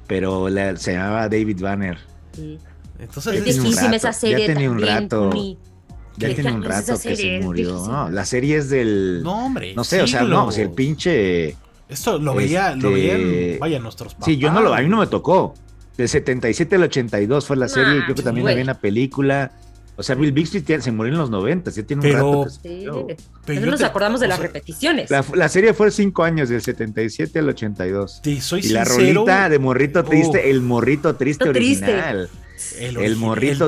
[SPEAKER 1] Pero la- se llamaba David Banner.
[SPEAKER 5] Sí.
[SPEAKER 2] Entonces,
[SPEAKER 5] Es
[SPEAKER 1] tenía un
[SPEAKER 5] difícil
[SPEAKER 1] rato,
[SPEAKER 5] esa
[SPEAKER 1] ya
[SPEAKER 5] serie.
[SPEAKER 1] tenía un
[SPEAKER 5] también,
[SPEAKER 1] rato.
[SPEAKER 5] Tony.
[SPEAKER 1] Ya
[SPEAKER 5] ¿Qué
[SPEAKER 1] tiene un
[SPEAKER 5] tal esa
[SPEAKER 1] rato que se
[SPEAKER 5] serie?
[SPEAKER 1] murió,
[SPEAKER 5] Difícil.
[SPEAKER 1] ¿no? La serie es del. No,
[SPEAKER 2] no, hombre.
[SPEAKER 1] sé, o sea,
[SPEAKER 2] siglos.
[SPEAKER 1] no, si el pinche.
[SPEAKER 2] Esto lo veía, lo
[SPEAKER 1] Este-
[SPEAKER 2] veían, vaya, nuestros papás.
[SPEAKER 1] Sí, yo no lo, a mí no me tocó. Del 77 al 82 fue la serie,
[SPEAKER 5] Nah,
[SPEAKER 1] creo que también
[SPEAKER 5] Ah, güey.
[SPEAKER 1] había una película. O sea, Bill Bixby tiene- se murió en los 90, ya tiene un
[SPEAKER 2] Pero-
[SPEAKER 1] rato. que se
[SPEAKER 5] Sí.
[SPEAKER 1] murió.
[SPEAKER 2] Pero
[SPEAKER 5] Nosotros
[SPEAKER 2] yo
[SPEAKER 5] nos
[SPEAKER 2] te-
[SPEAKER 5] acordamos de
[SPEAKER 2] o
[SPEAKER 5] las
[SPEAKER 2] sea,
[SPEAKER 5] repeticiones.
[SPEAKER 1] La, la serie fue cinco años, del 77 al 82.
[SPEAKER 2] Te soy
[SPEAKER 1] Y la
[SPEAKER 2] sincero,
[SPEAKER 1] rolita de Morrito
[SPEAKER 2] Uf.
[SPEAKER 1] Triste, el Morrito Triste
[SPEAKER 5] Lo triste.
[SPEAKER 1] original. El,
[SPEAKER 2] origi-
[SPEAKER 1] Morrito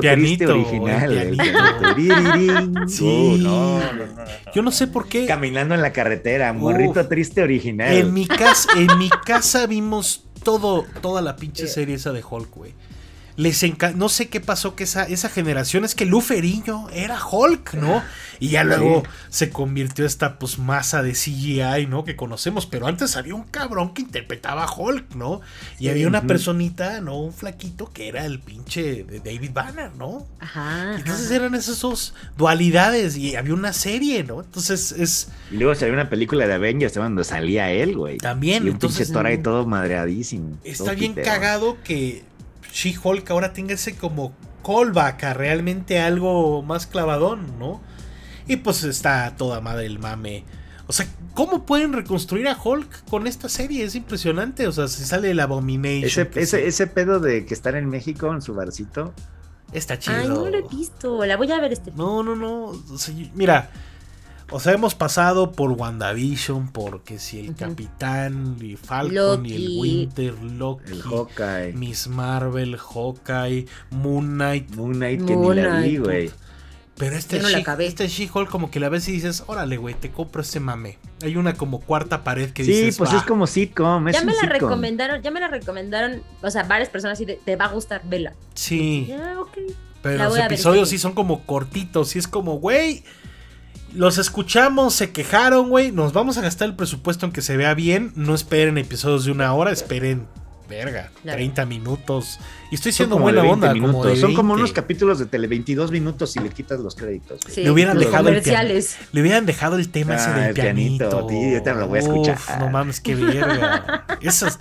[SPEAKER 1] Triste
[SPEAKER 2] pianito,
[SPEAKER 1] original.
[SPEAKER 2] el
[SPEAKER 1] el
[SPEAKER 2] pianito.
[SPEAKER 1] pianito.
[SPEAKER 2] Sí.
[SPEAKER 1] Uh, no, no, no.
[SPEAKER 2] Yo no sé por qué.
[SPEAKER 1] Caminando en la carretera, Morrito
[SPEAKER 2] Uf.
[SPEAKER 1] Triste original.
[SPEAKER 2] En mi casa, en mi casa vimos todo, toda la
[SPEAKER 5] Eh.
[SPEAKER 2] pinche serie esa de Hulk, güey. Les enca- no sé qué pasó que esa, esa generación es que Luferiño era Hulk, ¿no? Y ya luego se convirtió esta pues masa de CGI, ¿no? Que conocemos, pero antes había un cabrón que interpretaba a Hulk, ¿no? Y había una
[SPEAKER 1] ujú.
[SPEAKER 2] personita, ¿no? Un flaquito que era el pinche de David Banner, ¿no?
[SPEAKER 5] Ajá.
[SPEAKER 2] Entonces
[SPEAKER 5] ajá.
[SPEAKER 2] eran esas dos dualidades y había una serie, ¿no? Entonces es...
[SPEAKER 1] Y luego salió una película de Avengers donde salía él, güey.
[SPEAKER 2] También,
[SPEAKER 1] Y un
[SPEAKER 2] entonces,
[SPEAKER 1] pinche Thor ahí todo madreadísimo.
[SPEAKER 2] Está
[SPEAKER 1] todo
[SPEAKER 2] bien
[SPEAKER 1] pitero.
[SPEAKER 2] cagado que She-Hulk ahora tenga ese como callback a realmente algo más clavadón, ¿no? Y pues está a toda madre el mame. O sea, ¿cómo pueden reconstruir a Hulk con esta serie? Es impresionante. O sea, si sale el Abomination.
[SPEAKER 1] Ese,
[SPEAKER 2] que
[SPEAKER 1] ese,
[SPEAKER 2] sí,
[SPEAKER 1] ese pedo de que estar en México en su barcito.
[SPEAKER 2] Está chido.
[SPEAKER 5] Ay, no lo he visto. La voy a ver este.
[SPEAKER 2] No, no, no. O sea, yo- mira, o sea, hemos pasado por WandaVision, porque si el
[SPEAKER 5] Ujú.
[SPEAKER 2] Capitán y Falcon y
[SPEAKER 5] Loki.
[SPEAKER 2] el Winter, Loki,
[SPEAKER 1] El Hawkeye.
[SPEAKER 2] Miss Marvel, Hawkeye, Moon Knight.
[SPEAKER 1] Moon Knight que
[SPEAKER 5] Moon
[SPEAKER 1] ni la vi,
[SPEAKER 5] Knight,
[SPEAKER 1] güey.
[SPEAKER 2] Pero este
[SPEAKER 5] Yo no la
[SPEAKER 2] She-
[SPEAKER 5] acabé.
[SPEAKER 2] este She-Hulk como que la ves y dices, órale, güey, te compro este mame. Hay una como cuarta pared que
[SPEAKER 1] Sí,
[SPEAKER 2] dices, "Ah,
[SPEAKER 1] pues
[SPEAKER 2] "Va".
[SPEAKER 1] es como sitcom. Es
[SPEAKER 5] Ya me
[SPEAKER 1] un
[SPEAKER 5] la
[SPEAKER 1] sitcom.
[SPEAKER 5] recomendaron, ya me la recomendaron, o sea, varias personas así de, te va a gustar, vela.
[SPEAKER 2] Sí,
[SPEAKER 5] Ya, ok.
[SPEAKER 2] pero
[SPEAKER 5] la
[SPEAKER 2] los
[SPEAKER 5] voy a ver,
[SPEAKER 2] episodios
[SPEAKER 5] sí.
[SPEAKER 2] sí son como cortitos y es como, güey, los escuchamos, se quejaron, güey, nos vamos a gastar el presupuesto en que se vea bien, no esperen episodios de una hora, esperen, verga,
[SPEAKER 5] Claro.
[SPEAKER 2] 30 minutos. Y estoy
[SPEAKER 1] Son
[SPEAKER 2] siendo
[SPEAKER 1] como de
[SPEAKER 2] buena
[SPEAKER 1] 20
[SPEAKER 2] onda,
[SPEAKER 1] minutos.
[SPEAKER 2] como de
[SPEAKER 1] Son como
[SPEAKER 2] 20.
[SPEAKER 1] unos capítulos de tele, 22 minutos y le quitas los créditos. güey.
[SPEAKER 5] Sí,
[SPEAKER 2] Me hubieran
[SPEAKER 5] los
[SPEAKER 2] dejado el
[SPEAKER 5] comerciales.
[SPEAKER 2] Le hubieran dejado el tema ese
[SPEAKER 1] Ah,
[SPEAKER 2] del
[SPEAKER 1] el
[SPEAKER 2] pianito.
[SPEAKER 1] pianito, tío, yo te lo voy a escuchar.
[SPEAKER 2] no mames, qué verga. Esas.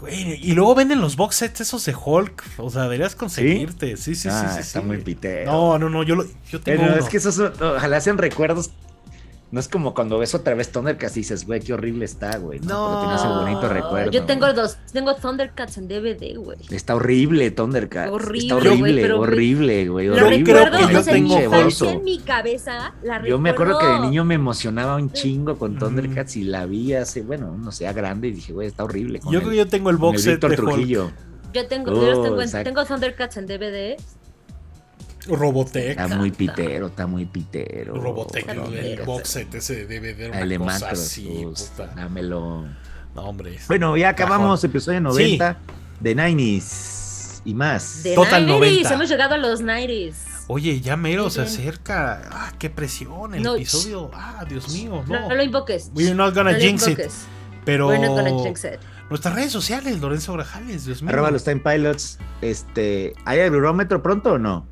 [SPEAKER 2] Güey, y luego venden los box sets esos de Hulk. O sea, deberías conseguirte. Sí, sí, sí.
[SPEAKER 1] Ah,
[SPEAKER 2] sí,
[SPEAKER 1] está
[SPEAKER 2] sí.
[SPEAKER 1] muy pitero.
[SPEAKER 2] No, no, no. Yo, lo, yo tengo.
[SPEAKER 1] Pero es
[SPEAKER 2] uno.
[SPEAKER 1] que esos son- ojalá sean recuerdos. No es como cuando ves otra vez Thundercats y dices, güey, qué horrible está, güey. No,
[SPEAKER 2] No.
[SPEAKER 1] pero tenías el bonito
[SPEAKER 5] No,
[SPEAKER 1] recuerdo.
[SPEAKER 5] Yo tengo
[SPEAKER 1] güey.
[SPEAKER 5] dos, tengo Thundercats en DVD, güey.
[SPEAKER 1] Está horrible Thundercats.
[SPEAKER 5] Horrible,
[SPEAKER 1] está
[SPEAKER 5] güey,
[SPEAKER 1] horrible,
[SPEAKER 5] pero-
[SPEAKER 1] horrible, güey.
[SPEAKER 5] Lo
[SPEAKER 2] creo
[SPEAKER 1] horrible,
[SPEAKER 5] recuerdo,
[SPEAKER 1] horrible,
[SPEAKER 2] yo
[SPEAKER 5] o sea,
[SPEAKER 2] tengo
[SPEAKER 5] mi
[SPEAKER 1] pinche
[SPEAKER 5] infancia
[SPEAKER 1] oso.
[SPEAKER 5] en mi cabeza, la
[SPEAKER 1] Yo me acuerdo que de
[SPEAKER 5] recuerdo.
[SPEAKER 1] niño me emocionaba un chingo con
[SPEAKER 2] Mm.
[SPEAKER 1] Thundercats y la vi hace, bueno, no sé, a grande y dije, güey, está horrible. Con
[SPEAKER 2] Yo
[SPEAKER 1] el-
[SPEAKER 2] creo que yo tengo el
[SPEAKER 1] con el
[SPEAKER 2] box set
[SPEAKER 1] Víctor
[SPEAKER 2] de
[SPEAKER 1] Trujillo.
[SPEAKER 5] Yo tengo, yo los
[SPEAKER 1] Oh,
[SPEAKER 5] tengo, en-
[SPEAKER 1] exacto.
[SPEAKER 5] tengo Thundercats en DVD.
[SPEAKER 2] Hulk. Robotech.
[SPEAKER 1] Está muy pitero, está muy pitero.
[SPEAKER 2] Robotech,
[SPEAKER 5] Está
[SPEAKER 2] el-
[SPEAKER 5] muy
[SPEAKER 2] el
[SPEAKER 5] verga.
[SPEAKER 2] box set ese debe de una
[SPEAKER 1] El de
[SPEAKER 2] cosa
[SPEAKER 1] Macros,
[SPEAKER 2] así,
[SPEAKER 1] ups,
[SPEAKER 2] puta.
[SPEAKER 1] dámelo.
[SPEAKER 2] No, hombre.
[SPEAKER 1] Bueno, ya acabamos episodio 90 de 90s y más.
[SPEAKER 5] De
[SPEAKER 2] Total
[SPEAKER 5] 90s,
[SPEAKER 2] 90.
[SPEAKER 5] hemos llegado a los 90s.
[SPEAKER 2] Oye, ya mero se
[SPEAKER 5] Miren.
[SPEAKER 2] acerca. Ah, qué presión. El
[SPEAKER 5] No,
[SPEAKER 2] episodio. Ah, Dios mío.
[SPEAKER 5] No,
[SPEAKER 2] No.
[SPEAKER 5] no lo invoques.
[SPEAKER 2] We're not
[SPEAKER 5] no
[SPEAKER 2] gonna
[SPEAKER 5] lo
[SPEAKER 2] jinx it.
[SPEAKER 5] invoques.
[SPEAKER 2] Pero.
[SPEAKER 5] We're not gonna jinx it.
[SPEAKER 2] Nuestras redes sociales, Lorenzo Grajales, Dios mío.
[SPEAKER 1] Arroba los Time Pilots. Este, ¿Hay agrurómetro pronto o no?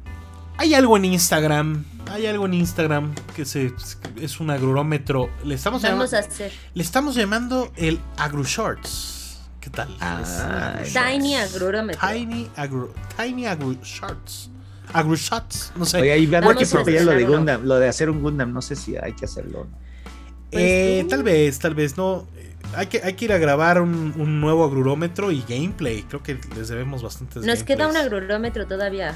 [SPEAKER 2] Hay algo en Instagram. Hay algo en Instagram que se, es un agrurómetro. Le estamos,
[SPEAKER 5] Vamos a
[SPEAKER 2] llamando,
[SPEAKER 5] hacer.
[SPEAKER 2] le estamos llamando el AgruShorts. ¿Qué tal?
[SPEAKER 1] Ah,
[SPEAKER 2] Es Agro
[SPEAKER 5] Tiny
[SPEAKER 2] Shorts.
[SPEAKER 5] agrurómetro.
[SPEAKER 2] Tiny Agro. Tiny Agro Shorts. Agro Shots. No sé.
[SPEAKER 1] Oye, y vean
[SPEAKER 5] Vamos
[SPEAKER 1] que
[SPEAKER 5] a
[SPEAKER 1] propia lo de
[SPEAKER 5] estrenar uno.
[SPEAKER 1] Gundam, lo de hacer un Gundam, no sé si hay que hacerlo. ¿no?
[SPEAKER 5] Pues,
[SPEAKER 2] Eh,
[SPEAKER 5] tú.
[SPEAKER 2] tal vez, tal vez no. Eh, Hay que, hay que ir a grabar un, un nuevo agrurómetro y gameplay. Creo que les debemos bastantes.
[SPEAKER 5] Nos queda un
[SPEAKER 2] gameplays.
[SPEAKER 5] agrurómetro todavía.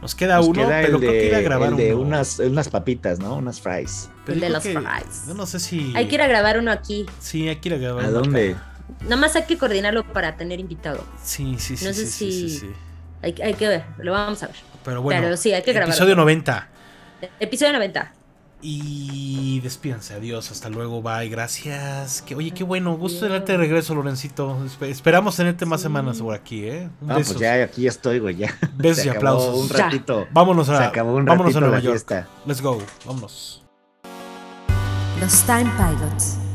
[SPEAKER 2] Nos queda
[SPEAKER 1] Nos
[SPEAKER 2] uno,
[SPEAKER 1] queda
[SPEAKER 2] pero creo que ir a grabar
[SPEAKER 1] el de
[SPEAKER 2] uno.
[SPEAKER 1] unas, unas papitas, ¿no? Unas fries.
[SPEAKER 2] Pero yo
[SPEAKER 5] el de
[SPEAKER 2] creo
[SPEAKER 5] los
[SPEAKER 2] que-
[SPEAKER 5] fries.
[SPEAKER 2] Yo no sé si.
[SPEAKER 5] Hay que ir a grabar uno aquí.
[SPEAKER 2] Sí, hay que ir a grabar
[SPEAKER 1] ¿A
[SPEAKER 2] uno acá.
[SPEAKER 1] dónde?
[SPEAKER 5] Nada más hay que coordinarlo para tener invitado.
[SPEAKER 2] Sí, sí, sí.
[SPEAKER 5] No
[SPEAKER 2] sí,
[SPEAKER 5] sé
[SPEAKER 2] sí, sí,
[SPEAKER 5] si-
[SPEAKER 2] sí.
[SPEAKER 5] Hay, hay que ver, lo vamos a ver.
[SPEAKER 2] Pero bueno.
[SPEAKER 5] Pero sí, hay que grabar.
[SPEAKER 2] Episodio 90.
[SPEAKER 5] Episodio 90.
[SPEAKER 2] Y despídanse, adiós, hasta luego, bye, gracias. Que, oye, qué bueno, gusto tenerte de regreso, Lorencito. Espe- esperamos tenerte más semanas por aquí, ¿eh? Un
[SPEAKER 1] Ah,
[SPEAKER 2] beso,
[SPEAKER 1] pues ya aquí ya estoy, güey, ya.
[SPEAKER 2] besos
[SPEAKER 1] Se
[SPEAKER 2] y
[SPEAKER 1] acabó
[SPEAKER 2] aplausos.
[SPEAKER 1] Un
[SPEAKER 5] Ya.
[SPEAKER 1] ratito.
[SPEAKER 2] Vámonos
[SPEAKER 1] Se
[SPEAKER 2] a,
[SPEAKER 1] acabó un
[SPEAKER 2] vámonos
[SPEAKER 1] ratito
[SPEAKER 2] a Nueva
[SPEAKER 1] la
[SPEAKER 2] York.
[SPEAKER 1] fiesta.
[SPEAKER 2] Let's go, vámonos.
[SPEAKER 4] Los Time Pilots.